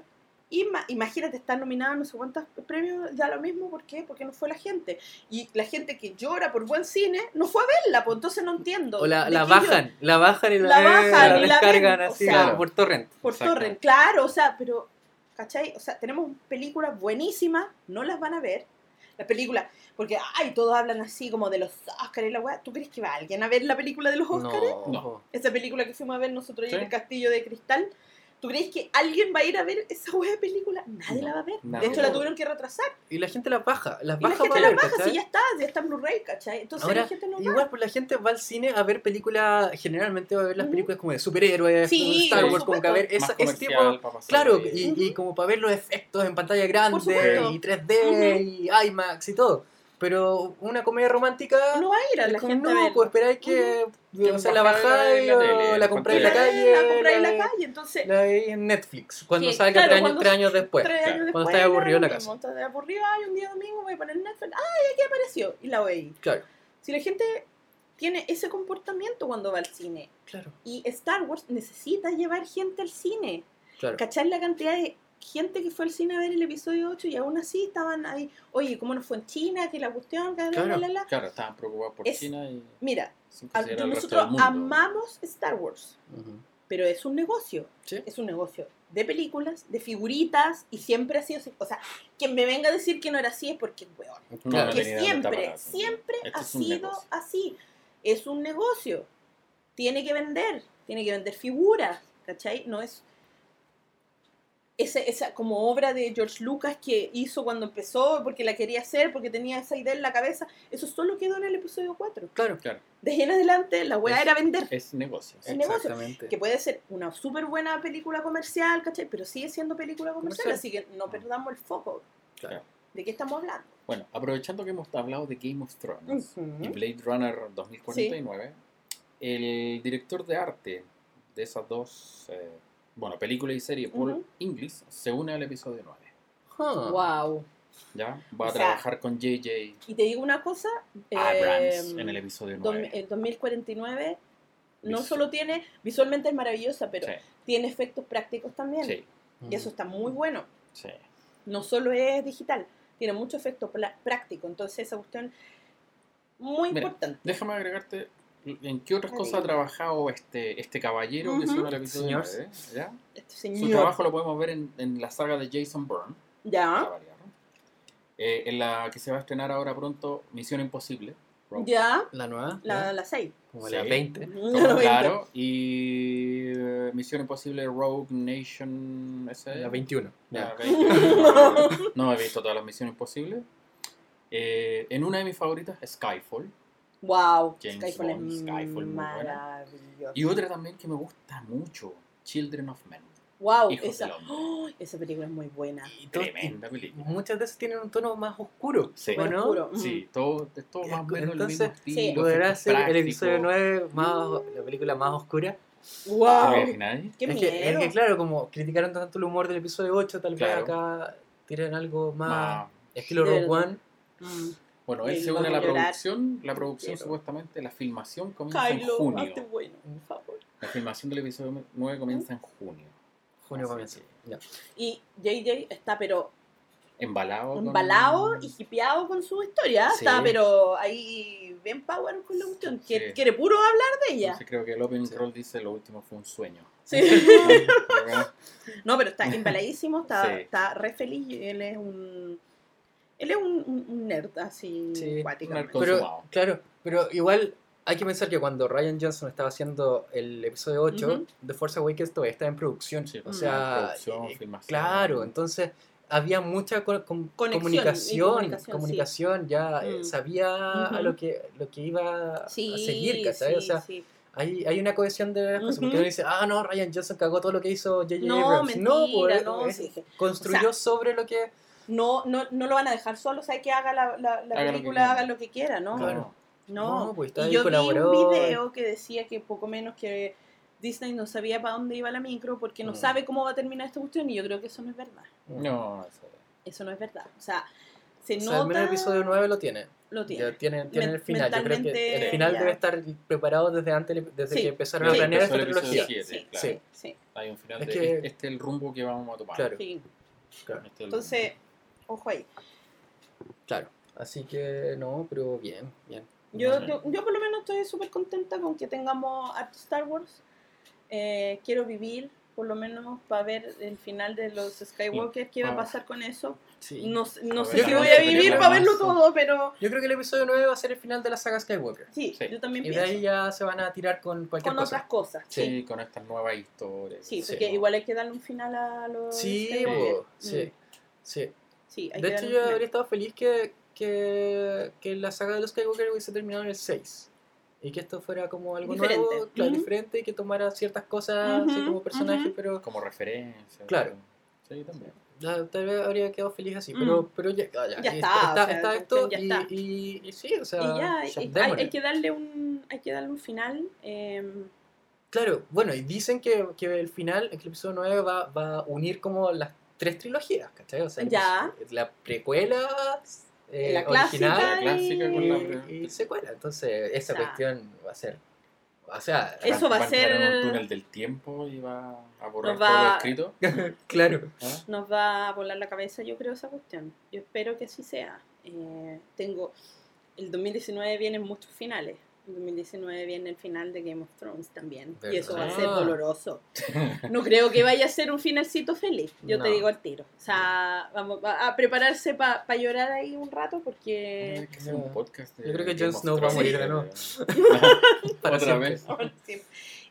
Speaker 3: Ima- imagínate estar nominada a no sé cuántos premios, da lo mismo, ¿por qué? Porque no fue la gente. Y la gente que llora por buen cine no fue a verla, pues entonces no entiendo.
Speaker 2: O la,
Speaker 3: ¿De
Speaker 2: la
Speaker 3: qué llora?
Speaker 2: bajan, la bajan y la,
Speaker 3: La bajan
Speaker 2: la
Speaker 3: y la ven,
Speaker 2: descargan
Speaker 3: o
Speaker 2: así
Speaker 3: sea.
Speaker 2: como por torrent.
Speaker 3: por
Speaker 1: Exacto.
Speaker 3: Torrent, claro, o sea, pero, ¿cachai? O sea, tenemos películas buenísimas, no las van a ver. Las películas, porque, ay, todos hablan así como de los Oscars y la weá. ¿Tú crees que va alguien a ver la película de los Oscars?
Speaker 2: No.
Speaker 3: Esa película que fuimos a ver nosotros ayer
Speaker 1: Sí.
Speaker 3: en el Castillo de Cristal. ¿Tú crees que alguien va a ir a ver esa weá de película? Nadie
Speaker 2: No,
Speaker 3: la va a ver.
Speaker 1: nadie
Speaker 3: de hecho, la
Speaker 1: la va a
Speaker 3: tuvieron que retrasar.
Speaker 2: Y la gente la baja, las
Speaker 3: Y la
Speaker 2: baja
Speaker 3: gente
Speaker 2: para
Speaker 3: la
Speaker 2: ver,
Speaker 3: baja,
Speaker 2: ¿cachai?
Speaker 3: si ya está, si ya está en Blu-ray, ¿cachai? Entonces
Speaker 2: Ahora,
Speaker 3: la gente no va.
Speaker 2: Igual, pues la gente va al cine a ver películas, generalmente va a ver las
Speaker 3: Ujú.
Speaker 2: películas como de superhéroes,
Speaker 3: Sí,
Speaker 2: Star
Speaker 1: por
Speaker 2: Wars, como que a ver
Speaker 1: Más
Speaker 2: esa, ese tipo...
Speaker 1: comercial, para pasar
Speaker 2: Claro,
Speaker 1: bien.
Speaker 2: y,
Speaker 3: Ujú.
Speaker 2: y como para ver los efectos en pantalla grande
Speaker 3: supuesto.
Speaker 2: y 3D y IMAX y todo. Pero una comedia romántica...
Speaker 3: No va a ir a la
Speaker 2: Es como,
Speaker 3: gente a
Speaker 2: no,
Speaker 3: verla.
Speaker 2: pues esperáis que,
Speaker 1: Que
Speaker 2: o sea, la
Speaker 1: bajáis
Speaker 2: bajáis,
Speaker 1: en la
Speaker 2: o
Speaker 1: tele,
Speaker 2: la
Speaker 1: en
Speaker 2: compráis en
Speaker 3: La,
Speaker 2: la
Speaker 1: pantalla.
Speaker 2: calle,
Speaker 3: la compráis en la
Speaker 2: la-
Speaker 3: calle, entonces...
Speaker 2: la veis en Netflix, cuando
Speaker 3: Sí,
Speaker 2: salga
Speaker 3: claro,
Speaker 2: tres, años,
Speaker 3: cuando-
Speaker 2: tres años después.
Speaker 3: tres
Speaker 1: claro.
Speaker 3: años después.
Speaker 2: Cuando estás aburrido en la
Speaker 3: lo
Speaker 2: casa.
Speaker 3: mismo, Estás aburrido, ay, un día domingo voy a poner Netflix, ay, aquí apareció, y la veí.
Speaker 2: Claro,
Speaker 3: Si la gente tiene ese comportamiento cuando va al cine,
Speaker 2: claro,
Speaker 3: y Star Wars necesita llevar gente al cine,
Speaker 2: claro.
Speaker 3: ¿cachar la cantidad de gente que fue al cine a ver el episodio 8 y aún así estaban ahí, oye, ¿cómo nos fue en China? Que la cuestión, que la, la,
Speaker 2: Claro.
Speaker 3: la, la.
Speaker 1: Claro, estaban preocupados por
Speaker 3: Es-
Speaker 1: China y
Speaker 3: Mira,
Speaker 1: sin
Speaker 3: a-
Speaker 1: considerar al resto
Speaker 3: nosotros
Speaker 1: del mundo.
Speaker 3: amamos Star Wars,
Speaker 2: Ujú.
Speaker 3: pero es un negocio.
Speaker 2: Sí.
Speaker 3: es un negocio de películas, de figuritas, y siempre ha sido así. O sea, quien me venga a decir que no era así es porque, weón,
Speaker 1: No,
Speaker 2: Claro.
Speaker 1: no
Speaker 3: que
Speaker 1: tenía dónde
Speaker 3: siempre,
Speaker 1: tapar.
Speaker 3: siempre
Speaker 1: Esto
Speaker 3: ha
Speaker 1: es un
Speaker 3: sido
Speaker 1: negocio.
Speaker 3: así. Es un negocio. Tiene que vender, tiene que vender figuras, ¿cachai? No es... esa, esa como obra de George Lucas que hizo cuando empezó, porque la quería hacer, porque tenía esa idea en la cabeza, eso solo quedó en el episodio 4.
Speaker 2: Claro,
Speaker 3: De ahí en adelante, la weá
Speaker 1: Es-
Speaker 3: era vender.
Speaker 1: Es negocio.
Speaker 3: Es negocio.
Speaker 2: exactamente.
Speaker 3: Que puede ser una súper buena película comercial, ¿cachai? Pero sigue siendo película comercial,
Speaker 2: Comercial.
Speaker 3: así que no
Speaker 1: Ah.
Speaker 3: perdamos el foco.
Speaker 2: Claro.
Speaker 3: ¿De qué estamos hablando?
Speaker 1: Bueno, aprovechando que hemos hablado de Game of Thrones y Blade Runner 2049, el director de arte de esas dos, eh, bueno, película y serie, Paul
Speaker 3: Ujú.
Speaker 1: Inglis, se une al episodio 9. Ah.
Speaker 2: Huh.
Speaker 3: Wow.
Speaker 1: ¿Ya? Va
Speaker 3: O
Speaker 1: a
Speaker 3: sea,
Speaker 1: trabajar con JJ
Speaker 3: Y te digo una cosa,
Speaker 1: Abrams
Speaker 3: em,
Speaker 1: en el episodio
Speaker 3: dos-
Speaker 1: 9.
Speaker 3: el 2049 no
Speaker 1: Visu-
Speaker 3: solo tiene, visualmente es maravillosa, pero
Speaker 1: Sí,
Speaker 3: tiene efectos prácticos también.
Speaker 1: sí,
Speaker 3: Y eso está muy bueno.
Speaker 1: sí.
Speaker 3: No solo es digital, tiene mucho efecto pla- práctico. Entonces esa cuestión muy
Speaker 1: Mira,
Speaker 3: importante.
Speaker 1: Déjame agregarte en qué otras
Speaker 3: Dale.
Speaker 1: cosas ha trabajado este, este caballero que
Speaker 3: Ujú.
Speaker 1: se une al episodio
Speaker 2: Señor.
Speaker 1: 9. ¿ya?
Speaker 3: Este
Speaker 1: Su
Speaker 3: señor.
Speaker 1: trabajo lo podemos ver en, en la saga de Jason Bourne. para
Speaker 3: Ya,
Speaker 1: variar, ¿no? Eh, en la que se va a estrenar ahora pronto, Misión Imposible. Rogue.
Speaker 3: ya,
Speaker 2: mm. La nueva,
Speaker 3: la,
Speaker 2: ¿no?
Speaker 3: la Mm, 6.
Speaker 2: como
Speaker 1: ¿Eh? Sí.
Speaker 2: la 20.
Speaker 1: Como, claro, y eh, Misión Imposible Rogue Nation. ¿ese?
Speaker 2: La 21.
Speaker 1: La
Speaker 2: ya.
Speaker 1: 20. no he visto todas las Misiones Imposibles. Eh, en una de mis favoritas, Skyfall.
Speaker 3: Wow,
Speaker 1: James
Speaker 3: Skyfall es
Speaker 1: Bond, Skyfall, muy buena.
Speaker 3: maravilloso.
Speaker 1: Y otra también que me gusta mucho, Children of Men.
Speaker 3: wow,
Speaker 1: Hijos
Speaker 3: esa,
Speaker 1: del Hombre.
Speaker 3: ¡Oh! esa película es muy buena.
Speaker 2: Y todo-
Speaker 1: Tremenda
Speaker 2: y
Speaker 1: película.
Speaker 2: muchas de esas tienen un tono más oscuro.
Speaker 1: Sí.
Speaker 2: ¿o no?
Speaker 3: Oscuro.
Speaker 1: Sí, todo, es todo más o menos el mismo
Speaker 2: Entonces,
Speaker 1: estilo.
Speaker 3: sí.
Speaker 2: Podrá
Speaker 1: efectos
Speaker 2: ser el
Speaker 1: prácticos.
Speaker 2: episodio 9, más, la película más oscura.
Speaker 1: ¿Te
Speaker 3: Wow,
Speaker 1: imagináis?
Speaker 3: qué
Speaker 2: es,
Speaker 3: miedo.
Speaker 2: que, es que, claro, como criticaron tanto el humor del episodio 8, tal vez
Speaker 1: Claro.
Speaker 2: acá tiran algo más,
Speaker 1: Más-
Speaker 2: estilo
Speaker 3: De
Speaker 2: Rogue
Speaker 3: verdad.
Speaker 2: One.
Speaker 3: Mm.
Speaker 1: Bueno,
Speaker 3: Y
Speaker 1: él se
Speaker 3: vamos
Speaker 1: une a
Speaker 3: a
Speaker 1: la
Speaker 3: llorar.
Speaker 1: producción. La producción,
Speaker 3: Quiero.
Speaker 1: supuestamente, la filmación comienza en
Speaker 3: Kylo,
Speaker 1: junio.
Speaker 3: hazte bueno, por favor.
Speaker 1: La filmación del episodio 9 comienza en junio.
Speaker 2: Junio
Speaker 1: Así
Speaker 2: comienza. Ya.
Speaker 3: Y JJ está pero
Speaker 1: Embalado. con-
Speaker 3: embalado y hipeado con su historia.
Speaker 2: Sí.
Speaker 3: Está pero ahí bien power con la cuestión.
Speaker 1: Sí.
Speaker 3: Quiere, quiere puro hablar de ella.
Speaker 1: Entonces creo que el opening
Speaker 2: Sí.
Speaker 1: roll dice lo último fue un sueño.
Speaker 3: Sí.
Speaker 1: Acá,
Speaker 3: No, pero está embaladísimo, está,
Speaker 1: Sí.
Speaker 3: está re feliz. y Él es un. Él es un, un- un nerd así.
Speaker 2: Sí,
Speaker 3: cuático.
Speaker 1: un nerd con-
Speaker 2: Pero,
Speaker 1: Consumado.
Speaker 2: claro, pero igual hay que pensar que cuando Ryan Johnson estaba haciendo el episodio 8,
Speaker 3: Ujú.
Speaker 2: The Force Awakens todavía estaba en producción.
Speaker 1: sí, pues,
Speaker 3: Mm.
Speaker 2: o sea,
Speaker 1: producción,
Speaker 2: eh,
Speaker 1: filmación.
Speaker 2: claro, entonces había mucha co- com-
Speaker 3: Conexión y
Speaker 2: comunicación,
Speaker 3: comunicación, sí.
Speaker 2: comunicación, ya eh,
Speaker 3: Mm.
Speaker 2: sabía a
Speaker 3: Ujú.
Speaker 2: lo que, lo que iba
Speaker 3: Sí,
Speaker 2: a seguir, ¿cachai? o
Speaker 3: sí,
Speaker 2: sea,
Speaker 3: sí.
Speaker 2: Hay, hay una cohesión de las cosas, porque
Speaker 3: Ujú.
Speaker 2: uno dice, ah, no, Ryan Johnson cagó todo lo que hizo J.J.
Speaker 3: No,
Speaker 2: Abrams.
Speaker 3: mentira,
Speaker 2: no,
Speaker 3: no,
Speaker 2: pues,
Speaker 3: no,
Speaker 2: es-
Speaker 3: sí, sí.
Speaker 2: construyó sobre lo que...
Speaker 3: no, no, no lo van a dejar solo, o sea, que haga la, la- la
Speaker 1: Haga lo que
Speaker 3: película,
Speaker 1: quiera.
Speaker 3: haga lo que quiera, ¿no?
Speaker 2: Claro.
Speaker 3: No,
Speaker 2: No, pues, está
Speaker 3: y
Speaker 2: ahí,
Speaker 3: yo vi
Speaker 2: colaboró.
Speaker 3: un video que decía que poco menos que Disney no sabía para dónde iba la micro porque no
Speaker 2: Mm.
Speaker 3: sabe cómo va a terminar esta cuestión y yo creo que eso no es verdad.
Speaker 1: No, eso-
Speaker 3: Eso no es verdad. O sea, se
Speaker 2: O sea, al
Speaker 3: nota...
Speaker 2: menos el episodio 9 lo tiene.
Speaker 3: Lo
Speaker 2: Ya
Speaker 3: tiene.
Speaker 2: tiene, tiene
Speaker 3: Men-
Speaker 2: el final. Yo creo que el
Speaker 3: mentalmente,
Speaker 2: final
Speaker 3: ya.
Speaker 2: debe estar preparado desde antes, desde
Speaker 3: Sí.
Speaker 2: que empezaron a
Speaker 3: Sí.
Speaker 2: planear
Speaker 1: Empezó
Speaker 2: esta
Speaker 1: el episodio
Speaker 2: trilogía.
Speaker 1: siete.
Speaker 3: Sí,
Speaker 1: Sí,
Speaker 3: sí,
Speaker 1: claro.
Speaker 3: sí,
Speaker 1: Hay un final
Speaker 2: Es
Speaker 1: de,
Speaker 2: que-
Speaker 1: Este es el rumbo que vamos a tomar.
Speaker 2: Claro.
Speaker 3: sí.
Speaker 2: Claro,
Speaker 1: Este es el
Speaker 3: Entonces, ojo ahí.
Speaker 2: claro. Así que no, pero bien, bien.
Speaker 3: Yo,
Speaker 1: Ujú.
Speaker 3: yo, yo por lo menos estoy súper contenta con que tengamos harto Star Wars. Eh, quiero vivir, por lo menos, para ver el final de los Skywalker. ¿Qué va a
Speaker 1: Ah.
Speaker 3: pasar con eso?
Speaker 2: Sí.
Speaker 3: No, s- no
Speaker 1: A
Speaker 3: sé
Speaker 1: ver,
Speaker 3: si
Speaker 1: la
Speaker 3: voy a
Speaker 1: vamos a
Speaker 3: vivir
Speaker 1: tener
Speaker 3: para
Speaker 2: la
Speaker 3: verlo
Speaker 2: masa.
Speaker 3: todo, pero
Speaker 2: Yo creo que el episodio 9 va a ser el final de la saga Skywalker.
Speaker 3: sí,
Speaker 1: Sí.
Speaker 3: yo también
Speaker 2: Y de ahí
Speaker 3: pienso.
Speaker 2: ya se van a tirar con cualquier
Speaker 3: Con
Speaker 2: cosa.
Speaker 3: otras cosas.
Speaker 1: rumbo.
Speaker 3: Sí.
Speaker 1: Sí, con estas nuevas historias.
Speaker 3: Sí,
Speaker 2: Sí.
Speaker 3: porque igual hay que darle un final a los.
Speaker 2: Sí,
Speaker 3: Skywalker.
Speaker 2: bo, sí,
Speaker 3: Mm,
Speaker 2: sí.
Speaker 3: sí, hay
Speaker 2: De
Speaker 3: que
Speaker 2: hecho,
Speaker 3: darle un
Speaker 2: yo
Speaker 3: final.
Speaker 2: habría estado feliz que, que, que la saga de los Skywalker hubiese terminado en el 6. Y que esto fuera como algo nuevo,
Speaker 3: Diferente.
Speaker 2: claro,
Speaker 3: Ujú.
Speaker 2: diferente, y que tomara ciertas cosas así
Speaker 3: Ujú,
Speaker 2: como personajes,
Speaker 3: ujú.
Speaker 2: pero
Speaker 1: Como referencia.
Speaker 2: Claro.
Speaker 1: Sí, también.
Speaker 2: ah, tal vez habría quedado feliz así.
Speaker 3: Mm.
Speaker 2: Pero, pero ya, ah, ya,
Speaker 3: Ya
Speaker 2: y
Speaker 3: está, o sea,
Speaker 2: está
Speaker 3: la
Speaker 2: esto,
Speaker 3: cuestión
Speaker 2: y,
Speaker 3: ya
Speaker 2: y- y sí, o sea,
Speaker 3: Y ya, hay,
Speaker 2: ya,
Speaker 3: hay-
Speaker 2: démosle.
Speaker 3: hay que darle un, hay que darle un final. eh,
Speaker 2: Claro, bueno, y dicen que, que el final, el episodio 9 va, va a unir como las tres trilogías, ¿cachai? O sea, el
Speaker 3: Ya.
Speaker 2: episodio- la precuela, eh,
Speaker 3: la
Speaker 2: original,
Speaker 3: clásica.
Speaker 1: La clásica con la
Speaker 3: y-
Speaker 1: pre-
Speaker 2: y, y secuela. Entonces, esa
Speaker 3: O sea,
Speaker 2: cuestión va a ser. O sea,
Speaker 3: Eso va a
Speaker 1: entrar en
Speaker 3: ser-
Speaker 1: un túnel del tiempo y va a borrar
Speaker 3: Nos va-
Speaker 1: todo lo escrito.
Speaker 2: claro.
Speaker 1: ¿Ah?
Speaker 3: nos va a volar la cabeza, yo creo, esa cuestión. Yo espero que así sea. Eh, tengo. El 2019 vienen muchos finales. 2019 viene el final de Game of Thrones también.
Speaker 2: ¿Verdad?
Speaker 3: Y eso va a
Speaker 2: Ah.
Speaker 3: ser doloroso. No creo que vaya a ser un finalcito feliz, yo te
Speaker 2: No.
Speaker 3: digo al tiro. O sea, vamos a, a prepararse para llorar ahí un rato porque...
Speaker 1: Hay que hacer un podcast de
Speaker 2: Yo creo que
Speaker 1: Game
Speaker 2: Jon
Speaker 1: of
Speaker 2: Snow va a
Speaker 1: Thrones.
Speaker 2: morir de nuevo. Para
Speaker 1: Otra
Speaker 2: siempre.
Speaker 1: vez. Ah,
Speaker 3: Sí.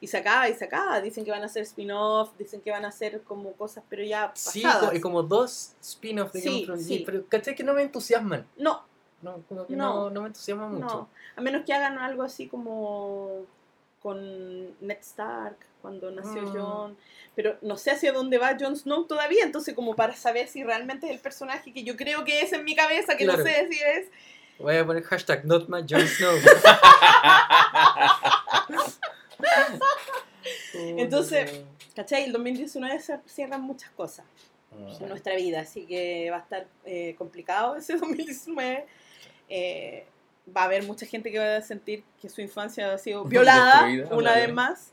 Speaker 3: Y se acaba, y se acaba. Dicen que van a hacer spin-off, dicen que van a hacer como cosas, pero ya
Speaker 2: Sí,
Speaker 3: pasadas.
Speaker 2: co- y como dos spin-offs de Game
Speaker 3: Sí,
Speaker 2: of Thrones.
Speaker 3: sí.
Speaker 2: Sí, Pero caché que no me entusiasman.
Speaker 3: No,
Speaker 2: No, como que
Speaker 3: No.
Speaker 2: no, no me entusiasma mucho.
Speaker 3: no. A menos que hagan algo así como con Ned Stark, cuando nació
Speaker 2: Mm.
Speaker 3: Jon. Pero no sé hacia dónde va Jon Snow todavía, entonces como para saber si realmente es el personaje que yo creo que es en mi cabeza, que
Speaker 2: Claro.
Speaker 3: no sé si es.
Speaker 2: Voy a poner hashtag not my Jon Snow. Oh,
Speaker 3: Entonces- ¿Cachai? El 2019 se cierran muchas cosas en
Speaker 2: Mm.
Speaker 3: nuestra vida, así que va a estar eh, complicado ese 2019. Eh, va a haber mucha gente que va a sentir que su infancia ha sido violada
Speaker 1: Destruida,
Speaker 3: una
Speaker 1: claro.
Speaker 3: vez más.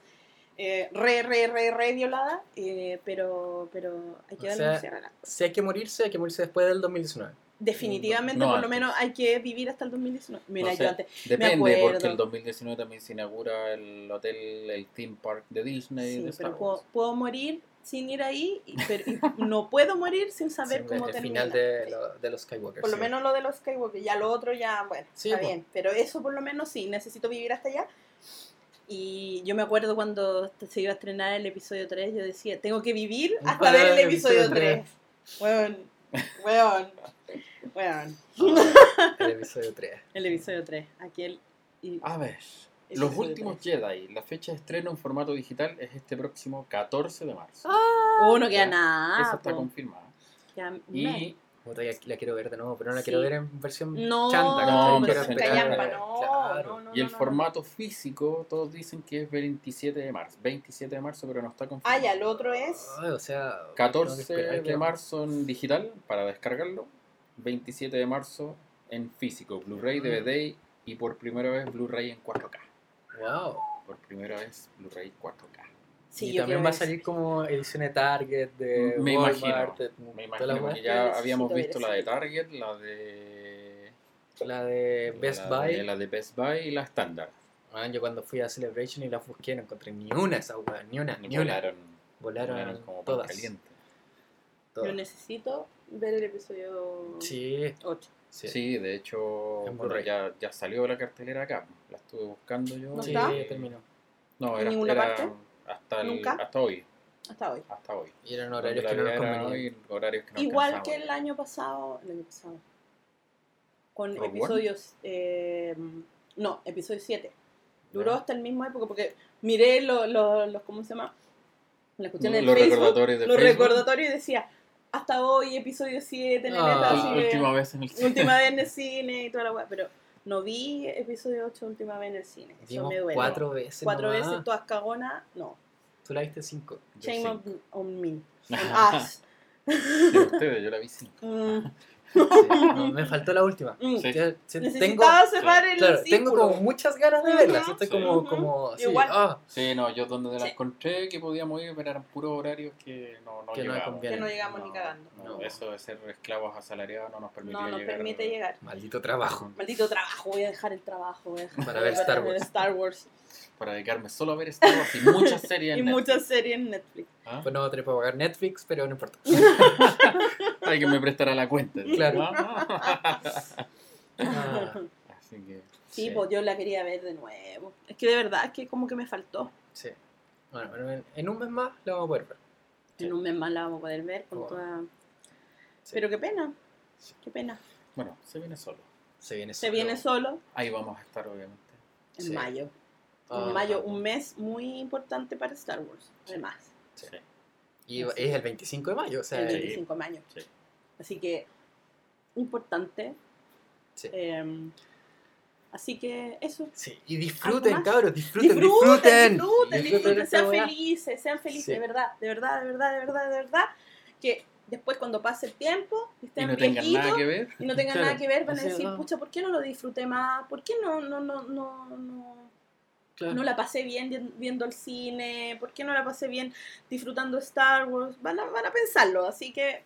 Speaker 3: Eh, re, re, re, re violada, eh, pero, pero hay que
Speaker 2: O
Speaker 3: darle
Speaker 2: sea,
Speaker 3: un cierre a la-
Speaker 2: Si hay que morirse, hay que morirse después del 2019.
Speaker 3: Definitivamente,
Speaker 1: no
Speaker 3: por lo
Speaker 1: antes.
Speaker 3: menos, hay que vivir hasta el 2019. Mira,
Speaker 1: No sé.
Speaker 3: yo antes.
Speaker 1: Depende,
Speaker 3: acuerdo.
Speaker 1: porque el 2019 también se inaugura el hotel, el theme park de Disney.
Speaker 3: Sí,
Speaker 1: de Star
Speaker 3: pero
Speaker 1: Wars.
Speaker 3: puedo, puedo morir sin ir ahí, y- pero, y no puedo morir sin saber
Speaker 2: Sí,
Speaker 3: cómo
Speaker 2: el
Speaker 3: termina.
Speaker 2: final de,
Speaker 3: Sí.
Speaker 2: lo- de los Skywalker.
Speaker 3: Por lo
Speaker 2: sí.
Speaker 3: menos lo de los Skywalker, ya lo otro ya, bueno,
Speaker 2: Sí, pues.
Speaker 3: está
Speaker 2: po.
Speaker 3: bien. Pero eso por lo menos sí, necesito vivir hasta allá. Y yo me acuerdo cuando se iba a estrenar el episodio 3, yo decía, tengo que vivir hasta
Speaker 2: Para
Speaker 3: ver el
Speaker 2: ver el
Speaker 3: episodio
Speaker 2: episodio
Speaker 3: 3. Weón, weón, weón.
Speaker 2: El episodio 3.
Speaker 3: El episodio 3, aquel. Y,
Speaker 1: A ver,
Speaker 3: Ese
Speaker 1: Los
Speaker 3: es el
Speaker 1: Últimos Jedi, la fecha de estreno en formato digital es este próximo 14 de marzo.
Speaker 3: oh, no queda
Speaker 1: ya, Eso
Speaker 3: nada.
Speaker 1: está
Speaker 3: po.
Speaker 1: confirmado.
Speaker 3: Queda un mes.
Speaker 1: Y
Speaker 2: Puta, ya la quiero ver de nuevo, pero no la
Speaker 3: Sí.
Speaker 2: quiero ver en versión
Speaker 3: No,
Speaker 2: chanta.
Speaker 1: no,
Speaker 2: ¿cachai? Quiero
Speaker 1: versión
Speaker 2: esperar a
Speaker 1: callampa,
Speaker 2: ver,
Speaker 3: no,
Speaker 2: claro.
Speaker 3: no, no.
Speaker 1: Y el formato físico, todos dicen que es 27 de marzo. 27 de marzo, pero no está
Speaker 3: Ah,
Speaker 1: confirmado.
Speaker 3: ya, el otro es.
Speaker 2: Ay, o sea, tengo
Speaker 1: 14
Speaker 2: que esperar que-
Speaker 1: de marzo en digital para descargarlo. 27 de marzo en físico,
Speaker 2: Mm.
Speaker 1: Blu-ray, DVD y por primera vez Blu-ray en 4K.
Speaker 2: Wow.
Speaker 1: Por primera vez Blu-ray 4K.
Speaker 3: Sí,
Speaker 2: y
Speaker 3: yo
Speaker 2: también
Speaker 3: quiero
Speaker 2: va a
Speaker 3: ver
Speaker 2: salir como ediciones Target, de
Speaker 1: Me imagino,
Speaker 2: Walmart, de-
Speaker 1: Me
Speaker 2: toda la
Speaker 1: imagino
Speaker 2: wea.
Speaker 1: que
Speaker 3: Yo
Speaker 1: ya
Speaker 3: necesito
Speaker 1: habíamos
Speaker 3: ver
Speaker 1: visto la de
Speaker 3: esa.
Speaker 1: Target, la de
Speaker 2: La de Best
Speaker 1: la
Speaker 2: Buy.
Speaker 1: De, la de Best Buy y la estándar.
Speaker 2: Ah, yo cuando fui a Celebration y las busqué no encontré ni una esa wea, ni una, ni una.
Speaker 1: Volaron,
Speaker 2: Volaron,
Speaker 1: volaron como por
Speaker 2: todas.
Speaker 1: caliente.
Speaker 3: Yo
Speaker 2: todas.
Speaker 3: necesito ver el episodio
Speaker 2: Sí,
Speaker 3: 8.
Speaker 1: Sí,
Speaker 2: sí.
Speaker 1: de hecho,
Speaker 2: En
Speaker 1: bueno,
Speaker 2: Blu-ray.
Speaker 1: ya, ya salió la cartelera acá. La estuve buscando yo.
Speaker 3: ¿No
Speaker 2: Sí,
Speaker 3: está?
Speaker 2: ya terminó.
Speaker 1: No,
Speaker 3: ¿En
Speaker 1: era,
Speaker 3: ninguna
Speaker 1: era
Speaker 3: parte?
Speaker 1: hasta, el-
Speaker 3: ¿Nunca?
Speaker 1: hasta hoy.
Speaker 3: Hasta hoy.
Speaker 1: Hasta hoy.
Speaker 2: Y eran
Speaker 1: Donde
Speaker 2: horarios
Speaker 1: la
Speaker 2: que no
Speaker 1: vi
Speaker 2: nos
Speaker 1: era
Speaker 2: convenían.
Speaker 1: hoy, horarios que no
Speaker 3: Igual que
Speaker 1: alcanzaban.
Speaker 3: el año pasado. El año pasado. Con
Speaker 1: ¿Rogue One?
Speaker 3: episodios. eh, no, episodio 7. Duró hasta el mismo época porque miré los. los ¿Cómo se llama? Las cuestiones
Speaker 1: Mm, Los
Speaker 3: del Facebook.
Speaker 1: recordatorios de
Speaker 3: Los
Speaker 1: Facebook.
Speaker 3: recordatorios y decía. Hasta hoy, episodio 7. la
Speaker 2: Ah,
Speaker 3: neta, así
Speaker 1: Ul-
Speaker 3: que-
Speaker 1: última vez en el
Speaker 3: eh, última vez en el cine y toda la weá. Pero no vi episodio 8 última vez en el cine. Eso
Speaker 2: Vimos
Speaker 3: me duele.
Speaker 2: cuatro veces.
Speaker 3: Cuatro
Speaker 2: nomás.
Speaker 3: veces todas cagonas. No.
Speaker 2: Tú la viste cinco.
Speaker 1: Yo
Speaker 3: Shame
Speaker 1: cinco.
Speaker 3: on, Ah. on me. On
Speaker 1: Ajá.
Speaker 3: us.
Speaker 1: Sí, ustedes, yo la vi cinco.
Speaker 3: Mm,
Speaker 2: Sí, no, me faltó la última.
Speaker 3: mm.
Speaker 1: Sí.
Speaker 2: Que- sí, tengo,
Speaker 3: Necesitaba cerrar el
Speaker 2: claro, tengo
Speaker 3: círculo.
Speaker 2: como muchas ganas de verla.
Speaker 3: Ujú.
Speaker 2: Estoy
Speaker 1: Sí.
Speaker 2: como,
Speaker 3: Ujú.
Speaker 2: como así,
Speaker 3: Igual.
Speaker 2: ah,
Speaker 1: Sí, no, yo donde la
Speaker 3: Sí.
Speaker 1: encontré que podíamos ir, pero eran puros horarios que no, no
Speaker 2: Que no
Speaker 1: llegábamos.
Speaker 2: conviene.
Speaker 3: Que no llegamos ni cagando.
Speaker 1: no,
Speaker 2: No.
Speaker 1: Eso de ser esclavos asalariados no nos permitía
Speaker 3: no nos
Speaker 1: llegar.
Speaker 3: permite llegar.
Speaker 2: maldito trabajo.
Speaker 3: Maldito trabajo, voy a dejar el trabajo. Voy a dejar
Speaker 2: Para ver Star Wars.
Speaker 3: Star Wars.
Speaker 1: Para dedicarme solo a ver Star Wars y muchas series.
Speaker 3: Y
Speaker 1: en
Speaker 3: muchas series en Netflix.
Speaker 1: Netflix, ¿ah?
Speaker 2: Pues no te puedo pagar Netflix, pero no importa.
Speaker 1: Hay que me prestará la cuenta. ¿sí?
Speaker 2: Claro.
Speaker 1: Ah.
Speaker 2: Ah,
Speaker 1: Así que.
Speaker 3: Sí, pues yo la quería ver de nuevo. Es que de verdad es que como que me faltó.
Speaker 2: sí. Bueno, pero en, en un mes más la vamos a poder ver.
Speaker 1: Sí.
Speaker 3: En un mes más la vamos a poder ver. Con
Speaker 2: Oh.
Speaker 3: toda...
Speaker 2: Sí.
Speaker 3: Pero qué pena.
Speaker 1: Sí.
Speaker 3: Qué pena.
Speaker 1: Bueno, se viene solo.
Speaker 2: Se viene
Speaker 3: Se viene solo
Speaker 1: Ahí vamos a estar, obviamente.
Speaker 3: en
Speaker 2: Sí.
Speaker 3: mayo.
Speaker 2: Ah,
Speaker 3: en mayo, un mes muy importante para Star Wars. Además,
Speaker 1: Sí.
Speaker 2: Y es el 25 de mayo, o sea, eh,
Speaker 3: el
Speaker 1: Sí.
Speaker 3: 25 de mayo.
Speaker 1: Sí.
Speaker 3: Así que, importante.
Speaker 2: Sí.
Speaker 3: Eh, así que eso.
Speaker 2: Sí, y
Speaker 3: ¿Algo
Speaker 2: disfruten,
Speaker 3: más?
Speaker 2: cabros, disfruten,
Speaker 3: Disfruten,
Speaker 2: disfruten.
Speaker 3: disfruten, disfruten,
Speaker 2: esta
Speaker 3: sean
Speaker 2: weá.
Speaker 3: felices, sean felices,
Speaker 2: Sí.
Speaker 3: de verdad, de verdad, de verdad, de verdad, de verdad. Que después cuando pase el tiempo, y
Speaker 1: Y
Speaker 3: estén
Speaker 1: no tengan
Speaker 3: viejitos
Speaker 1: nada que ver.
Speaker 3: y no tengan
Speaker 2: Claro.
Speaker 3: nada que ver, van
Speaker 2: O
Speaker 3: a
Speaker 2: sea,
Speaker 3: decir,
Speaker 2: no.
Speaker 3: pucha, ¿por qué no lo disfruté más? ¿Por qué no, no, no, no, no,
Speaker 2: Claro.
Speaker 3: no la pasé bien vi- viendo el cine? ¿Por qué no la pasé bien disfrutando Star Wars? Van a, van a pensarlo, así que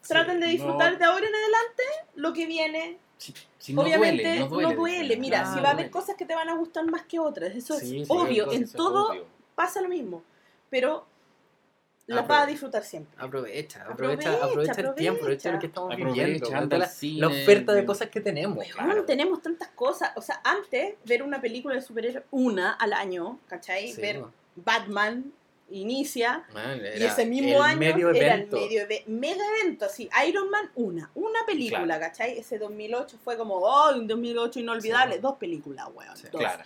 Speaker 2: Sí.
Speaker 3: traten de
Speaker 1: no.
Speaker 3: disfrutar de ahora en adelante lo que viene
Speaker 1: si, si no
Speaker 3: Obviamente
Speaker 1: duele, no duele. dicen.
Speaker 3: mira,
Speaker 1: Ah,
Speaker 3: si va a haber
Speaker 1: duele.
Speaker 3: cosas que te van a gustar más que otras, eso
Speaker 2: Sí,
Speaker 3: es
Speaker 2: sí, hay
Speaker 3: obvio,
Speaker 2: cosas
Speaker 3: en
Speaker 2: que son
Speaker 3: todo
Speaker 1: Obvio.
Speaker 3: pasa lo mismo, pero la
Speaker 2: Ah,
Speaker 3: vas a
Speaker 2: pero-
Speaker 3: disfrutar siempre.
Speaker 2: Aprovecha,
Speaker 3: Aprovecha,
Speaker 2: aprovecha, aprovecha, el tiempo,
Speaker 3: aprovecha.
Speaker 2: aprovecha lo que estamos viviendo,
Speaker 1: Aprovecha, anda
Speaker 2: aprovecha
Speaker 1: al
Speaker 2: la,
Speaker 1: cine.
Speaker 2: la oferta de cosas que tenemos.
Speaker 3: Weón,
Speaker 1: claro.
Speaker 3: tenemos tantas cosas, o sea, antes ver una película de superhéroes una al año, ¿cachai?
Speaker 2: Sí,
Speaker 3: ver
Speaker 2: po.
Speaker 3: Batman inicia
Speaker 2: Man,
Speaker 3: y
Speaker 2: era
Speaker 3: ese mismo
Speaker 2: el
Speaker 3: año
Speaker 2: medio
Speaker 3: era el
Speaker 2: evento.
Speaker 3: medio eve- mega evento, así, Iron Man una, una película,
Speaker 1: Claro.
Speaker 3: ¿cachai? Ese 2008 fue como, oh, un 2008 inolvidable,
Speaker 2: Sí.
Speaker 3: dos películas, weón.
Speaker 2: Sí.
Speaker 3: dos.
Speaker 1: Claro.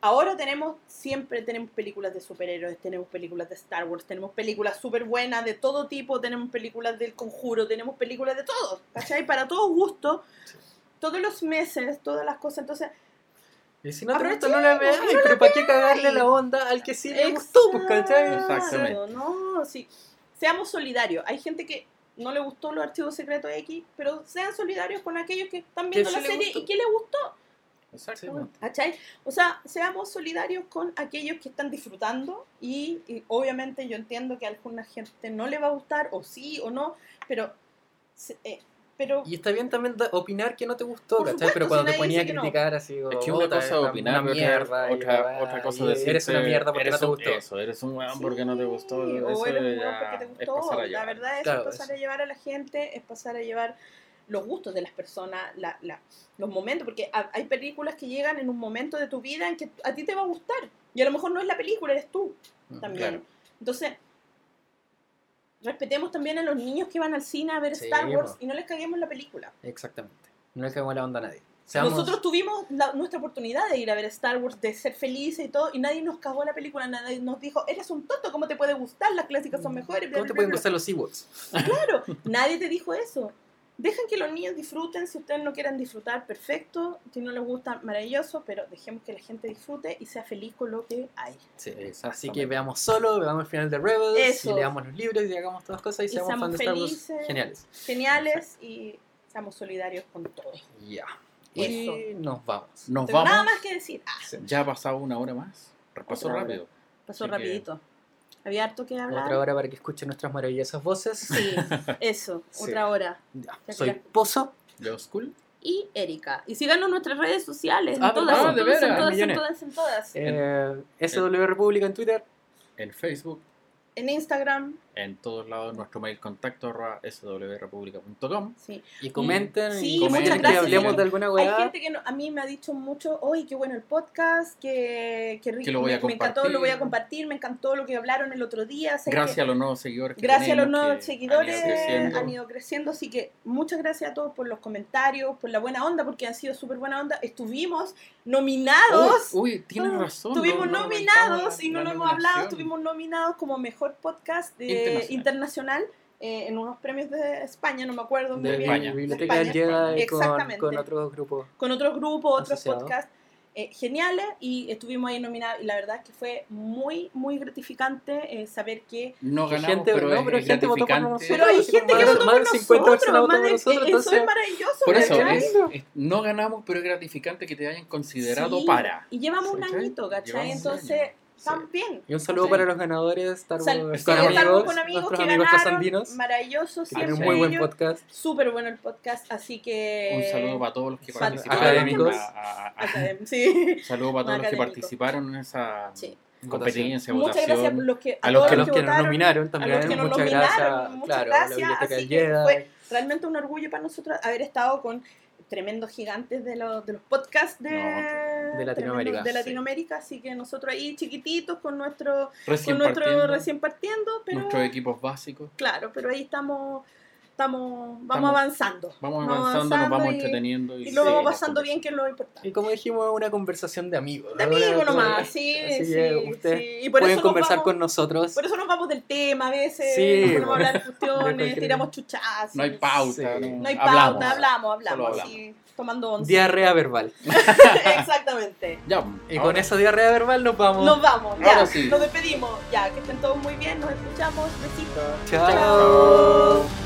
Speaker 3: Ahora tenemos, siempre tenemos películas de superhéroes, tenemos películas de Star Wars, tenemos películas súper buenas de todo tipo, tenemos películas del conjuro, tenemos películas de todo, ¿cachai? Para todo gusto,
Speaker 2: Sí.
Speaker 3: todos los meses, todas las cosas, entonces...
Speaker 2: Y si no te
Speaker 3: Aprovechemos,
Speaker 2: gusta, no la veas,
Speaker 3: no la
Speaker 2: pero ¿para qué cagarle la onda al que sí le gustó? pues, ¿cachai?
Speaker 3: Exacto,
Speaker 1: Exactamente.
Speaker 3: No, sí. Seamos solidarios. Hay gente que no le gustó los archivos secretos X, pero sean solidarios con aquellos que están
Speaker 2: Que
Speaker 3: viendo
Speaker 2: sí
Speaker 3: la
Speaker 2: le
Speaker 3: serie
Speaker 2: gustó.
Speaker 3: y que les gustó.
Speaker 1: Exactamente.
Speaker 3: ¿Cachai? O sea, seamos solidarios con aquellos que están disfrutando y, y obviamente yo entiendo que a alguna gente no le va a gustar, o sí o no, pero... se- eh, pero
Speaker 2: Y está bien también da- opinar que no te gustó,
Speaker 3: Por
Speaker 2: ¿cachai?
Speaker 3: supuesto,
Speaker 2: pero
Speaker 3: si
Speaker 2: cuando te
Speaker 3: nadie
Speaker 2: ponía a
Speaker 3: dice que no.
Speaker 2: criticar así, o,
Speaker 1: Es que una
Speaker 2: "Puta,
Speaker 1: cosa
Speaker 2: esta
Speaker 1: es
Speaker 2: una
Speaker 1: opinar, pero otra-
Speaker 2: mierda", y
Speaker 1: otra,
Speaker 2: va,
Speaker 1: otra, cosa
Speaker 2: y
Speaker 1: es decir.
Speaker 2: Eres una mierda porque no te gustó.
Speaker 1: Eso, eres un weón Ah, porque no te gustó.
Speaker 3: Sí,
Speaker 1: eso
Speaker 3: o eres un
Speaker 1: ya
Speaker 3: weón porque te
Speaker 1: es
Speaker 3: gustó.
Speaker 1: pasar a
Speaker 3: la
Speaker 1: llorar.
Speaker 3: verdad es
Speaker 2: Claro,
Speaker 3: pasar
Speaker 2: eso.
Speaker 3: a llevar a la gente, es pasar a llevar los gustos de las personas, la- la- los momentos, porque ha- hay películas que llegan en un momento de tu vida en que a ti te va a gustar. Y a lo mejor no es la película, eres tú
Speaker 2: Mm,
Speaker 3: también.
Speaker 1: claro.
Speaker 3: Entonces, respetemos también a los niños que van al cine a ver
Speaker 2: Sí,
Speaker 3: Star Wars
Speaker 2: po.
Speaker 3: y no les caguemos la película.
Speaker 2: Exactamente. No le cagamos la onda a nadie. Seamos-
Speaker 3: Nosotros tuvimos la- nuestra oportunidad de ir a ver Star Wars, de ser felices y todo, y nadie nos cagó la película, nadie nos dijo, eres un tonto, ¿cómo te puede gustar? Las clásicas son mejores. bla,
Speaker 2: Mm. ¿Cómo
Speaker 3: bla,
Speaker 2: te
Speaker 3: bla,
Speaker 2: pueden
Speaker 3: bla".
Speaker 2: gustar los Ewoks?
Speaker 3: Claro, nadie te dijo eso. Dejen que los niños disfruten, si ustedes no quieren disfrutar, perfecto, si no les gusta, maravilloso, pero dejemos que la gente disfrute y sea feliz con lo que hay.
Speaker 2: Sí,
Speaker 1: Exactamente.
Speaker 2: así que veamos solo, veamos el final de Rebels,
Speaker 3: Eso.
Speaker 2: y leamos los libros y hagamos todas las cosas y,
Speaker 3: Y
Speaker 2: seamos,
Speaker 3: seamos
Speaker 2: fans de Star Wars
Speaker 3: felices.
Speaker 2: Geniales.
Speaker 3: Geniales y seamos solidarios con todos.
Speaker 2: Ya. Y
Speaker 3: Eso.
Speaker 2: nos vamos.
Speaker 1: Nos
Speaker 3: Tengo nada
Speaker 1: vamos.
Speaker 3: más que decir. Ah,
Speaker 1: Ya ha pasado una hora más. Pasó
Speaker 3: Otra hora.
Speaker 1: rápido.
Speaker 3: pasó
Speaker 1: Así que-
Speaker 3: rapidito. Había harto que hablar.
Speaker 2: Otra hora para que escuchen nuestras maravillosas voces.
Speaker 3: Sí, eso,
Speaker 2: Sí.
Speaker 3: otra hora.
Speaker 2: Ya.
Speaker 3: Ya
Speaker 2: Soy
Speaker 3: que la-
Speaker 2: Pozo.
Speaker 1: Yo, School.
Speaker 3: Y Erika. Y síganos en nuestras redes sociales, en
Speaker 2: Ah,
Speaker 3: todas,
Speaker 2: ¿verdad?
Speaker 3: en
Speaker 2: De
Speaker 3: todas, en
Speaker 2: veras,
Speaker 3: todas, en
Speaker 2: millones.
Speaker 3: todas, en todas.
Speaker 2: Eh, SW República en Twitter.
Speaker 1: En Facebook.
Speaker 3: En Instagram,
Speaker 1: En todos lados. Nuestro mail contacto arroba swrepublica.com.
Speaker 3: sí.
Speaker 2: Y comenten.
Speaker 3: Sí,
Speaker 2: y
Speaker 1: muchas
Speaker 2: comenten que
Speaker 1: gracias.
Speaker 2: hablemos de alguna
Speaker 3: Hay
Speaker 2: weá.
Speaker 3: gente que no- a mí me ha dicho mucho, hoy qué bueno el podcast, que, que rico,
Speaker 1: Que lo voy a
Speaker 3: me, me encantó,
Speaker 1: compartir".
Speaker 3: lo voy a compartir, me encantó lo que hablaron el otro día. sé que-
Speaker 1: Gracias a los nuevos seguidores. que
Speaker 3: gracias a los
Speaker 1: tenemos,
Speaker 3: nuevos
Speaker 1: que
Speaker 3: seguidores,
Speaker 1: han ido creciendo.
Speaker 3: han ido creciendo, así que muchas gracias a todos por los comentarios, por la buena onda, porque han sido súper buena onda. Estuvimos nominados.
Speaker 1: Uy, uy, tienes
Speaker 3: Ah,
Speaker 1: razón.
Speaker 3: Estuvimos
Speaker 1: no- no
Speaker 3: nominados
Speaker 1: comentamos
Speaker 3: y no
Speaker 1: la- la
Speaker 3: lo hemos hablado.
Speaker 1: nominación.
Speaker 3: Estuvimos nominados como mejor podcast eh, internacional,
Speaker 1: Internacional.
Speaker 3: eh, en unos premios de España, no me acuerdo muy
Speaker 2: De
Speaker 3: bien.
Speaker 1: España.
Speaker 2: Biblioteca
Speaker 3: España.
Speaker 2: del Jedi con,
Speaker 3: Exactamente.
Speaker 2: con otros grupos.
Speaker 3: Con otros grupos, otros
Speaker 2: Asociado.
Speaker 3: podcasts eh, geniales y estuvimos ahí nominados. Y la verdad es que fue muy, muy gratificante eh, saber que.
Speaker 1: No
Speaker 2: Que
Speaker 1: ganamos,
Speaker 2: gente-
Speaker 1: pero,
Speaker 2: no,
Speaker 1: es-
Speaker 2: pero
Speaker 1: es
Speaker 2: gente votó por
Speaker 1: gratificante.
Speaker 2: nosotros.
Speaker 3: Pero hay
Speaker 2: así como
Speaker 3: gente que
Speaker 2: más-
Speaker 3: votó
Speaker 2: más
Speaker 3: por
Speaker 2: de 50
Speaker 3: nosotros,
Speaker 2: personas
Speaker 3: más
Speaker 2: votaron por
Speaker 3: de-
Speaker 2: nosotros,
Speaker 3: eh, eso
Speaker 2: entonces-
Speaker 3: es maravilloso.
Speaker 1: Por eso,
Speaker 3: ¿cachai?
Speaker 1: es- es- no ganamos, pero es gratificante que te hayan considerado
Speaker 3: Sí,
Speaker 1: para.
Speaker 3: Y llevamos un
Speaker 1: ¿Cachai?
Speaker 3: añito, ¿cachai?
Speaker 1: Llevamos un año.
Speaker 3: Entonces,
Speaker 2: Sí.
Speaker 3: también.
Speaker 2: Y un saludo
Speaker 1: Sí.
Speaker 2: para los ganadores, Star Wars
Speaker 3: Sal-
Speaker 2: con,
Speaker 3: sí,
Speaker 1: amigos,
Speaker 3: estamos
Speaker 2: amigos,
Speaker 3: con amigos
Speaker 2: nuestros
Speaker 3: que
Speaker 2: amigos
Speaker 3: ganaron,
Speaker 2: trasandinos.
Speaker 3: maravillosos,
Speaker 1: Que tienen
Speaker 2: Tienen
Speaker 3: siempre
Speaker 2: un muy buen
Speaker 3: ellos.
Speaker 2: podcast.
Speaker 3: Súper bueno el podcast, así que...
Speaker 1: Un saludo para todos los que
Speaker 2: Fan-
Speaker 1: participaron. en
Speaker 2: académicos.
Speaker 1: la- a- a- a-
Speaker 3: Academ- sí.
Speaker 1: saludo para todos los que
Speaker 3: Académico.
Speaker 1: participaron en esa
Speaker 3: Sí.
Speaker 1: competencia,
Speaker 3: Muchas gracias a
Speaker 1: votación.
Speaker 3: los que, a
Speaker 1: a
Speaker 2: Los
Speaker 3: todos
Speaker 2: que,
Speaker 3: los
Speaker 2: los que nos
Speaker 3: votaron.
Speaker 2: nominaron también,
Speaker 1: que nos
Speaker 2: muchas
Speaker 3: nominaron,
Speaker 2: gracias.
Speaker 3: muchas
Speaker 2: claro,
Speaker 3: gracias,
Speaker 2: la
Speaker 3: así
Speaker 2: Biblioteca del
Speaker 3: que
Speaker 2: Jedi.
Speaker 3: fue- Realmente un orgullo para nosotros haber estado con tremendos gigantes de, los de los podcasts de,
Speaker 1: No,
Speaker 3: tremendos
Speaker 2: Latinoamérica,
Speaker 3: de
Speaker 2: sí.
Speaker 3: Latinoamérica, así que nosotros ahí chiquititos con nuestro,
Speaker 1: Recién
Speaker 3: con nuestro
Speaker 1: partiendo,
Speaker 3: recién partiendo, pero
Speaker 1: nuestros equipos básicos.
Speaker 3: claro, pero ahí estamos, estamos vamos
Speaker 1: Estamos-
Speaker 3: avanzando.
Speaker 1: Vamos
Speaker 3: Vamos
Speaker 1: avanzando, nos vamos
Speaker 3: avanzando y-
Speaker 1: entreteniendo.
Speaker 3: Y
Speaker 1: sí,
Speaker 3: lo vamos
Speaker 1: vamos
Speaker 3: pasando bien, que es lo importante.
Speaker 2: Y como dijimos, una conversación de amigos.
Speaker 3: De
Speaker 2: ¿no? Una-
Speaker 3: amigo nomás,
Speaker 2: pues, así
Speaker 3: sí,
Speaker 2: que
Speaker 3: sí,
Speaker 2: ustedes
Speaker 3: sí. Y por
Speaker 2: pueden
Speaker 3: eso nos
Speaker 2: conversar
Speaker 3: vamos-
Speaker 2: con nosotros.
Speaker 3: Por eso nos vamos del tema a veces,
Speaker 2: Sí,
Speaker 3: nos ponemos a hablar de
Speaker 2: de
Speaker 3: cuestiones,
Speaker 2: cualquier-
Speaker 3: tiramos chuchazos.
Speaker 1: No hay pauta.
Speaker 2: Sí.
Speaker 3: No hay
Speaker 1: hablamos.
Speaker 3: pauta, hablamos, hablamos,
Speaker 1: Solo
Speaker 3: así, tomando once.
Speaker 2: Diarrea verbal.
Speaker 3: Exactamente.
Speaker 1: Ya,
Speaker 2: Y
Speaker 1: ahora
Speaker 2: con esa diarrea verbal nos vamos.
Speaker 3: Nos vamos,
Speaker 1: Ahora
Speaker 3: ya,
Speaker 1: sí.
Speaker 3: nos despedimos, ya, que estén todos muy bien, nos escuchamos, besitos.
Speaker 2: Chao.